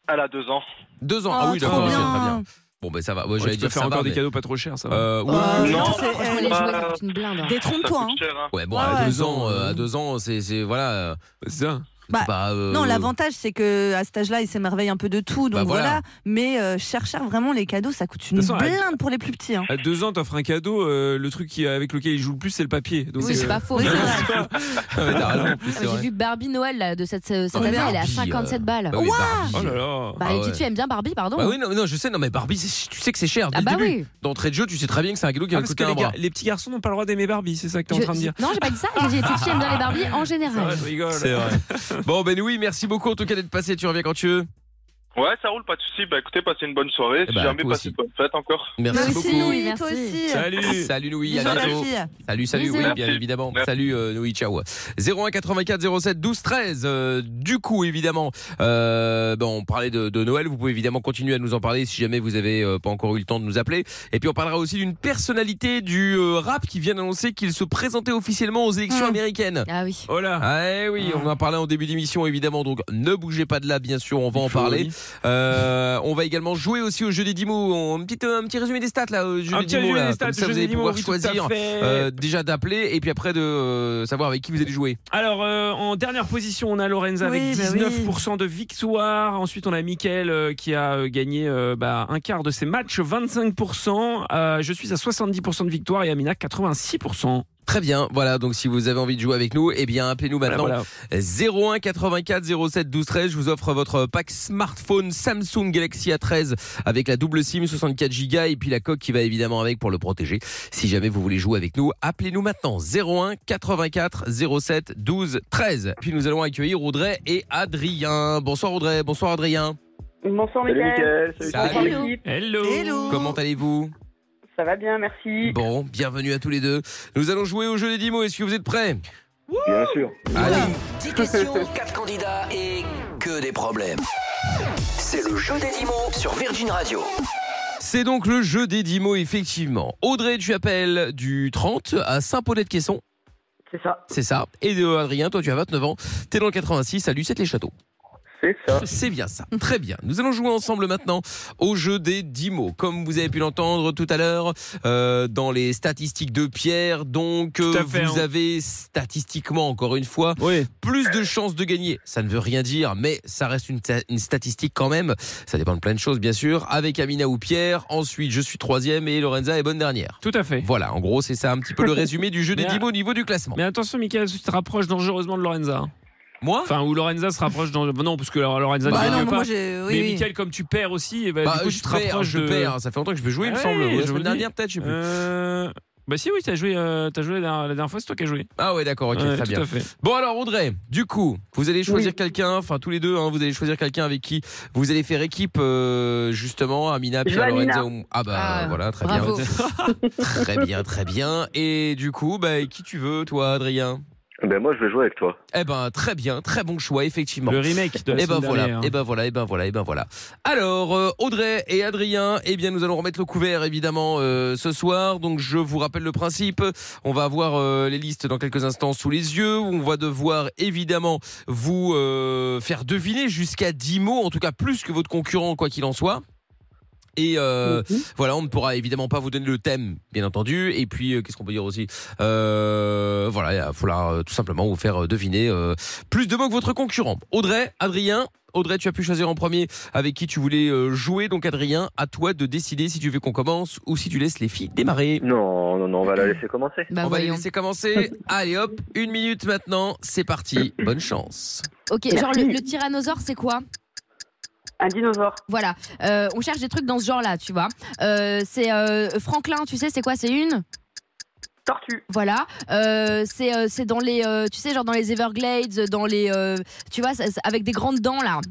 Speaker 10: elle a deux ans.
Speaker 3: Deux ans.
Speaker 4: Oh,
Speaker 3: Ah oui,
Speaker 4: trop
Speaker 3: d'accord, ok,
Speaker 4: bien.
Speaker 3: très bien. Bon, ben ça va. Ouais,
Speaker 5: Ouais,
Speaker 3: J'allais
Speaker 5: tu peux
Speaker 3: dire
Speaker 5: faire
Speaker 3: ça
Speaker 5: encore
Speaker 3: va.
Speaker 5: des
Speaker 3: mais-
Speaker 5: cadeaux pas trop chers, ça va.
Speaker 3: Euh, ouais,
Speaker 4: Oh,
Speaker 3: ouais,
Speaker 10: Non.
Speaker 4: putain, c'est-
Speaker 8: Franchement, les
Speaker 4: eh,
Speaker 8: jouets,
Speaker 10: Bah,
Speaker 8: ça coûte une blinde.
Speaker 10: Ça
Speaker 4: Détrompe-toi. hein.
Speaker 10: coûte cher, hein.
Speaker 3: Ouais, bon,
Speaker 4: Ouais,
Speaker 3: à
Speaker 4: ouais.
Speaker 3: deux ans, euh, à deux ans, c'est c'est- voilà. euh,
Speaker 5: Mmh. C'est ça.
Speaker 4: Bah,
Speaker 3: Bah, euh,
Speaker 4: Non, l'avantage, c'est que à cet âge-là, ils s'émerveillent un peu de tout, donc
Speaker 3: Bah, voilà.
Speaker 4: voilà. Mais euh, cher, cher, vraiment, les cadeaux, ça coûte une
Speaker 5: toute façon, à-
Speaker 4: blinde pour les plus petits. hein.
Speaker 5: À deux ans, t'offres un cadeau, euh, le truc qui- avec lequel il joue le plus, c'est le papier. Donc,
Speaker 8: Oui, c'est
Speaker 5: euh,
Speaker 8: pas faux.
Speaker 4: Oui, c'est vrai.
Speaker 3: Ah, mais t'as raison, en plus, c'est
Speaker 8: J'ai
Speaker 3: vrai.
Speaker 8: vu Barbie Noël là, de cette, euh, cette
Speaker 3: Non, mais
Speaker 8: année, elle est à
Speaker 3: Barbie,
Speaker 8: 57
Speaker 3: euh,
Speaker 8: balles.
Speaker 3: Bah oui, Barbie.
Speaker 5: Oh là là.
Speaker 8: Bah,
Speaker 3: Ah
Speaker 8: et tu-
Speaker 3: ouais.
Speaker 8: tu aimes bien Barbie, pardon
Speaker 3: Bah oui, non, mais non, je sais, non, mais Barbie, c'est- tu sais que c'est cher. Dès
Speaker 8: Ah
Speaker 3: le
Speaker 8: bah
Speaker 3: début.
Speaker 8: oui.
Speaker 3: D'entrée de jeu, tu sais très bien que c'est un cadeau qui
Speaker 5: Ah,
Speaker 3: va
Speaker 5: parce
Speaker 3: coûter
Speaker 5: que
Speaker 3: un
Speaker 5: les,
Speaker 3: bras.
Speaker 5: gar- les petits garçons n'ont pas le droit d'aimer Barbie, c'est ça que t'es en
Speaker 8: Je-
Speaker 5: train de dire.
Speaker 8: Non, j'ai pas dit ça. J'ai dit les petites filles aiment bien les Barbies en
Speaker 5: Ça va,
Speaker 8: général.
Speaker 5: je rigole.
Speaker 3: C'est vrai. Bon, ben oui, merci beaucoup en tout cas d'être passé. Tu reviens quand tu veux.
Speaker 12: Ouais, ça roule, pas de soucis. Bah écoutez, passez une bonne soirée.
Speaker 3: Eh
Speaker 12: Si
Speaker 3: bah,
Speaker 12: jamais
Speaker 3: vous
Speaker 12: passez
Speaker 3: aussi.
Speaker 12: de bonnes fêtes encore.
Speaker 3: Merci
Speaker 4: Toi
Speaker 3: beaucoup.
Speaker 4: aussi,
Speaker 8: beaucoup.
Speaker 4: toi aussi.
Speaker 5: Salut.
Speaker 3: Salut Louis,
Speaker 4: Bisous,
Speaker 3: à
Speaker 4: la
Speaker 3: bientôt.
Speaker 4: fille.
Speaker 3: Salut, salut,
Speaker 8: Bisous.
Speaker 3: oui, bien
Speaker 12: Merci.
Speaker 3: évidemment.
Speaker 12: Merci.
Speaker 3: Salut, euh, oui, ciao. 01 84 07 12 13. euh, du coup, évidemment, euh, ben, on parlait de, de Noël. Vous pouvez évidemment continuer à nous en parler si jamais vous avez euh, pas encore eu le temps de nous appeler. Et puis, on parlera aussi d'une personnalité du euh, rap qui vient d'annoncer qu'il se présentait officiellement aux élections
Speaker 4: Mm.
Speaker 3: américaines.
Speaker 8: Ah oui.
Speaker 5: Oh là.
Speaker 3: Ah eh oui, on en parlait en début d'émission évidemment, donc ne bougez pas de là, bien sûr, on va en parler. Euh, on va également jouer aussi au jeu des 10 mots. On- Un petit, euh, un petit résumé des stats là, euh, au jeu
Speaker 5: Un
Speaker 3: des 10
Speaker 5: petit
Speaker 3: mots,
Speaker 5: résumé
Speaker 3: là.
Speaker 5: des stats,
Speaker 3: Comme ça,
Speaker 5: le
Speaker 3: vous
Speaker 5: jeu
Speaker 3: allez
Speaker 5: des 10 mots,
Speaker 3: pouvoir
Speaker 5: oui, tout à
Speaker 3: choisir
Speaker 5: fait.
Speaker 3: euh, déjà d'appeler et puis après de euh, savoir avec qui vous allez jouer.
Speaker 5: Alors, euh, en dernière position, on a Lorenza
Speaker 4: Oui,
Speaker 5: avec
Speaker 4: bah
Speaker 5: 19% de victoire. Ensuite, on a Mickaël euh, qui a euh, gagné euh, bah, un quart de ses matchs, 25%. Euh, je suis à 70% de victoire et Amina, 86%.
Speaker 3: Très bien, voilà. Donc si vous avez envie de jouer avec nous, eh bien appelez-nous
Speaker 5: Voilà,
Speaker 3: maintenant.
Speaker 5: voilà.
Speaker 3: 01 84 07 12 13. Je vous offre votre pack smartphone Samsung Galaxy A13 avec la double SIM 64 Go et puis la coque qui va évidemment avec pour le protéger. Si jamais vous voulez jouer avec nous, appelez-nous maintenant 01 84 07 12 13. Puis nous allons accueillir Audrey et Adrien. Bonsoir Audrey, bonsoir Adrien.
Speaker 1: Bonsoir, Mickaël.
Speaker 10: Salut Mickaël, salut.
Speaker 3: Salut.
Speaker 1: Bonsoir, l'équipe.
Speaker 5: Hello.
Speaker 4: Hello.
Speaker 3: Comment allez-vous
Speaker 1: Ça va bien, merci.
Speaker 3: Bon, bienvenue à tous les deux. Nous allons jouer au jeu des 10 mots. Est-ce que vous êtes prêts Ah,
Speaker 10: Bien sûr.
Speaker 3: Allez.
Speaker 2: 10 questions, 4 candidats et que des problèmes. C'est le jeu des 10 mots sur Virgin Radio.
Speaker 3: C'est donc le jeu des 10 mots, effectivement. Audrey, tu appelles du 30 à Saint-Paulet-de-Caisson.
Speaker 1: C'est ça.
Speaker 3: C'est ça. Et euh, Adrien, toi tu as 29 ans, t'es dans le 86 à Lucette les Châteaux.
Speaker 1: C'est ça.
Speaker 3: C'est bien ça. Très bien. Nous allons jouer ensemble maintenant au jeu des 10 mots. Comme vous avez pu l'entendre tout à l'heure euh, dans les statistiques de Pierre, donc
Speaker 5: Tout à
Speaker 3: euh,
Speaker 5: fait,
Speaker 3: vous
Speaker 5: hein.
Speaker 3: avez statistiquement encore une fois
Speaker 5: Oui.
Speaker 3: plus de chances de gagner. Ça ne veut rien dire, mais ça reste une, ta- une statistique quand même. Ça dépend de plein de choses bien sûr. Avec Amina ou Pierre, ensuite je suis troisième et Lorenza est bonne dernière.
Speaker 5: Tout à fait.
Speaker 3: Voilà, en gros c'est ça un petit peu le résumé du jeu des
Speaker 5: Mais,
Speaker 3: 10 mots au niveau du classement.
Speaker 5: Mais attention, Mickaël, tu te rapproches dangereusement de Lorenza. hein.
Speaker 3: Moi
Speaker 5: Enfin, ou Lorenza se rapproche dangereusement. Non, parce que Lorenza
Speaker 4: Bah
Speaker 5: ne
Speaker 4: non,
Speaker 5: gagne
Speaker 4: mais
Speaker 5: pas.
Speaker 4: moi j'ai. oui,
Speaker 5: mais
Speaker 4: oui.
Speaker 5: Mickaël, comme tu perds aussi, et bah,
Speaker 3: Bah,
Speaker 5: du coup,
Speaker 3: je
Speaker 5: tu te
Speaker 3: perds,
Speaker 5: rapproches
Speaker 3: je
Speaker 5: de.
Speaker 3: perds. Ça fait longtemps que je vais jouer, il me
Speaker 5: Ouais,
Speaker 3: semble.
Speaker 5: je
Speaker 3: La
Speaker 5: me
Speaker 3: semaine
Speaker 5: dis.
Speaker 3: dernière, peut-être, je sais plus.
Speaker 5: Euh, Bah si oui, t'as joué, euh, t'as joué la dernière, la dernière fois, c'est toi qui as joué.
Speaker 3: Ah ouais, d'accord, ok,
Speaker 5: Ouais,
Speaker 3: très
Speaker 5: tout
Speaker 3: bien.
Speaker 5: à fait.
Speaker 3: Bon alors, Audrey, du coup, vous allez choisir quelqu'un, enfin tous les deux, hein, vous allez choisir quelqu'un avec qui vous allez faire équipe, euh, justement, Amina, Pierre,
Speaker 1: Amina.
Speaker 3: Lorenzo. ou- Ah bah
Speaker 8: Ah,
Speaker 3: voilà, très
Speaker 8: Bravo.
Speaker 3: bien. Très bien, très bien. Et du coup, bah, qui tu veux, toi, Adrien
Speaker 10: Ben moi, je vais jouer avec toi.
Speaker 3: Eh ben, très bien, très bon choix, effectivement.
Speaker 5: Le remake de la
Speaker 3: Et ben
Speaker 5: semaine
Speaker 3: voilà,
Speaker 5: dernière. hein.
Speaker 3: et ben voilà, et ben voilà, et ben voilà. Alors euh, Audrey et Adrien, eh bien nous allons remettre le couvert évidemment euh, ce soir. Donc je vous rappelle le principe. On va avoir euh, les listes dans quelques instants sous les yeux. On va devoir évidemment vous euh, faire deviner jusqu'à 10 mots, en tout cas plus que votre concurrent quoi qu'il en soit. Et euh,
Speaker 8: Mhm.
Speaker 3: voilà, on ne pourra évidemment pas vous donner le thème, bien entendu. Et puis, euh, qu'est-ce qu'on peut dire aussi euh, Voilà, il va falloir euh, tout simplement vous faire euh, deviner euh, plus de mots que votre concurrent. Audrey, Adrien. Audrey, tu as pu choisir en premier avec qui tu voulais euh, jouer. Donc, Adrien, à toi de décider si tu veux qu'on commence ou si tu laisses les filles démarrer.
Speaker 10: Non, non, non, on va la laisser commencer.
Speaker 8: Bah
Speaker 3: on va les
Speaker 8: voyons.
Speaker 3: laisser commencer. Allez hop, une minute maintenant. C'est parti. Bonne chance.
Speaker 8: Ok, genre le, le tyrannosaure, c'est quoi
Speaker 1: Un dinosaure.
Speaker 8: Voilà, Euh, on cherche des trucs dans ce genre-là, tu vois. Euh, c'est euh, Franklin, tu sais, c'est quoi C'est une
Speaker 1: Tortue.
Speaker 8: Voilà, Euh, c'est euh, c'est dans les, euh, tu sais, genre dans les Everglades, dans les, euh, tu vois, ça- ça- avec des grandes dents là.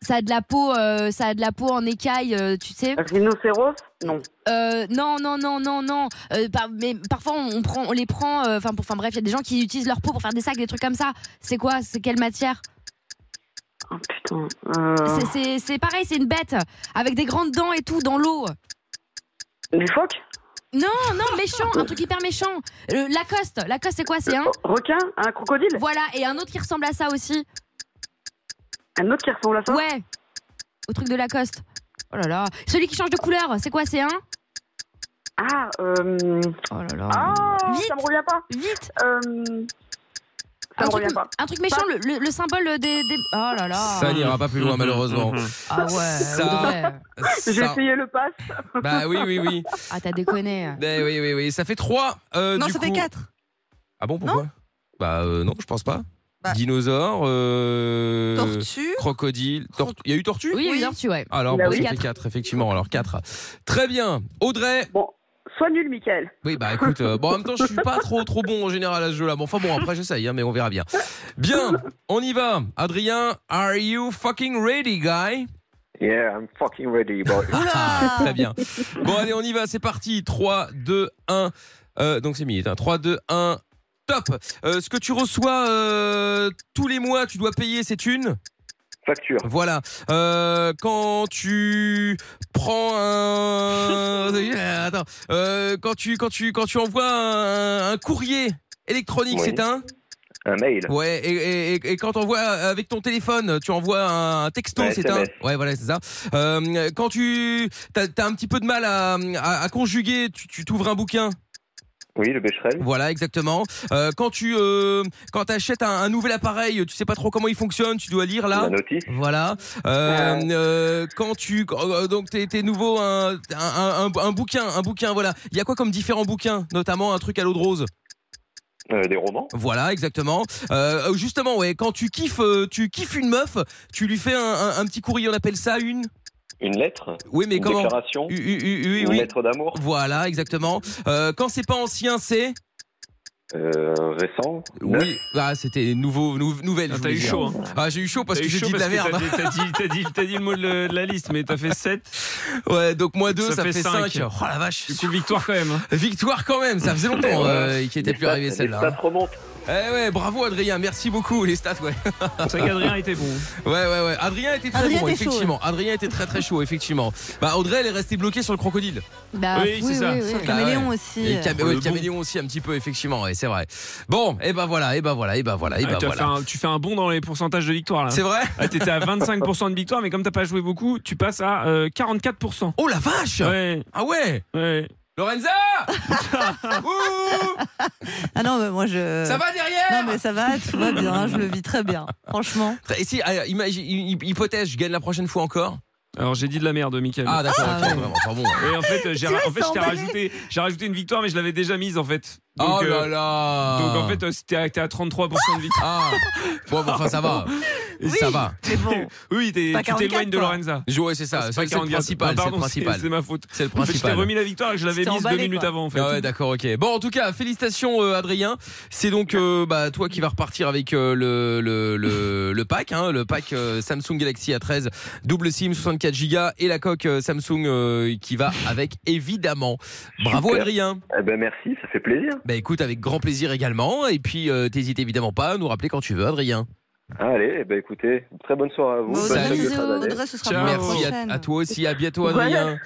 Speaker 8: Ça a de la peau, euh, ça a de la peau en écaille, euh, tu sais.
Speaker 1: Rhinocéros Non.
Speaker 8: Euh, non, non, non, non, non. Euh, par- mais parfois on, on prend, on les prend. euh, Enfin, pour, enfin bref, il y a des gens qui utilisent leur peau pour faire des sacs, des trucs comme ça. C'est quoi C'est quelle matière
Speaker 1: Oh putain. Euh...
Speaker 8: C'est- C'est c'est pareil, c'est une bête avec des grandes dents et tout dans l'eau.
Speaker 1: Des phoques
Speaker 8: Non, non, méchant, un truc hyper méchant. Le Lacoste, Lacoste, c'est quoi C'est un.
Speaker 1: Requin Un crocodile
Speaker 8: Voilà, et un autre qui ressemble à ça aussi.
Speaker 1: Un autre qui ressemble à ça
Speaker 8: Ouais, au truc de Lacoste. Oh là là. Celui qui change de couleur, c'est quoi C'est un
Speaker 1: Ah, euh...
Speaker 8: Oh là là.
Speaker 1: ah
Speaker 8: Vite.
Speaker 1: ça me revient pas.
Speaker 8: Vite
Speaker 1: Euh...
Speaker 9: ça
Speaker 8: un,
Speaker 9: me
Speaker 8: truc,
Speaker 9: revient pas.
Speaker 8: un truc méchant, le, le- le symbole des, des- Oh là là.
Speaker 3: Ça n'ira pas plus loin, malheureusement.
Speaker 8: Ah ouais.
Speaker 3: Ça.
Speaker 1: J'ai
Speaker 3: ça-
Speaker 1: essayé le pass.
Speaker 3: Bah oui, oui, oui. Euh,
Speaker 8: Ah, t'as déconné.
Speaker 3: Eh oui, oui, oui. Ça fait 3.
Speaker 4: non, ça fait 4.
Speaker 3: Ah bon, pourquoi Bah euh, non, je pense pas. Dinosaure, euh,
Speaker 4: Tortue.
Speaker 3: crocodile, tortue. Il y a eu tortue
Speaker 8: Oui, oui, tortue, ouais.
Speaker 3: Alors,
Speaker 8: Bah
Speaker 3: bon,
Speaker 8: oui.
Speaker 3: ça fait
Speaker 8: Quatre.
Speaker 3: 4, effectivement. Alors, 4. Très bien. Audrey.
Speaker 1: Bon, sois nul, Michael.
Speaker 3: Oui, bah écoute, euh, bon, en même temps, je suis pas trop, trop bon en général à ce jeu-là. Bon, enfin bon, après, j'essaye, hein, mais on verra bien. Bien, on y va. Adrien, are you fucking ready, guy
Speaker 10: Yeah, I'm fucking ready, boy.
Speaker 3: Très bien. Bon, allez, on y va, c'est parti. 3, 2, 1. Euh, donc, c'est minutes. 3, 2, 1. Top. Euh, ce que tu reçois euh, tous les mois, tu dois payer, c'est une
Speaker 10: Facture.
Speaker 3: Voilà. Euh, quand tu prends un. Attends. Euh, quand, tu, quand, tu, quand tu envoies un, un courrier électronique,
Speaker 10: Oui.
Speaker 3: c'est un
Speaker 10: Un mail.
Speaker 3: Ouais, et, et, et- et quand t'envoies avec ton téléphone, tu envoies un texto,
Speaker 10: Un
Speaker 3: c'est un.
Speaker 10: SMS.
Speaker 3: Ouais, voilà, c'est ça. Euh, quand tu. T'as as un petit peu de mal à, à- à conjuguer, tu tu t'ouvres un bouquin.
Speaker 10: Oui, le Becherel.
Speaker 3: Voilà, exactement. Euh, quand tu euh, quand t'achètes un, un nouvel appareil, tu sais pas trop comment il fonctionne, tu dois lire là.
Speaker 10: La notice.
Speaker 3: Voilà. Euh, euh, quand tu quand- euh, donc t'es t'es nouveau un, un, un, un bouquin, un bouquin. Voilà. Il y a quoi comme différents bouquins, notamment un truc à l'eau de rose.
Speaker 10: Euh, des romans.
Speaker 3: Voilà, exactement. Euh, justement, ouais, quand tu kiffes, euh, tu kiffes une meuf, tu lui fais un, un- un petit courrier. On appelle ça une.
Speaker 10: Une lettre.
Speaker 3: Oui, mais
Speaker 10: une
Speaker 3: comment
Speaker 10: déclaration.
Speaker 3: U- u- u- oui,
Speaker 10: une
Speaker 3: oui.
Speaker 10: lettre d'amour.
Speaker 3: Voilà, exactement. Euh, quand c'est pas ancien, c'est
Speaker 10: Euh, récent. neuf.
Speaker 3: Oui, ah, c'était nouveau, nou- nouvelle.
Speaker 5: Ah,
Speaker 3: je
Speaker 5: t'as
Speaker 3: voulais
Speaker 5: eu
Speaker 3: dire.
Speaker 5: chaud, hein.
Speaker 3: Ah, j'ai eu chaud parce
Speaker 5: T'as
Speaker 3: que
Speaker 5: eu
Speaker 3: j'ai
Speaker 5: chaud
Speaker 3: dit de la
Speaker 5: parce que
Speaker 3: merde.
Speaker 5: t'as dit- T'as dit, t'as dit- t'as dit le mot de le- de la liste, mais t'as fait 7.
Speaker 3: Ouais, donc moins 2, ça, fait 5.
Speaker 5: cinq.
Speaker 3: Oh la vache.
Speaker 5: Du coup, victoire quand même. hein.
Speaker 3: Victoire quand même, ça faisait longtemps
Speaker 10: Ouais.
Speaker 3: euh, qu'il était plus arrivé celle-là.
Speaker 10: Ça remonte.
Speaker 3: Eh ouais, bravo Adrien, merci beaucoup les stats, ouais.
Speaker 5: C'est vrai qu'Adrien était bon.
Speaker 3: Ouais, ouais, ouais. Adrien était très
Speaker 4: Adrien
Speaker 3: bon,
Speaker 4: était chaud,
Speaker 3: effectivement. Adrien était très très chaud, effectivement. Bah, Audrey, elle est restée bloquée sur le crocodile.
Speaker 8: Bah,
Speaker 5: Oui, c'est ça.
Speaker 8: oui, oui.
Speaker 3: Bah,
Speaker 4: Caméléon
Speaker 3: ouais.
Speaker 4: aussi.
Speaker 3: Et le camé-
Speaker 5: Oh,
Speaker 3: ouais,
Speaker 5: le
Speaker 3: le
Speaker 5: bon.
Speaker 3: caméléon aussi, un petit peu, effectivement, ouais, c'est vrai. Bon, et bah voilà, et bah voilà, et bah voilà, et
Speaker 5: Ah,
Speaker 3: bah
Speaker 5: tu, as fait
Speaker 3: voilà.
Speaker 5: un, tu fais un bond dans les pourcentages de victoire là.
Speaker 3: C'est vrai
Speaker 5: Ah, T'étais à 25% de victoire, mais comme t'as pas joué beaucoup, tu passes à euh, 44%.
Speaker 3: Oh la vache
Speaker 5: Ouais,
Speaker 3: Ah ouais
Speaker 5: ouais.
Speaker 3: Lorenza Ouh
Speaker 4: Ah non, mais moi je.
Speaker 3: Ça va derrière
Speaker 4: Non, mais ça va, tout va bien, je le vis très bien. Franchement.
Speaker 3: Et si, alors, imagine, hy- hypothèse, je gagne la prochaine fois encore
Speaker 5: Alors j'ai dit de la merde, Michael.
Speaker 3: Ah d'accord,
Speaker 4: Ah
Speaker 3: ok,
Speaker 4: ouais.
Speaker 3: vraiment, enfin bon. ouais.
Speaker 5: Et en fait, euh,
Speaker 4: Tu
Speaker 5: j'ai
Speaker 4: vois,
Speaker 5: en fait,
Speaker 4: ils sont
Speaker 5: je t'ai
Speaker 4: emballés.
Speaker 5: rajouté, j'ai rajouté une victoire, mais je l'avais déjà mise en fait. Donc,
Speaker 3: oh
Speaker 5: euh,
Speaker 3: là là
Speaker 5: donc, en fait, euh, c'était à- t'es à 33% de victoire.
Speaker 3: Ah Bon, bah, enfin, ça va. Ça va.
Speaker 4: Mais bon.
Speaker 5: Oui, t'es-
Speaker 4: Pas
Speaker 5: tu t'éloignes
Speaker 4: 44,
Speaker 5: de
Speaker 4: quoi.
Speaker 5: Lorenza.
Speaker 3: Je- Ouais, c'est ça,
Speaker 5: pas
Speaker 3: c'est c'est le
Speaker 5: 44.
Speaker 3: principal.
Speaker 5: Ah,
Speaker 3: C'est le
Speaker 5: pardon, c'est
Speaker 3: principal.
Speaker 5: c'est ma faute.
Speaker 3: C'est le
Speaker 5: En fait, je t'ai
Speaker 3: principal.
Speaker 5: remis la victoire et je l'avais
Speaker 4: C'était
Speaker 5: mise deux
Speaker 4: emballé,
Speaker 5: minutes
Speaker 4: quoi.
Speaker 5: avant en fait.
Speaker 3: Ah ouais, d'accord, ok. Bon, en tout cas, félicitations euh, Adrien. C'est donc euh, bah, toi qui vas repartir avec euh, le, le, le, le pack, hein, le pack euh, Samsung Galaxy A13, double SIM, 64 Go et la coque euh, Samsung euh, qui va avec, évidemment. Bravo
Speaker 10: Super.
Speaker 3: Adrien.
Speaker 10: Eh ben merci, ça fait plaisir.
Speaker 3: Bah écoute, avec grand plaisir également. Et puis, euh, t'hésites évidemment pas à nous rappeler quand tu veux, Adrien.
Speaker 10: Allez, eh ben écoutez, très bonne soirée à vous.
Speaker 4: Bon,
Speaker 10: bonne
Speaker 4: Audrey,
Speaker 3: salut.
Speaker 10: fête de fin
Speaker 4: bisous,
Speaker 10: d'année.
Speaker 4: Audrey, ce sera
Speaker 5: Ciao.
Speaker 4: pour la
Speaker 3: Merci à,
Speaker 4: prochaine.
Speaker 3: à toi aussi, à bientôt
Speaker 1: Voilà.
Speaker 3: Adrien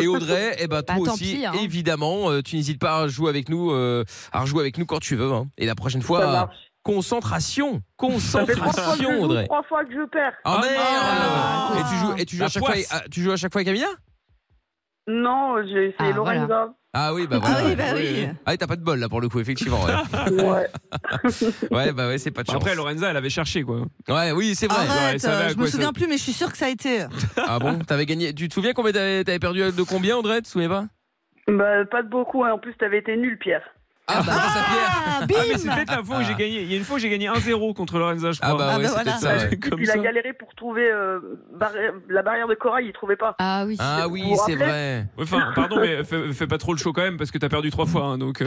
Speaker 3: et Audrey. Et ben
Speaker 8: Bah,
Speaker 3: toi
Speaker 8: tant
Speaker 3: aussi,
Speaker 8: pis, hein.
Speaker 3: évidemment, euh, tu n'hésites pas à jouer avec nous, euh, à rejouer avec nous quand tu veux. hein. Et la prochaine
Speaker 1: Ça
Speaker 3: fois, euh,
Speaker 1: marche.
Speaker 3: concentration,
Speaker 1: Ça fait trois fois que
Speaker 3: concentration,
Speaker 1: je joue,
Speaker 3: Audrey.
Speaker 1: trois fois que je perds.
Speaker 3: Ah, merde
Speaker 4: Ah,
Speaker 3: Et tu joues, et tu joues
Speaker 5: La
Speaker 3: à chaque fois,
Speaker 5: poisse.
Speaker 3: ah, tu joues à chaque fois avec Camilla
Speaker 1: Non, j'ai essayé
Speaker 8: Ah,
Speaker 1: Lorenza.
Speaker 3: Ah oui, bah
Speaker 4: Ah
Speaker 3: voilà.
Speaker 4: oui, bah oui.
Speaker 3: Ah, t'as pas de bol là pour le coup, effectivement. Ouais,
Speaker 1: Ouais.
Speaker 3: ouais bah ouais, c'est pas de
Speaker 5: Bah,
Speaker 3: chance.
Speaker 5: Après, Lorenza, elle avait cherché quoi.
Speaker 3: Ouais, oui, c'est vrai.
Speaker 5: ouais,
Speaker 4: Arrête,
Speaker 5: ça va,
Speaker 4: euh, je
Speaker 5: quoi,
Speaker 4: me
Speaker 5: ça-
Speaker 4: souviens plus, mais je suis sûre que ça a été.
Speaker 3: Ah bon, t'avais gagné. Tu te souviens combien t'avais t'avais perdu de combien, Audrey Tu te souviens pas
Speaker 1: Bah, pas de beaucoup, hein. en plus t'avais été nul, Pierre.
Speaker 3: Ah bah, grâce à Pierre.
Speaker 4: Ah,
Speaker 5: Ah, mais c'est
Speaker 4: bim
Speaker 5: peut-être la fois où j'ai gagné. Il y a une fois où j'ai gagné 1-0 contre Lorenza, je crois.
Speaker 3: Ah bah
Speaker 4: Ah
Speaker 3: ouais,
Speaker 4: bah
Speaker 3: c'est
Speaker 4: voilà.
Speaker 3: peut-être ça. ouais.
Speaker 5: Comme
Speaker 1: Il
Speaker 5: ça.
Speaker 1: a galéré pour trouver euh, barri- la barrière de corail, il trouvait pas.
Speaker 8: Ah oui.
Speaker 3: Ah oui,
Speaker 1: Vous vous
Speaker 3: c'est
Speaker 1: rappelez
Speaker 3: vrai.
Speaker 5: Ouais, Enfin, pardon, mais fais, fais pas trop le show quand même parce que t'as perdu trois fois. hein, donc,
Speaker 3: Ouais,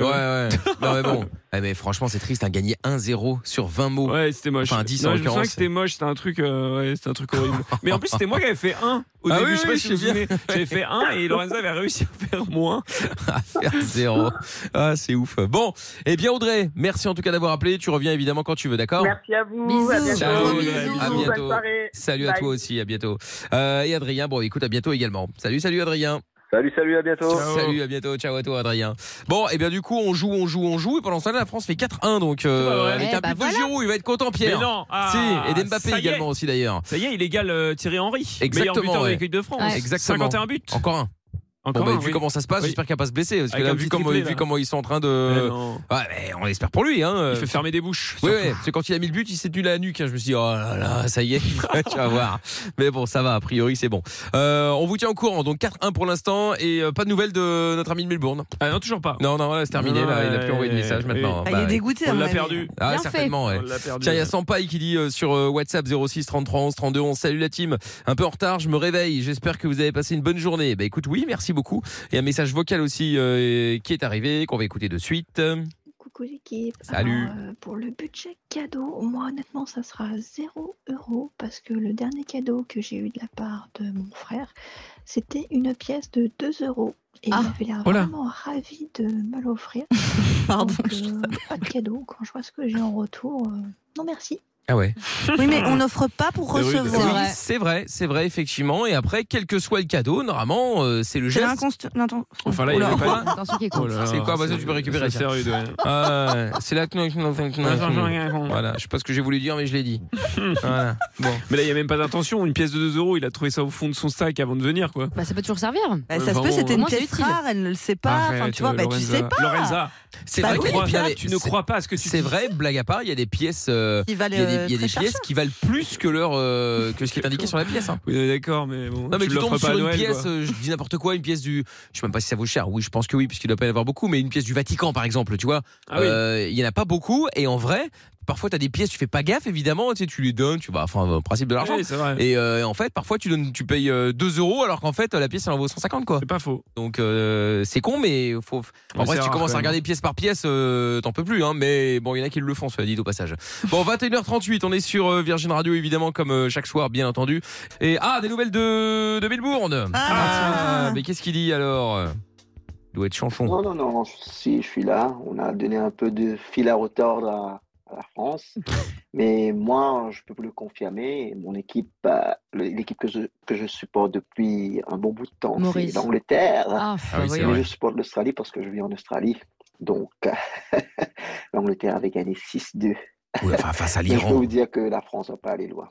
Speaker 3: ouais.
Speaker 5: euh,
Speaker 3: Non, mais bon. Eh, mais franchement, c'est triste, hein, gagner 1-0 sur 20 mots.
Speaker 5: ouais, c'était moche.
Speaker 3: Enfin, dix en
Speaker 5: non, je me souviens
Speaker 3: l'occurrence.
Speaker 5: que c'était moche, c'était un truc, euh, ouais, c'était un truc horrible. mais en plus, c'était moi qui avais fait 1 au
Speaker 3: Ah
Speaker 5: début.
Speaker 3: oui,
Speaker 5: je sais
Speaker 3: oui,
Speaker 5: pas si
Speaker 3: je
Speaker 5: vous
Speaker 3: sais
Speaker 5: vous souvenez. J'avais fait 1 et Lorenza avait réussi à faire moins.
Speaker 3: à faire 0. Ah, c'est ouf. Bon, eh bien, Audrey, merci en tout cas d'avoir appelé. Tu reviens évidemment quand tu veux, d'accord
Speaker 1: Merci à vous.
Speaker 8: Bisous.
Speaker 1: À bientôt.
Speaker 3: Ciao,
Speaker 1: Bisous,
Speaker 5: Audrey.
Speaker 3: À
Speaker 1: bonne
Speaker 3: bientôt.
Speaker 1: soirée.
Speaker 3: Salut à
Speaker 1: Bye.
Speaker 3: toi aussi, à bientôt. Euh, et Adrien, bon, écoute, à bientôt également. Salut, salut Adrien.
Speaker 10: Salut, salut, à bientôt.
Speaker 5: Ciao.
Speaker 3: Salut, à bientôt. Ciao à toi, Adrien. Bon, et bien, du coup, on joue, on joue, on joue. Et pendant ce temps-là, la France fait 4-1. Donc, euh,
Speaker 5: C'est pas vrai.
Speaker 3: avec
Speaker 8: Eh
Speaker 3: un
Speaker 8: bah
Speaker 3: but de
Speaker 8: voilà.
Speaker 3: Giroud, il va être content, Pierre.
Speaker 5: mais non, ah,
Speaker 3: si, et Mbappé
Speaker 5: ça y est.
Speaker 3: également aussi, d'ailleurs.
Speaker 5: Ça y est, il égale euh, Thierry Henry.
Speaker 3: Exactement,
Speaker 5: Meilleur buteur
Speaker 3: ouais.
Speaker 5: de l'équipe de France.
Speaker 8: Ouais.
Speaker 3: Exactement.
Speaker 5: 51 buts.
Speaker 3: Encore un. Bon,
Speaker 5: Encore
Speaker 3: bah,
Speaker 5: un,
Speaker 3: vu
Speaker 5: oui.
Speaker 3: comment ça se passe,
Speaker 5: Oui.
Speaker 3: j'espère qu'elle va pas se blesser. Parce que
Speaker 5: Avec
Speaker 3: là,
Speaker 5: un
Speaker 3: vu
Speaker 5: petit
Speaker 3: comment,
Speaker 5: triplé,
Speaker 3: vu
Speaker 5: là.
Speaker 3: comment ils sont en train
Speaker 5: Mais
Speaker 3: de.
Speaker 5: non.
Speaker 3: Ouais, mais on espère pour lui. Hein.
Speaker 5: Il fait fermer des bouches.
Speaker 3: Oui, oui, parce que quand il a mis le but, il s'est tenu la nuque. hein. Je me suis dit, oh là là, ça y est, tu vas voir. Mais bon, ça va, a priori, c'est bon. Euh, on vous tient au courant, donc 4-1 pour l'instant, et euh, pas de nouvelles de notre ami de Melbourne.
Speaker 5: Ah non, toujours pas.
Speaker 3: Non, non, là, c'est terminé,
Speaker 5: Non,
Speaker 3: là, il a plus
Speaker 5: euh,
Speaker 3: envoyé de message
Speaker 5: oui.
Speaker 3: maintenant.
Speaker 5: Ah, il
Speaker 3: Bah,
Speaker 5: est
Speaker 3: oui.
Speaker 5: dégoûté,
Speaker 4: hein,
Speaker 5: à On mon l'a avis. perdu.
Speaker 3: Ah,
Speaker 5: Bien fait.
Speaker 3: certainement, ouais.
Speaker 5: On l'a perdu,
Speaker 3: Tiens, il y a
Speaker 5: ouais.
Speaker 3: Sampaï qui dit euh, sur euh, WhatsApp 06 33 11 32 11, salut la team, un peu en retard, je me réveille, j'espère que vous avez passé une bonne journée. Bah écoute, oui, merci beaucoup. Et un message vocal aussi euh, qui est arrivé, qu'on va écouter de suite.
Speaker 13: Coucou l'équipe.
Speaker 3: Salut.
Speaker 13: Alors, euh, pour le budget cadeau, moi honnêtement, ça sera 0 euros parce que le dernier cadeau que j'ai eu de la part de mon frère, c'était une pièce de 2 euros. Et
Speaker 1: Ah.
Speaker 13: il avait l'air
Speaker 14: oh là.
Speaker 13: vraiment ravi de me l'offrir. Pardon. pas de cadeau. Quand je vois ce que j'ai en retour, euh, non merci.
Speaker 3: Ah ouais.
Speaker 4: Oui, mais on n'offre pas pour
Speaker 3: Oui,
Speaker 4: recevoir.
Speaker 3: oui, c'est vrai, c'est vrai, effectivement. Et après, quel que soit le cadeau, normalement, euh, c'est le
Speaker 4: C'est
Speaker 3: geste.
Speaker 4: l'inconstu- l'inten-
Speaker 3: Enfin là, il y avait pas.
Speaker 5: Oh là là,
Speaker 3: C'est quoi bah, ça,
Speaker 5: c'est-
Speaker 3: tu peux récupérer
Speaker 5: c'est
Speaker 3: tiens.
Speaker 5: sérieux, ouais.
Speaker 3: Ah, ouais, C'est là que nous. Voilà, je sais pas ce que j'ai voulu dire, mais je l'ai dit. Voilà. Bon.
Speaker 5: Mais là, il n'y a même pas d'intention. Une pièce de 2 euros, il a trouvé ça au fond de son stack avant de venir, quoi.
Speaker 8: Bah, ça peut toujours servir.
Speaker 4: Bah, ça se peut, c'était une pièce rare, elle ne le sait pas. Enfin, tu vois, bah, tu sais pas.
Speaker 5: Lorenza,
Speaker 3: C'est
Speaker 5: Bah
Speaker 3: vrai
Speaker 5: oui,
Speaker 3: qu'il y a-
Speaker 5: tu
Speaker 3: il y a
Speaker 5: crois-
Speaker 3: des-
Speaker 5: tu ne
Speaker 3: c'est-
Speaker 5: crois pas à ce que tu
Speaker 3: C'est
Speaker 5: dis.
Speaker 3: vrai, blague à part, il y a des pièces. euh,
Speaker 4: Qui valent,
Speaker 3: il y a des,
Speaker 4: euh,
Speaker 3: il y a
Speaker 4: très
Speaker 3: des
Speaker 4: cher,
Speaker 3: pièces
Speaker 4: cher.
Speaker 3: qui valent plus que leur euh, que ce qui est indiqué sur la pièce. hein.
Speaker 5: Oui, on est d'accord, mais bon.
Speaker 3: Non mais tu
Speaker 5: l'offres
Speaker 3: tombes
Speaker 5: pas
Speaker 3: sur
Speaker 5: à
Speaker 3: une
Speaker 5: Noël,
Speaker 3: pièce,
Speaker 5: quoi.
Speaker 3: euh, je dis n'importe quoi, une pièce du, je sais même pas si ça vaut cher. Oui, je pense que oui, puisqu'il doit pas y en avoir beaucoup, mais une pièce du Vatican par exemple, tu vois,
Speaker 5: Ah oui.
Speaker 3: Euh, il y en a pas beaucoup. Et en vrai, parfois t'as des pièces, tu fais pas gaffe évidemment, tu sais, tu les donnes, tu vas, enfin, au principe de l'argent.
Speaker 5: Oui, c'est vrai.
Speaker 3: et euh, en fait, parfois tu donnes, tu payes euh, 2 euros alors qu'en fait la pièce elle en vaut 150 quoi. C'est
Speaker 5: pas faux.
Speaker 3: Donc euh, c'est con, mais faut.
Speaker 5: Mais
Speaker 3: En vrai,
Speaker 5: c'est
Speaker 3: si tu
Speaker 5: rare,
Speaker 3: commences
Speaker 5: quand
Speaker 3: à regarder
Speaker 5: même.
Speaker 3: pièce par pièce, euh, t'en peux plus, hein, mais bon, il y en a qui le font, cela dit, au passage. Bon, 21h38, on est sur euh, Virgin Radio, évidemment, comme euh, chaque soir, bien entendu. Et ah, des nouvelles de, de Melbourne Ah, Mais qu'est-ce qu'il dit alors Il doit être chanchon.
Speaker 15: Non, non, non, je- si, je suis là. On a donné un peu de fil à retordre à, à la France. Mais moi, je peux vous le confirmer, mon équipe, bah, le- l'équipe que je, que je supporte depuis un bon bout de temps, c'est
Speaker 16: Maurice.
Speaker 15: l'Angleterre.
Speaker 16: Ah, Ah oui, c'est
Speaker 15: Mais
Speaker 16: vrai.
Speaker 15: je supporte l'Australie parce que je vis en Australie. Donc, l'Angleterre avait gagné 6-2.
Speaker 3: face
Speaker 15: Mais Je peux vous dire que la France va pas aller loin.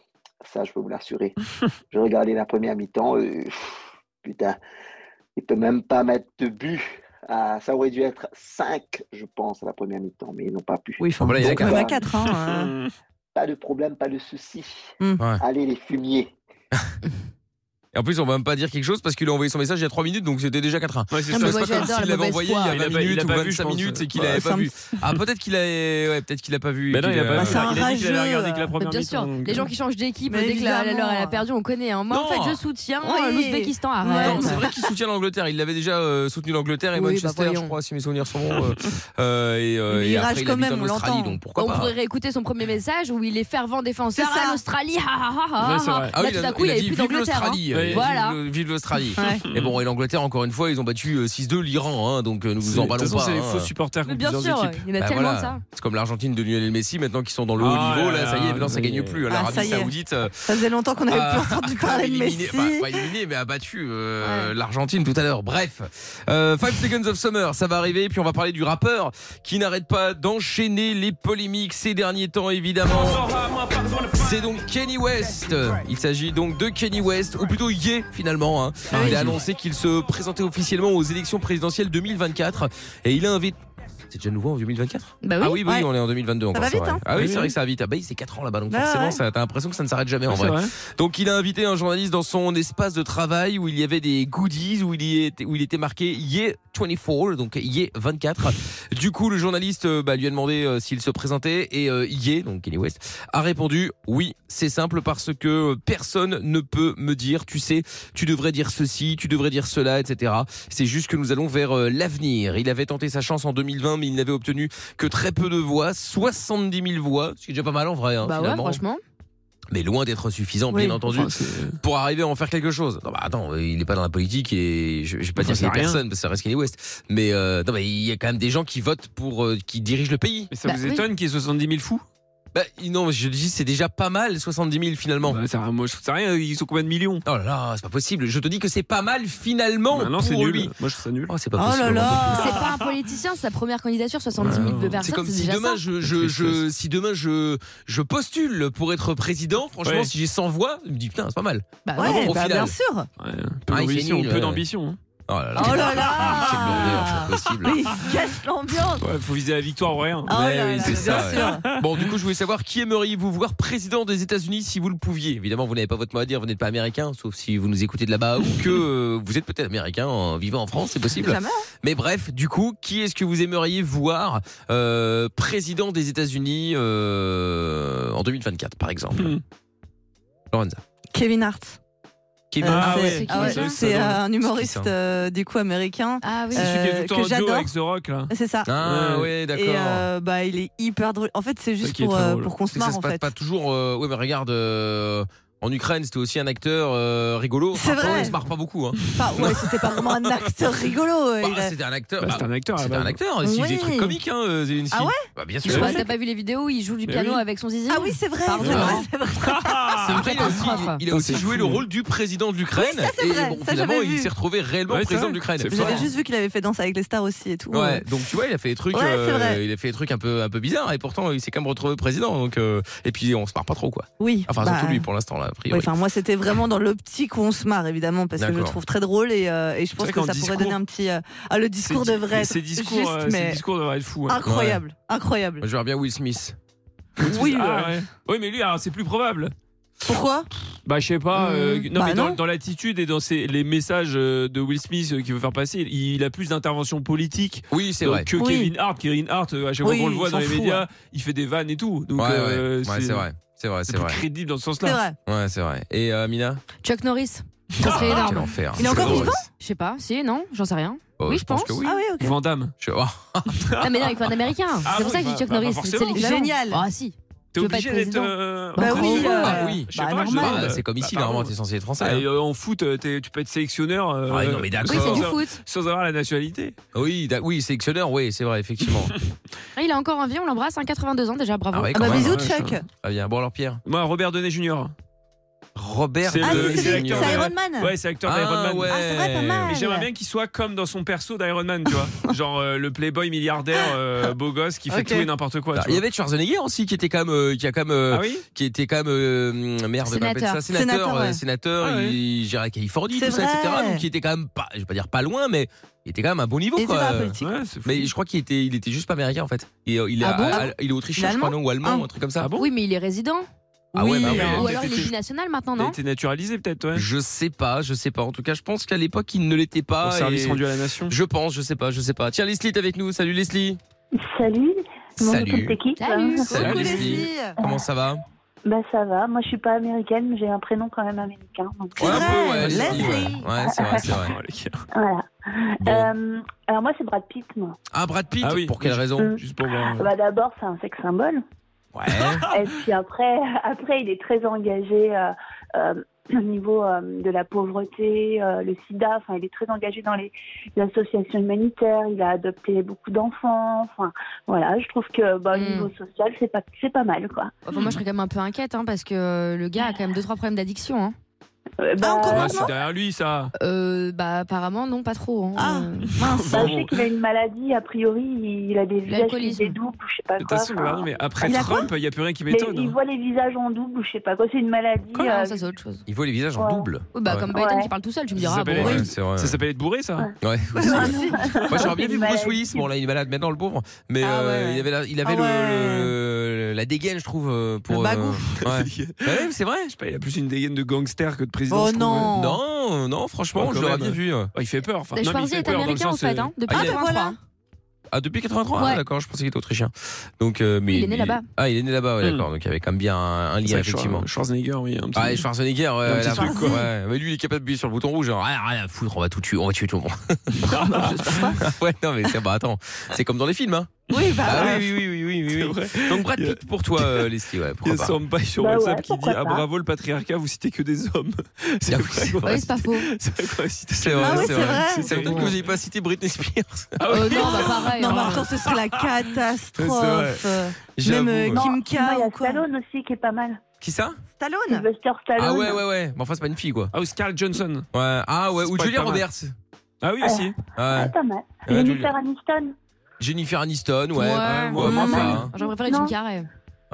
Speaker 15: Ça, je peux vous l'assurer. je regardais la première mi-temps. euh, pff, putain, il peut même pas mettre de but. Ah, ça aurait dû être 5, je pense, à la première mi-temps, mais ils n'ont pas pu.
Speaker 4: Oui, enfin, Bon, là, il y en a
Speaker 15: Donc,
Speaker 4: quatre.
Speaker 15: pas-
Speaker 4: Il y en a quatre, hein,
Speaker 15: Pas de problème, pas de souci.
Speaker 4: Hmm.
Speaker 3: Ouais.
Speaker 15: Allez, les fumiers.
Speaker 3: Et en plus, on va même pas dire quelque chose parce qu'il a envoyé son message il y a 3 minutes, donc c'était déjà 4-1.
Speaker 5: Ouais,
Speaker 3: c'est
Speaker 5: c'est Non, ça. mais moi,
Speaker 3: pas comme
Speaker 5: j'adore la
Speaker 3: s'il l'avait
Speaker 5: mauvaise
Speaker 3: envoyé
Speaker 5: foi.
Speaker 3: il y a 20
Speaker 5: Il a pas- il a
Speaker 3: minutes ou
Speaker 5: pas vu, je
Speaker 3: 25
Speaker 5: pense.
Speaker 3: minutes et qu'il
Speaker 5: Ouais,
Speaker 3: avait
Speaker 5: ça
Speaker 3: pas
Speaker 5: me-
Speaker 3: vu. Ah, peut-être qu'il a, ouais, peut-être qu'il a pas vu.
Speaker 5: Bah non,
Speaker 3: qu'il
Speaker 5: il a pas vu.
Speaker 3: euh,
Speaker 5: Il a dit qu'il avait regardé que la première
Speaker 8: Bah, Bien sûr,
Speaker 5: mi-temps, donc,
Speaker 8: les
Speaker 5: euh.
Speaker 8: gens qui changent d'équipe
Speaker 4: Mais
Speaker 8: dès que la, la
Speaker 4: évidemment.
Speaker 8: leur elle a perdu, on connaît. hein. Moi, en
Speaker 3: Non.
Speaker 8: fait, je soutiens
Speaker 4: Oui.
Speaker 8: euh, l'Ouzbékistan. Arrête.
Speaker 3: Non, c'est vrai qu'il soutient l'Angleterre. Il l'avait déjà euh, soutenu l'Angleterre et
Speaker 8: Oui, bah
Speaker 3: Manchester, je
Speaker 8: voyons.
Speaker 3: crois, si mes souvenirs sont bons. euh, euh, et, euh,
Speaker 8: Mais
Speaker 3: et
Speaker 8: il
Speaker 3: après,
Speaker 8: rage
Speaker 3: il
Speaker 8: quand
Speaker 3: habite
Speaker 8: même,
Speaker 3: en
Speaker 8: on
Speaker 3: Australie,
Speaker 8: l'entend.
Speaker 3: donc pourquoi
Speaker 8: on
Speaker 3: pas
Speaker 8: pourrait réécouter son premier message où il est fervent défenseur
Speaker 3: C'est ça.
Speaker 8: à l'Australie. Ha, ha, ha, ha,
Speaker 3: Ouais,
Speaker 8: ha.
Speaker 3: c'est vrai.
Speaker 8: Là,
Speaker 3: Ah oui,
Speaker 8: tout
Speaker 3: il a-
Speaker 8: d'un coup,
Speaker 3: il
Speaker 8: il
Speaker 3: a
Speaker 8: n'y avait
Speaker 3: dit
Speaker 8: plus
Speaker 3: vive
Speaker 8: d'Angleterre. hein.
Speaker 3: l'Australie. euh,
Speaker 8: Voilà.
Speaker 3: vive le- Vive l'Australie.
Speaker 8: Ouais.
Speaker 3: Et bon, et l'Angleterre, encore une fois, ils ont battu euh, 6-2 l'Iran, hein, donc euh, nous
Speaker 5: C'est-
Speaker 3: vous
Speaker 5: de
Speaker 3: en
Speaker 5: toute
Speaker 3: parlons
Speaker 5: façon,
Speaker 3: pas.
Speaker 5: c'est les
Speaker 3: hein.
Speaker 5: faux supporters
Speaker 8: Mais bien
Speaker 5: contre
Speaker 8: sûr,
Speaker 5: plusieurs équipes.
Speaker 8: il y en a
Speaker 3: Bah
Speaker 8: tellement
Speaker 3: voilà.
Speaker 8: de ça.
Speaker 3: C'est comme l'Argentine de Lionel Messi maintenant qui sont dans le haut
Speaker 5: Ah
Speaker 3: niveau
Speaker 5: là
Speaker 3: là, ça y est,
Speaker 5: là,
Speaker 3: maintenant ça
Speaker 5: mais-
Speaker 3: gagne plus.
Speaker 5: Ah,
Speaker 3: L'Arabie
Speaker 5: ça y est.
Speaker 3: Saoudite. euh,
Speaker 4: Ça faisait longtemps qu'on n'avait
Speaker 3: Ah.
Speaker 4: plus entendu parler de
Speaker 3: éliminé,
Speaker 4: Messi.
Speaker 3: bah, pas éliminé, mais a battu euh, l'Argentine tout à l'heure. Bref, euh, Five Seconds of Summer, ça va arriver. Puis on va parler du rappeur qui n'arrête pas d'enchaîner les polémiques ces derniers temps, évidemment. C'est donc Kenny West. Il s'agit donc de Kenny West, ou plutôt Ye finalement. hein. Il a annoncé qu'il se présentait officiellement aux élections présidentielles 2024 et il a invité. C'est déjà nouveau en 2024
Speaker 5: Bah oui.
Speaker 3: Ah oui, bah oui,
Speaker 5: Ouais.
Speaker 3: on est en 2022
Speaker 5: Ça
Speaker 3: encore.
Speaker 5: va
Speaker 3: c'est
Speaker 5: vite,
Speaker 3: vrai.
Speaker 5: hein.
Speaker 3: Ah oui,
Speaker 5: Oui,
Speaker 3: c'est vrai
Speaker 5: oui.
Speaker 3: que ça va vite. Ah bah, oui, c'est 4 ans là-bas, donc
Speaker 5: Bah
Speaker 3: forcément,
Speaker 5: ouais.
Speaker 3: ça- t'as l'impression que ça ne s'arrête jamais en
Speaker 5: Ouais,
Speaker 3: vrai.
Speaker 5: c'est vrai.
Speaker 3: Donc il a invité un journaliste dans son espace de travail où il y avait des goodies où il y était, où il était marqué Ye 24 donc Ye 24. Du coup le journaliste euh, bah, lui a demandé euh, s'il se présentait et euh, Ye donc Kenny West a répondu oui c'est simple parce que euh, personne ne peut me dire tu sais tu devrais dire ceci tu devrais dire cela etc. C'est juste que nous allons vers euh, l'avenir. Il avait tenté sa chance en 2020 mais il n'avait obtenu que très peu de voix 70 000 voix ce qui est déjà pas mal en vrai hein,
Speaker 8: Bah ouais,
Speaker 3: finalement
Speaker 8: franchement.
Speaker 3: mais loin d'être suffisant,
Speaker 8: Oui.
Speaker 3: bien entendu,
Speaker 8: Enfin,
Speaker 3: pour arriver à en faire quelque chose. Non, bah attends, il n'est pas dans la politique, il est, je, je vais pas
Speaker 5: Enfin,
Speaker 3: dire qu'il est
Speaker 5: c'est rien.
Speaker 3: personne, parce que ça reste Kanye West. Mais euh, non, mais il y a quand même des gens qui votent pour, euh, qui dirigent le pays.
Speaker 5: Mais ça Bah vous oui. étonne
Speaker 3: qu'il y ait 70 000 fous bah, non, je dis c'est déjà pas mal 70 000 finalement. Bah, moi je sais rien, ils sont combien de millions Bah, Oh là là, c'est pas possible. Je te dis que c'est pas mal finalement
Speaker 5: Ah non,
Speaker 3: pour
Speaker 5: c'est nul.
Speaker 3: lui.
Speaker 5: Moi, je trouve ça nul.
Speaker 3: Oh, c'est pas possible. on va pas-
Speaker 8: C'est pas un politicien, c'est sa première candidature, 70 000 de personnes.
Speaker 3: C'est comme si
Speaker 8: déjà
Speaker 3: demain,
Speaker 8: ça.
Speaker 3: je, je, je- si demain je, je postule pour être président, franchement,
Speaker 5: Ouais.
Speaker 3: si j'ai 100 voix, je me dis putain, c'est pas mal.
Speaker 8: Bah
Speaker 3: Ah Au
Speaker 4: ouais, bah,
Speaker 3: final.
Speaker 4: bien sûr.
Speaker 3: Ah, il
Speaker 5: Peu
Speaker 3: fait
Speaker 5: d'ambition,
Speaker 3: nul,
Speaker 5: peu
Speaker 3: ouais.
Speaker 5: d'ambition. hein.
Speaker 3: Oh là
Speaker 4: Oh là là
Speaker 3: Quelle lourdeur, c'est pas possible.
Speaker 4: Mais il cache l'ambiance
Speaker 5: Ouais, faut viser la victoire ou rien.
Speaker 4: Ah ouais, là, là,
Speaker 3: c'est
Speaker 4: bien
Speaker 3: ça.
Speaker 4: sûr.
Speaker 3: ouais. Bon, du coup, je voulais savoir qui aimeriez-vous voir président des États-Unis si vous le pouviez. Évidemment, vous n'avez pas votre mot à dire, vous n'êtes pas américain, sauf si vous nous écoutez de là-bas ou que euh, vous êtes peut-être américain en vivant en France, c'est possible.
Speaker 4: Jamais, hein.
Speaker 3: Mais bref, du coup, qui est-ce que vous aimeriez voir euh, président des États-Unis euh, en 2024, par exemple
Speaker 5: Hmm.
Speaker 3: Lorenza.
Speaker 4: Kevin Hart.
Speaker 3: Kevin
Speaker 4: Euh,
Speaker 3: Hart.
Speaker 4: c'est-
Speaker 3: Ah ouais,
Speaker 4: ah ouais,
Speaker 3: ça, ça,
Speaker 4: c'est
Speaker 3: ça,
Speaker 4: un
Speaker 3: ça.
Speaker 4: humoriste
Speaker 3: C'est qui, ça
Speaker 4: euh, du coup américain
Speaker 5: C'est celui qui est
Speaker 4: euh,
Speaker 5: tout
Speaker 4: que
Speaker 5: le temps en duo
Speaker 4: j'adore.
Speaker 5: avec The Rock, là.
Speaker 4: C'est ça.
Speaker 3: Ah ouais, d'accord.
Speaker 4: Et euh, bah il est hyper drôle. En fait, c'est
Speaker 3: Ça
Speaker 4: juste
Speaker 3: qui est
Speaker 4: pour,
Speaker 3: très
Speaker 4: euh,
Speaker 3: drôle.
Speaker 4: pour qu'on se
Speaker 3: C'est que
Speaker 4: marre
Speaker 3: ça
Speaker 4: en
Speaker 3: se passe
Speaker 4: fait.
Speaker 3: pas toujours. euh, ouais, mais regarde, euh, en Ukraine, c'était aussi un acteur euh, rigolo.
Speaker 4: C'est
Speaker 3: Enfin,
Speaker 4: vrai.
Speaker 3: On se marre pas beaucoup. Hein.
Speaker 4: Enfin, ouais, c'était pas vraiment un acteur rigolo. euh,
Speaker 3: Bah,
Speaker 4: il a-
Speaker 3: c'était un acteur.
Speaker 5: Bah, c'était un acteur, à la
Speaker 3: C'était un
Speaker 5: base.
Speaker 3: acteur. Il faisait des
Speaker 4: Oui.
Speaker 3: trucs comiques, hein, euh, Zelensky.
Speaker 4: Ah ouais
Speaker 3: Bah, bien
Speaker 8: Je
Speaker 3: sûr.
Speaker 8: sais pas, T'as pas vu les vidéos où il joue du
Speaker 3: Mais
Speaker 8: piano
Speaker 3: oui.
Speaker 8: avec son zizi
Speaker 4: Ah oui, c'est vrai.
Speaker 8: Pardon.
Speaker 4: c'est vrai.
Speaker 3: C'est vrai, il a aussi, il a aussi joué le rôle du président de l'Ukraine.
Speaker 4: Oui, ça, c'est
Speaker 3: et
Speaker 4: vrai.
Speaker 3: bon,
Speaker 4: Ça,
Speaker 3: finalement,
Speaker 4: j'avais
Speaker 3: il
Speaker 4: vu.
Speaker 3: s'est retrouvé réellement
Speaker 5: Ouais, c'est
Speaker 3: président
Speaker 5: vrai.
Speaker 3: de l'Ukraine.
Speaker 4: J'avais juste vu qu'il avait fait danse avec les stars aussi et tout. hein. euh.
Speaker 3: Ouais, donc tu vois, il a fait des trucs, euh,
Speaker 4: Ouais, c'est vrai.
Speaker 3: il a fait des trucs un peu, un peu bizarres, et pourtant il s'est quand même retrouvé président. Donc, euh, et puis on se marre pas trop, quoi.
Speaker 4: Oui.
Speaker 3: Enfin,
Speaker 4: bah,
Speaker 3: surtout lui pour l'instant, là, a
Speaker 4: Ouais,
Speaker 3: priori.
Speaker 4: enfin, moi, c'était vraiment dans l'optique où on se marre, évidemment, parce que je le
Speaker 3: D'accord.
Speaker 4: trouve très drôle et, euh, et je pense
Speaker 5: vrai
Speaker 4: que
Speaker 5: qu'en
Speaker 4: ça
Speaker 5: discours-
Speaker 4: pourrait donner un petit. euh, ah, le discours
Speaker 5: Ces-
Speaker 4: devrait être
Speaker 5: Ces discours,
Speaker 4: juste,
Speaker 5: euh, ces
Speaker 4: mais
Speaker 5: discours devraient être fous. hein.
Speaker 4: incroyable, incroyable.
Speaker 3: Moi, je verrais bien Will Smith.
Speaker 4: Oui, euh,
Speaker 5: Ah,
Speaker 4: ouais.
Speaker 5: ouais. Oui, mais lui, alors, c'est plus probable.
Speaker 4: pourquoi
Speaker 5: Bah, je sais pas. euh,
Speaker 4: Hmm,
Speaker 5: non,
Speaker 4: bah
Speaker 5: mais dans,
Speaker 4: non.
Speaker 5: dans l'attitude et dans ses- les messages euh, de Will Smith euh, qu'il veut faire passer, il, il a plus d'interventions politiques
Speaker 3: Oui, c'est
Speaker 5: donc,
Speaker 3: vrai.
Speaker 5: que
Speaker 4: Oui.
Speaker 5: Kevin Hart. Kevin Hart, euh, à chaque
Speaker 4: Oui,
Speaker 5: fois qu'on le voit
Speaker 4: il
Speaker 5: dans
Speaker 4: s'en
Speaker 5: les
Speaker 4: fout, hein.
Speaker 5: médias, il fait des vannes et tout. Donc,
Speaker 3: Ouais, ouais.
Speaker 5: euh,
Speaker 3: Ouais, c'est vrai. C'est vrai,
Speaker 5: c'est
Speaker 3: c'est
Speaker 5: plus
Speaker 3: vrai.
Speaker 5: crédible dans ce
Speaker 4: C'est
Speaker 5: sens-là.
Speaker 4: vrai.
Speaker 3: Ouais, c'est vrai. Et euh, Mina
Speaker 8: Chuck Norris. Ça serait
Speaker 3: Quel
Speaker 8: énorme.
Speaker 3: enfer.
Speaker 4: Il est encore
Speaker 3: C'est drôle.
Speaker 4: vivant
Speaker 8: Je sais pas, si, non, j'en sais rien.
Speaker 3: Oh,
Speaker 8: oui,
Speaker 3: je pense que oui.
Speaker 4: Ah oui, ok.
Speaker 5: Van Damme.
Speaker 3: Je... Oh,
Speaker 8: Ah, mais non, il faut un américain.
Speaker 5: Ah
Speaker 8: c'est pour
Speaker 5: oui,
Speaker 8: ça que je
Speaker 5: bah,
Speaker 8: dis Chuck
Speaker 5: bah,
Speaker 8: Norris.
Speaker 5: bah,
Speaker 8: C'est
Speaker 5: forcément.
Speaker 8: l'équivalent.
Speaker 4: Génial.
Speaker 8: Ah, si.
Speaker 5: T'es
Speaker 8: veux pas
Speaker 5: obligé
Speaker 8: être
Speaker 5: d'être.
Speaker 8: président
Speaker 5: euh,
Speaker 4: Bah
Speaker 5: encore
Speaker 4: oui,
Speaker 5: vivant.
Speaker 4: euh,
Speaker 5: Ah oui, je sais
Speaker 4: bah,
Speaker 5: pas, je-
Speaker 4: normal.
Speaker 5: euh,
Speaker 3: Ah, c'est comme ici,
Speaker 5: bah,
Speaker 3: normalement,
Speaker 5: pardon.
Speaker 3: t'es censé être français.
Speaker 5: Ah, et,
Speaker 3: hein.
Speaker 5: euh, en foot, euh, t'es- tu peux être sélectionneur. euh,
Speaker 3: Ah, non, mais d'accord.
Speaker 8: Oui, c'est du
Speaker 5: sans-
Speaker 8: foot.
Speaker 5: Sans avoir la nationalité.
Speaker 3: Oui, d'ac- oui, sélectionneur, oui, c'est vrai, effectivement.
Speaker 8: Ah, Il a encore envie, on l'embrasse, hein, 82 ans déjà, bravo.
Speaker 3: Ah ouais,
Speaker 4: Ah
Speaker 3: quand
Speaker 4: bah,
Speaker 3: même.
Speaker 4: bisous,
Speaker 5: ouais,
Speaker 4: Chuck.
Speaker 3: Ah bien. Bon alors Pierre.
Speaker 5: Moi, Robert Downey Jr.
Speaker 3: Robert.
Speaker 5: C'est
Speaker 4: Ah,
Speaker 5: le-
Speaker 4: c'est celui
Speaker 5: l'acteur
Speaker 4: c'est
Speaker 5: de-
Speaker 4: Iron Man.
Speaker 5: Ouais, c'est acteur d'Iron
Speaker 3: Ah
Speaker 5: Man.
Speaker 3: ouais.
Speaker 4: Ah, c'est vrai, pas mal.
Speaker 5: Mais j'aimerais bien qu'il soit comme dans son perso d'Iron Man, tu vois. Genre euh, le playboy milliardaire, euh, beau gosse qui fait
Speaker 4: Ah. Ok.
Speaker 5: tout et n'importe quoi.
Speaker 3: Bah,
Speaker 5: tu
Speaker 3: Il y
Speaker 5: vois.
Speaker 3: avait Schwarzenegger aussi qui était quand même, euh, qui a quand même, euh,
Speaker 5: Ah oui
Speaker 3: qui était quand même euh, merde, on appelle
Speaker 8: Sénateur.
Speaker 3: ça sénateur,
Speaker 4: Sénateur,
Speaker 3: euh,
Speaker 4: ouais.
Speaker 3: sénateur,
Speaker 5: Ah ouais.
Speaker 3: il gérait la Californie, tout
Speaker 4: C'est
Speaker 3: ça, etc.
Speaker 4: vrai.
Speaker 3: Donc il était quand même pas, je vais pas dire pas loin, mais il était quand même à bon niveau
Speaker 4: Il était
Speaker 3: quoi.
Speaker 4: dans la politique.
Speaker 5: Ouais, c'est fou.
Speaker 3: Mais je crois qu'il était, il était juste pas américain en fait. Et, euh, il, est
Speaker 8: Ah
Speaker 3: à-
Speaker 8: bon
Speaker 3: à- il est autrichien, je crois, non, ou allemand,
Speaker 4: Ah.
Speaker 3: un truc comme ça.
Speaker 5: Ah bon
Speaker 8: Oui, mais il est résident.
Speaker 3: Ah ouais, bah,
Speaker 5: Oui,
Speaker 3: ouais.
Speaker 5: mais-
Speaker 8: Ou alors il
Speaker 5: t'étais-
Speaker 8: est binational maintenant,
Speaker 5: Il a
Speaker 8: non
Speaker 5: été naturalisé peut-être, ouais.
Speaker 3: Je sais pas, je sais pas. En tout cas, je pense qu'à l'époque, il ne l'était pas.
Speaker 5: Pour service
Speaker 3: et-
Speaker 5: rendu à la nation.
Speaker 3: Je pense, je sais pas, je sais pas. Tiens, Leslie est avec nous. Salut Leslie.
Speaker 9: Salut, mon
Speaker 3: Salut.
Speaker 9: toute équipe.
Speaker 8: Salut.
Speaker 3: Salut
Speaker 4: Coucou,
Speaker 3: Leslie.
Speaker 4: Leslie.
Speaker 3: Comment ça va
Speaker 9: Hein. Bah ça va, moi je suis pas américaine, mais j'ai un prénom quand même américain. donc, euh,
Speaker 4: C'est
Speaker 3: un
Speaker 4: vrai,
Speaker 3: peu, ouais,
Speaker 4: Leslie.
Speaker 3: Ouais, Ouais, c'est vrai, c'est
Speaker 5: Oh,
Speaker 3: vrai.
Speaker 5: les gars.
Speaker 9: voilà.
Speaker 3: Bon.
Speaker 9: Euh, alors moi c'est Brad Pitt, moi.
Speaker 3: Ah, Brad Pitt,
Speaker 5: Ah oui.
Speaker 3: pour quelle raison
Speaker 9: Mm.
Speaker 5: Juste pour voir.
Speaker 4: Ah,
Speaker 9: Bah d'abord c'est un sexe symbole,
Speaker 3: Ouais.
Speaker 9: et puis après, après il est très engagé euh, euh, au niveau euh, de la pauvreté, euh, le SIDA. Enfin il est très engagé dans les, les associations humanitaires. Il a adopté beaucoup d'enfants. Enfin voilà, je trouve que bah, au
Speaker 8: Mm.
Speaker 9: niveau social c'est pas c'est pas mal quoi.
Speaker 8: Enfin, moi je serais quand même un peu inquiète hein, parce que euh, le gars a quand même 2-3 problèmes d'addiction. hein.
Speaker 9: Euh, bah,
Speaker 4: encore
Speaker 5: Ouais,
Speaker 4: un
Speaker 5: c'est derrière lui, ça.
Speaker 8: Euh, bah apparemment, non, pas trop. hein.
Speaker 4: Ah.
Speaker 8: Euh,
Speaker 5: Mince.
Speaker 9: Bah, je sais qu'il a une maladie, a priori, il a des visages qui
Speaker 8: L'alcoolisme.
Speaker 9: des doubles, je sais pas
Speaker 5: De toute
Speaker 9: quoi.
Speaker 5: façon,
Speaker 9: enfin,
Speaker 5: pardon, mais après
Speaker 4: Il a quoi
Speaker 5: Trump, hein. Ah, il n'y a plus rien qui
Speaker 9: mais il
Speaker 3: hein.
Speaker 5: m'étonne. hein.
Speaker 9: voit les visages en double ou je sais pas quoi, c'est une maladie.
Speaker 8: Quoi,
Speaker 9: euh,
Speaker 8: Oh non, ça c'est autre chose.
Speaker 3: Il voit les visages en
Speaker 9: Ouais.
Speaker 3: double.
Speaker 8: Oui, bah,
Speaker 3: Ouais.
Speaker 8: comme Biden
Speaker 9: Ouais.
Speaker 8: qui parle tout seul, tu me
Speaker 5: Ça
Speaker 8: diras.
Speaker 5: s'appelle
Speaker 8: bon,
Speaker 5: les-
Speaker 8: ouais.
Speaker 3: Ouais, c'est vrai.
Speaker 5: Ça s'appelle être bourré, ça.
Speaker 3: Ouais. Moi, j'aurais bien
Speaker 9: C'est
Speaker 3: vu
Speaker 9: une
Speaker 3: Bruce
Speaker 9: maladie.
Speaker 3: Willis. Bon, là, il est malade maintenant, le pauvre. Mais
Speaker 4: Ah
Speaker 3: euh,
Speaker 4: ouais.
Speaker 3: il avait, la, il avait
Speaker 4: Ah
Speaker 3: le-
Speaker 4: ouais.
Speaker 3: le, la dégaine, je trouve, euh, pour.
Speaker 4: Le bagou.
Speaker 3: euh, ouais. Bah ouais, mais c'est vrai.
Speaker 5: Je sais pas, il a plus une dégaine de gangster que de président.
Speaker 4: Oh
Speaker 5: je trouve.
Speaker 4: non.
Speaker 3: Non, non,
Speaker 5: Ouais,
Speaker 3: franchement,
Speaker 5: quand
Speaker 3: je l'aurais
Speaker 5: même.
Speaker 3: bien vu.
Speaker 5: Oh, il fait peur. Enfin, non, mais il
Speaker 8: Schwarzy
Speaker 5: fait
Speaker 8: Bah, est
Speaker 5: peur dans le
Speaker 8: américain en
Speaker 5: sens, euh,
Speaker 8: fait, hein, depuis
Speaker 3: Ah, il est-
Speaker 8: 83.
Speaker 4: voilà.
Speaker 8: hein.
Speaker 3: Ah, depuis 83, ah,
Speaker 8: Ouais.
Speaker 3: d'accord, je pensais qu'il était autrichien. Donc, euh, mais
Speaker 8: Il est né là-bas.
Speaker 3: Ah, il est né là-bas, ouais,
Speaker 5: Hmm.
Speaker 3: d'accord. Donc, il y avait quand même bien un, un
Speaker 5: C'est
Speaker 3: lien,
Speaker 5: vrai que
Speaker 3: effectivement.
Speaker 5: Schwar- Schwarzenegger, oui. Un petit...
Speaker 3: Ah, et Schwarzenegger, ouais,
Speaker 5: Un petit
Speaker 3: la-
Speaker 5: truc,
Speaker 3: ouais.
Speaker 5: quoi.
Speaker 3: Mais lui, il est capable d'appuyer sur le bouton rouge, genre, ah, rien à foutre, on va tout tuer, on va tuer tout le monde. ouais, non, mais c'est, bah, attends, c'est comme dans les films, hein.
Speaker 4: Oui, bah,
Speaker 3: Ah,
Speaker 4: ouais.
Speaker 3: oui, oui, oui, oui, oui, oui.
Speaker 5: C'est vrai.
Speaker 3: Donc, Brad
Speaker 5: Il y a-
Speaker 3: Pitt pour toi, euh, Leslie, ouais,
Speaker 5: Il y
Speaker 3: pourquoi
Speaker 5: a
Speaker 3: pas.
Speaker 5: Samba sur
Speaker 9: Bah ouais,
Speaker 5: WhatsApp qui dit
Speaker 9: pourquoi
Speaker 5: Ah
Speaker 9: pas.
Speaker 5: bravo le patriarcat, vous citez que des hommes. C'est
Speaker 3: Ah oui,
Speaker 5: vrai
Speaker 3: c'est
Speaker 5: qu'on va
Speaker 8: Oui, c'est pas
Speaker 5: citer-
Speaker 8: faux.
Speaker 5: C'est vrai qu'on va citer-
Speaker 3: C'est
Speaker 4: Ah ouais,
Speaker 3: vrai, c'est
Speaker 4: c'est
Speaker 3: vrai.
Speaker 4: vrai.
Speaker 5: C'est
Speaker 3: C'est
Speaker 5: vrai.
Speaker 3: surtout que vous n'avez pas cité Britney Spears.
Speaker 5: Ah
Speaker 8: Euh,
Speaker 5: oui.
Speaker 8: non, bah pareil.
Speaker 4: Oh, Non, mais
Speaker 8: hein.
Speaker 4: attends, ce serait la
Speaker 5: C'est
Speaker 4: catastrophe.
Speaker 3: J'avoue.
Speaker 4: Même euh,
Speaker 3: Non.
Speaker 4: Kim
Speaker 9: Moi,
Speaker 4: K
Speaker 9: il y
Speaker 4: ou
Speaker 9: a
Speaker 4: quoi
Speaker 9: Stallone aussi qui est pas mal.
Speaker 3: Qui ça
Speaker 4: Stallone
Speaker 9: Sylvester Stallone.
Speaker 3: Ah, ouais, ouais, ouais. Mais enfin, c'est pas une fille, quoi.
Speaker 5: Ah, ou Scarlett Johnson.
Speaker 3: Ouais. Ah, ouais,
Speaker 5: C'est
Speaker 3: ou
Speaker 5: pas
Speaker 3: Julia
Speaker 5: pas mal.
Speaker 3: Roberts.
Speaker 5: Ah oui, aussi.
Speaker 3: Ouais.
Speaker 9: Ah, pas mal.
Speaker 3: Ouais,
Speaker 9: Jennifer
Speaker 3: Julia.
Speaker 9: Aniston.
Speaker 3: Jennifer Aniston, ouais.
Speaker 8: Ouais,
Speaker 3: Ouais,
Speaker 8: ouais,
Speaker 3: moi,
Speaker 8: ouais.
Speaker 3: enfin, hein.
Speaker 8: J'aurais préféré
Speaker 9: Non. Ah,
Speaker 8: Jim Carrey.
Speaker 5: hein.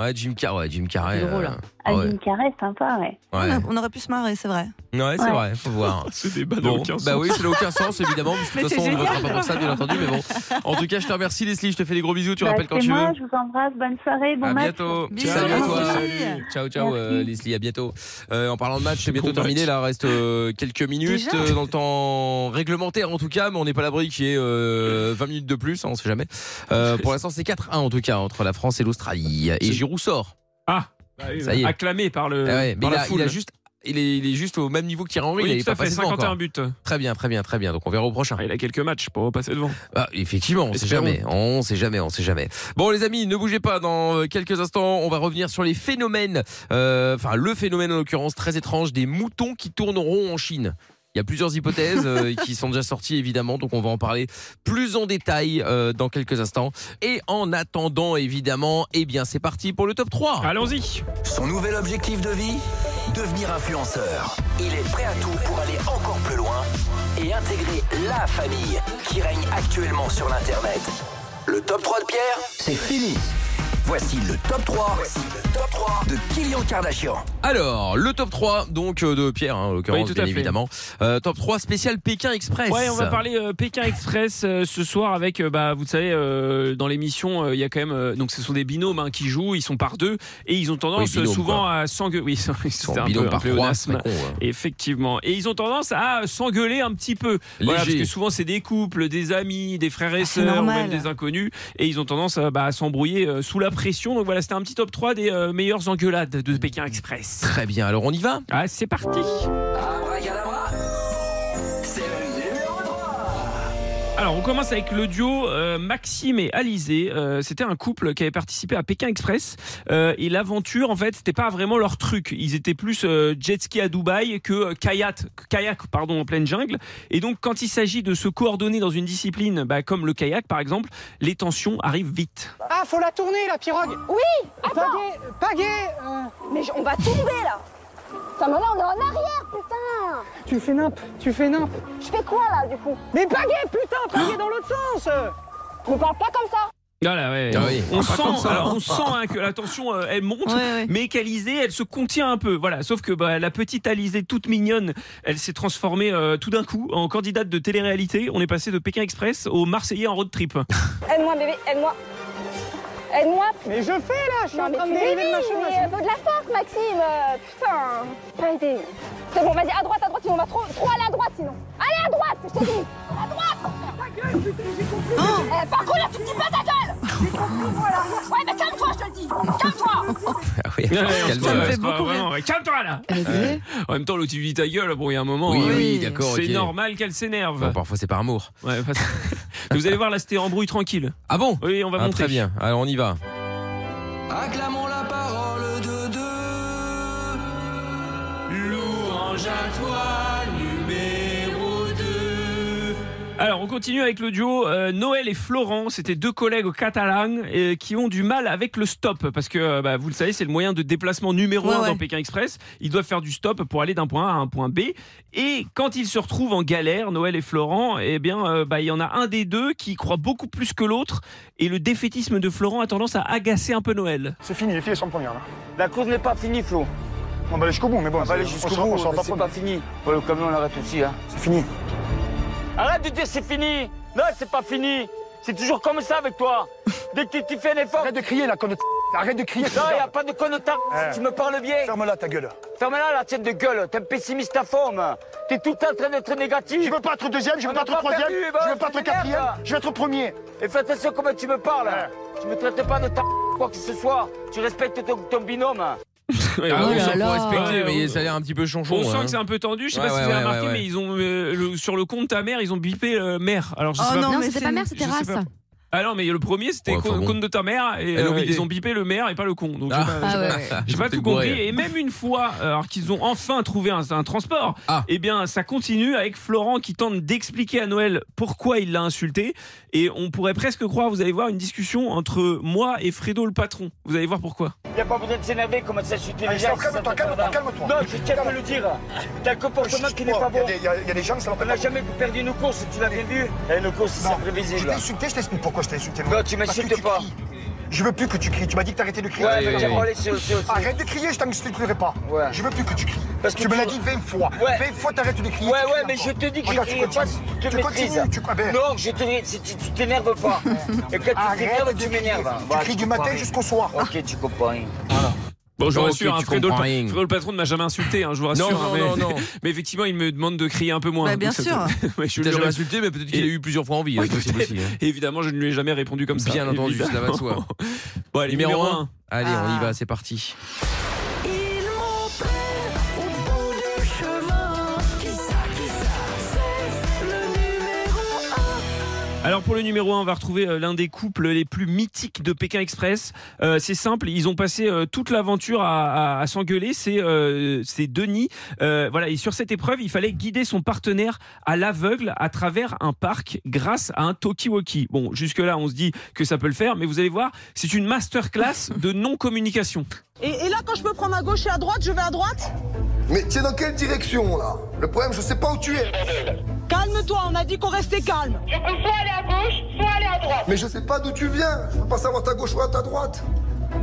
Speaker 3: Ouais, Jim Carrey, ouais, Jim Carrey.
Speaker 4: C'est drôle,
Speaker 3: euh,
Speaker 4: hein.
Speaker 3: ah
Speaker 14: Ah,
Speaker 3: ouais.
Speaker 14: Jim Carrey, sympa, ouais.
Speaker 3: Ouais.
Speaker 4: On, a- on aurait pu se marrer, c'est vrai.
Speaker 3: Ouais, c'est
Speaker 4: Ouais.
Speaker 3: vrai, faut voir.
Speaker 5: Ce débat
Speaker 3: bon,
Speaker 5: aucun
Speaker 3: Bah
Speaker 5: sens.
Speaker 3: oui, ça n'a aucun sens, évidemment, parce que de
Speaker 4: Mais
Speaker 3: toute
Speaker 4: c'est
Speaker 3: façon, on ne
Speaker 4: génial.
Speaker 3: votera pas pour ça, bien entendu, mais bon. En tout cas, je te remercie, Leslie, je te fais des gros bisous, tu
Speaker 14: Bah,
Speaker 3: rappelles quand
Speaker 14: c'est
Speaker 3: tu
Speaker 14: moi,
Speaker 3: veux.
Speaker 14: je vous embrasse, bonne soirée, bon
Speaker 3: à
Speaker 14: match.
Speaker 3: bientôt.
Speaker 14: Bisous.
Speaker 3: Salut à toi.
Speaker 14: Merci.
Speaker 3: Ciao, ciao, euh, Leslie. À bientôt. Euh, en parlant de match, c'est bientôt
Speaker 5: Bon
Speaker 3: terminé.
Speaker 5: match.
Speaker 3: Là, reste euh, quelques minutes
Speaker 5: Déjà
Speaker 3: euh, dans le temps réglementaire, en tout cas, mais on n'est pas à l'abri qui est 20 minutes de plus. hein, on sait jamais. Euh, pour l'instant, c'est 4-1 en tout cas entre la France et l'Australie. Et Giroud sort.
Speaker 5: Ah, bah oui,
Speaker 3: Ça y est.
Speaker 5: acclamé par le.
Speaker 3: Eh ouais, mais
Speaker 5: par
Speaker 3: il,
Speaker 5: la
Speaker 3: a,
Speaker 5: foule.
Speaker 3: il a juste. Il est, il est juste au même niveau que Thierry Henry.
Speaker 5: Oui,
Speaker 3: il est
Speaker 5: tout à
Speaker 3: pas
Speaker 5: fait,
Speaker 3: passé devant
Speaker 5: 51
Speaker 3: encore.
Speaker 5: buts. Ah,
Speaker 3: Très bien, très bien, très bien. Donc on verra au prochain.
Speaker 5: Il a quelques matchs pour passer devant.
Speaker 3: Ah, effectivement, on sait
Speaker 5: Espérons.
Speaker 3: jamais, on sait jamais, on sait jamais. Bon les amis, ne bougez pas. Dans euh, quelques instants, on va revenir sur les phénomènes, euh, enfin le phénomène en l'occurrence très étrange des moutons qui tourneront en Chine. Il y a plusieurs hypothèses euh, qui sont déjà sorties évidemment, donc on va en parler plus en détail euh, dans quelques instants. Et en attendant évidemment, eh bien c'est parti pour le top 3.
Speaker 5: Allons-y.
Speaker 2: Son nouvel objectif de vie Devenir influenceur. Il est prêt à tout pour aller encore plus loin et intégrer la famille qui règne actuellement sur l'Internet. Le top 3 de Pierre, c'est fini. Voici le top 3, de Kylian Kardashian.
Speaker 3: Alors, le top 3 donc euh, de Pierre hein, en l'occurrence
Speaker 5: Oui, tout à
Speaker 3: bien
Speaker 5: fait.
Speaker 3: évidemment. Euh, top 3 spécial Pékin Express.
Speaker 5: Ouais, on va parler euh, Pékin Express euh, ce soir avec, euh, bah, vous savez, euh, dans l'émission, euh, il y a quand même. euh, donc, ce sont des binômes hein, qui jouent, ils sont par deux et ils ont tendance
Speaker 3: Oui, binôme,
Speaker 5: euh, souvent à s'engueuler. Oui, ils sont
Speaker 3: en binôme par trois, c'est pas con, hein. ouais.
Speaker 5: Effectivement. Et ils ont tendance à s'engueuler un petit peu. Voilà, parce
Speaker 3: Léger.
Speaker 5: que souvent, c'est des couples, des amis, des frères et
Speaker 3: Ah, c'est
Speaker 5: sœurs, ou même
Speaker 3: normal.
Speaker 5: des inconnus. Et ils ont tendance euh, bah, à s'embrouiller euh, sous la pression. Donc, voilà, c'était un petit top 3 des euh, meilleures engueulades de Pékin Express.
Speaker 3: Très bien, alors on y va
Speaker 5: Ah, c'est parti Alors, on commence avec le duo euh, Maxime et Alizé. Euh, c'était un couple qui avait participé à Pékin Express. Euh, et l'aventure, en fait, c'était pas vraiment leur truc. Ils étaient plus euh, jet ski à Dubaï que euh, kayak, kayak pardon, en pleine jungle. Et donc, quand il s'agit de se coordonner dans une discipline bah, comme le kayak, par exemple, les tensions arrivent vite.
Speaker 16: Ah, faut la tourner, la pirogue euh. Oui Pagaie, pagaie Mais on va tomber, là Putain, mais là, on est en arrière, putain Tu fais nimp, tu fais nimp Je fais quoi, là, du coup Mais pagaie, putain, pagaie dans l'autre sens On parle pas comme ça
Speaker 5: Voilà, ouais.
Speaker 3: Ah oui.
Speaker 5: on,
Speaker 3: Pas
Speaker 5: sent,
Speaker 3: comme ça.
Speaker 5: alors, on sent hein, que la tension euh, elle monte, mais qu'Alizée elle se contient un peu. Voilà, sauf que bah, la petite Alizée toute mignonne, elle s'est transformée euh, tout d'un coup en candidate de télé-réalité. On est passé de Pékin Express au Marseillais en road trip.
Speaker 16: Aide-moi, bébé, aide-moi Aide-moi Mais je fais, là Je suis
Speaker 14: Non,
Speaker 16: en
Speaker 14: mais
Speaker 16: train de
Speaker 14: tu
Speaker 16: dériver le
Speaker 14: délies,
Speaker 16: machin,
Speaker 14: mais,
Speaker 16: machin.
Speaker 14: euh, faut de la force, Maxime euh, Putain Pas aidé. C'est bon, vas-y, à droite, à droite, sinon on va trop, trop aller à droite, sinon. Allez, à droite, je te dis À droite Ta gueule, putain, j'ai compris eh, Par contre, là, tu me dis pas ta gueule J'ai compris, voilà Ouais, mais calme-toi, je te le dis Calme-toi
Speaker 3: Ah oui,
Speaker 5: Ouais,
Speaker 3: on
Speaker 5: ouais,
Speaker 3: se
Speaker 5: on se
Speaker 3: calme.
Speaker 5: croit, ouais, on se croit vraiment, ouais. Calme-toi là Ouais. En même temps, l'autre il dit ta gueule, bon, il y a un moment.
Speaker 3: Oui,
Speaker 5: euh,
Speaker 3: oui, d'accord,
Speaker 5: C'est
Speaker 3: ok.
Speaker 5: normal qu'elle s'énerve.
Speaker 3: Bon, parfois c'est par amour.
Speaker 5: Ouais, parce- Vous allez voir, là, c'était embrouille tranquille.
Speaker 3: Ah bon
Speaker 5: Oui, on va
Speaker 3: Ah,
Speaker 5: monter.
Speaker 3: Très bien, alors on y va.
Speaker 2: Acclamons la parole de deux. Louange à toi, numéro 2.
Speaker 5: Alors, on continue avec le duo euh, Noël et Florent. C'était deux collègues catalans euh, qui ont du mal avec le stop parce que, euh, bah, vous le savez, c'est le moyen de déplacement numéro
Speaker 3: Ouais,
Speaker 5: un dans
Speaker 3: ouais.
Speaker 5: Pékin Express. Ils doivent faire du stop pour aller d'un point A à un point B. Et quand ils se retrouvent en galère, Noël et Florent, eh bien, euh, bah, il y en a un des deux qui y croit beaucoup plus que l'autre. Et le défaitisme de Florent a tendance à agacer un peu Noël.
Speaker 17: C'est fini, les filles elles sont premières là. La course n'est pas finie, Flo. On va aller jusqu'au bout, mais bon, on va aller jusqu'au bout, on pas C'est pas fini. le camion, on l'arrête aussi, hein. C'est fini.
Speaker 18: Arrête de dire c'est fini Non, c'est pas fini C'est toujours comme ça avec toi Dès que tu- tu fais un effort... Arrête de crier, la conne... Arrête de crier Non, y a pas de connotard
Speaker 17: Eh.
Speaker 18: Tu me parles bien Ferme-la, ta gueule Ferme-la, la tienne de gueule T'es un pessimiste à forme T'es tout le temps en train d'être négatif Je veux pas bah, être deuxième,
Speaker 17: je veux pas être troisième, je veux pas être quatrième,
Speaker 18: je veux être premier Et fais attention comment tu me parles Tu me traites pas de ta... quoi que ce soit Tu respectes ton, ton binôme
Speaker 5: Ouais,
Speaker 3: Ah
Speaker 5: on
Speaker 3: oui,
Speaker 5: sent
Speaker 3: ça,
Speaker 5: qu'on
Speaker 3: faut
Speaker 5: respecte,
Speaker 3: respecter,
Speaker 5: mais
Speaker 3: mais ça a l'air un petit peu chonchon.
Speaker 5: euh, On sent
Speaker 3: hein.
Speaker 5: que c'est un peu tendu. Je sais
Speaker 3: Ouais,
Speaker 5: pas si
Speaker 3: ouais,
Speaker 5: vous avez
Speaker 3: ouais,
Speaker 5: remarqué,
Speaker 3: ouais, ouais.
Speaker 5: mais ils ont euh, le- sur le compte ta mère, ils ont bipé euh, mère. Alors je sais
Speaker 8: Oh
Speaker 5: pas.
Speaker 8: non, Non, mais c'était c'est- pas mère, c'était
Speaker 5: je sais
Speaker 8: race.
Speaker 5: pas. Ah non, mais le premier c'était
Speaker 3: Ouais, enfin
Speaker 5: compte,
Speaker 3: bon.
Speaker 5: compte de ta mère et
Speaker 3: Elle a
Speaker 5: euh,
Speaker 3: oublié.
Speaker 5: ils ont bipé le maire et pas le con. Donc j'ai
Speaker 3: Ah.
Speaker 5: pas-
Speaker 3: Ah
Speaker 5: j'ai
Speaker 3: ouais,
Speaker 5: pas,
Speaker 3: ouais.
Speaker 5: j'ai pas
Speaker 3: T'es
Speaker 5: tout
Speaker 3: gouré.
Speaker 5: compris. Et même une fois, euh, alors qu'ils ont enfin trouvé un, un transport,
Speaker 3: Ah.
Speaker 5: eh bien ça continue avec Florent qui tente d'expliquer à Noël pourquoi il l'a insulté. Et on pourrait presque croire, vous allez voir, une discussion entre moi et Fredo le patron. Vous allez voir pourquoi.
Speaker 18: Il a pas besoin de s'énerver, comment ça s'insulter
Speaker 17: Allez,
Speaker 18: les gens
Speaker 17: stop, calme-toi,
Speaker 18: qui sont
Speaker 17: calme-toi,
Speaker 18: en train de-
Speaker 17: calme-toi.
Speaker 18: Non, je tiens à te le dire. T'as un comportement qui n'est
Speaker 19: oh,
Speaker 18: pas bon.
Speaker 17: Il y, a- il y a des gens qui ça leur
Speaker 18: On
Speaker 17: fait
Speaker 18: n'a
Speaker 17: pas
Speaker 18: jamais perdu nos
Speaker 19: Eh,
Speaker 18: courses, tu l'as bien vu. Et nos courses, c'est
Speaker 17: Non, Je
Speaker 18: prévisible.
Speaker 17: t'ai insulté, je t'explique pourquoi je t'ai insulté.
Speaker 18: Non, tu m'insultes pas.
Speaker 19: Je veux plus que tu cries. Tu m'as dit que t'arrêtais de crier.
Speaker 17: Ouais, Ouais, mais ouais, ouais. allez, c'est- c'est- c'est-
Speaker 19: Arrête de crier, je t'insulterai pas. Je veux plus que tu cries. Parce que tu me l'as dit 20 fois. 20 fois, t'arrêtes de crier.
Speaker 18: Ouais,
Speaker 19: tu
Speaker 18: ouais,
Speaker 19: cries
Speaker 18: mais je
Speaker 19: encore.
Speaker 18: te dis que
Speaker 19: Regarde,
Speaker 18: je
Speaker 19: tu
Speaker 18: crie pas,
Speaker 19: continues.
Speaker 18: tu te
Speaker 19: Tu continues,
Speaker 18: maîtrises.
Speaker 19: tu ah ben. crois bien.
Speaker 18: Non, je te, si tu tu t'énerves pas. Et quand tu t'énerves, tu m'énerves.
Speaker 19: Tu
Speaker 18: Bah,
Speaker 19: cries du matin
Speaker 18: comprends
Speaker 19: jusqu'au soir.
Speaker 18: rien. Ok, tu comprends rien.
Speaker 5: Bon, je vous
Speaker 18: Ok,
Speaker 5: rassure, hein,
Speaker 18: tu
Speaker 5: Fredo, le,
Speaker 18: comprends
Speaker 5: pa-
Speaker 18: rien.
Speaker 5: Fredo, le patron ne m'a jamais insulté, hein, je vous rassure.
Speaker 3: Non,
Speaker 5: hein,
Speaker 3: non,
Speaker 5: mais,
Speaker 3: non, non.
Speaker 5: mais effectivement, il me demande de crier un peu moins.
Speaker 3: Bah,
Speaker 5: hein,
Speaker 3: bien
Speaker 5: donc ça
Speaker 3: sûr.
Speaker 5: peut- Ouais, je
Speaker 3: Il
Speaker 5: le
Speaker 3: t'a jamais
Speaker 5: jure.
Speaker 3: insulté, mais peut-être qu'il a eu plusieurs fois envie. hein,
Speaker 5: Oui,
Speaker 3: c'est possible
Speaker 5: peut-être.
Speaker 3: aussi, hein.
Speaker 5: Et Évidemment, je ne lui ai jamais répondu comme ça.
Speaker 3: Bien entendu,
Speaker 5: évidemment.
Speaker 3: cela va de soi.
Speaker 5: Bon, allez,
Speaker 3: Numéro
Speaker 5: numéro
Speaker 3: un.
Speaker 5: 1.
Speaker 3: Allez, on y va, c'est parti.
Speaker 20: Ils m'ont pris au bout du chemin. Qui ça, qui ça C'est le numéro
Speaker 5: Alors pour le numéro 1, on va retrouver euh, l'un des couples les plus mythiques de Pékin Express. Euh, c'est simple, ils ont passé euh, toute l'aventure à, à- à s'engueuler. C'est euh, c'est Denis. Euh, voilà, et sur cette épreuve, il fallait guider son partenaire à l'aveugle à travers un parc grâce à un talkie-walkie. Bon, jusque-là, on se dit que ça peut le faire, mais vous allez voir, c'est une masterclass de non-communication.
Speaker 16: Et, et là, quand je peux prendre à gauche et à droite, je vais à droite
Speaker 19: Mais tu es dans quelle direction là Le problème, je sais pas où tu es.
Speaker 16: Calme-toi, on a dit qu'on restait calme. Je peux soit aller à gauche, soit aller à droite.
Speaker 19: Mais je sais pas d'où tu viens. Je peux pas savoir ta gauche ou à ta droite.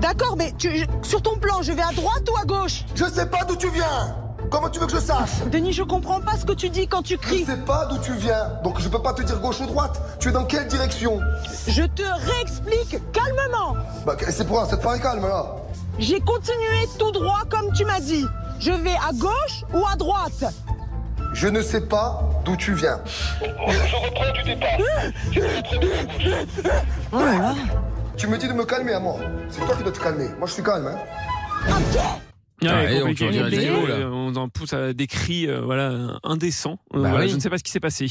Speaker 16: D'accord, mais tu- je- sur ton plan, je vais à droite ou à gauche
Speaker 19: Je sais pas d'où tu viens. Comment tu veux que je sache
Speaker 16: Denis, je comprends pas ce que tu dis quand tu cries.
Speaker 19: Je sais pas d'où tu viens, donc je peux pas te dire gauche ou droite. Tu es dans quelle direction
Speaker 16: Je te réexplique calmement.
Speaker 19: Bah, c'est pour un, ça te paraît calme là
Speaker 16: J'ai continué tout droit comme tu m'as dit. Je vais à gauche ou à droite
Speaker 19: Je ne sais pas d'où tu viens.
Speaker 16: Oh là là
Speaker 19: Tu me dis de me calmer à moi. C'est toi qui dois te calmer. Moi, je suis calme, hein.
Speaker 5: Ah,
Speaker 3: Ah,
Speaker 5: ouais,
Speaker 3: et donc,
Speaker 5: compliqué.
Speaker 3: on dirait des mots, là.
Speaker 5: Euh, on en pousse à des cris euh, voilà, indécents. Euh,
Speaker 3: Bah
Speaker 5: voilà,
Speaker 3: oui.
Speaker 5: Je ne sais pas ce qui s'est passé.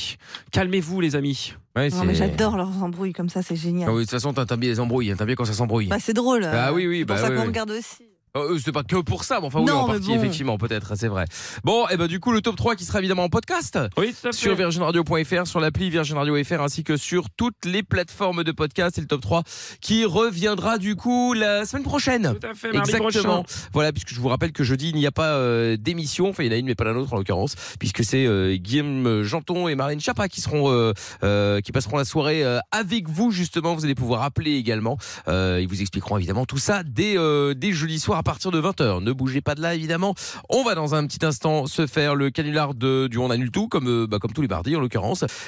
Speaker 5: Calmez-vous, les amis.
Speaker 4: Non, mais J'adore leurs embrouilles comme ça, c'est génial.
Speaker 3: Ah oui, de toute façon, t'as t'as bien les embrouilles, hein, t'as bien quand ça s'embrouille.
Speaker 4: Bah, c'est drôle.
Speaker 3: Ah oui, oui,
Speaker 4: C'est pour
Speaker 3: bah
Speaker 4: ça
Speaker 3: oui,
Speaker 4: qu'on
Speaker 3: oui.
Speaker 4: regarde aussi.
Speaker 3: Euh, c'est pas que pour ça, mais enfin oui,
Speaker 4: Non,
Speaker 3: en
Speaker 4: mais
Speaker 3: partie,
Speaker 4: bon.
Speaker 3: effectivement, peut-être, hein, c'est vrai. Bon, et ben du coup, le top 3 qui sera évidemment en podcast
Speaker 5: oui, tout à fait.
Speaker 3: sur virginradio.fr, sur l'appli Virgin Radio FR, ainsi que sur toutes les plateformes de podcast. C'est le top 3 qui reviendra du coup la semaine prochaine.
Speaker 5: Tout à fait, mardi
Speaker 3: Exactement.
Speaker 5: prochain.
Speaker 3: Voilà, puisque je vous rappelle que jeudi, il n'y a pas euh, d'émission, enfin il y en a une, mais pas la nôtre en l'occurrence, puisque c'est euh, Guillaume Janton et Marlène Chapa qui seront, euh, euh, qui passeront la soirée euh, avec vous justement. Vous allez pouvoir appeler également. Euh, ils vous expliqueront évidemment tout ça dès, euh, dès jeudi soir à partir de 20h. Ne bougez pas de là évidemment. On va dans un petit instant se faire le canular de, du On annule tout, comme, euh, bah, comme tous les mardis en l'occurrence.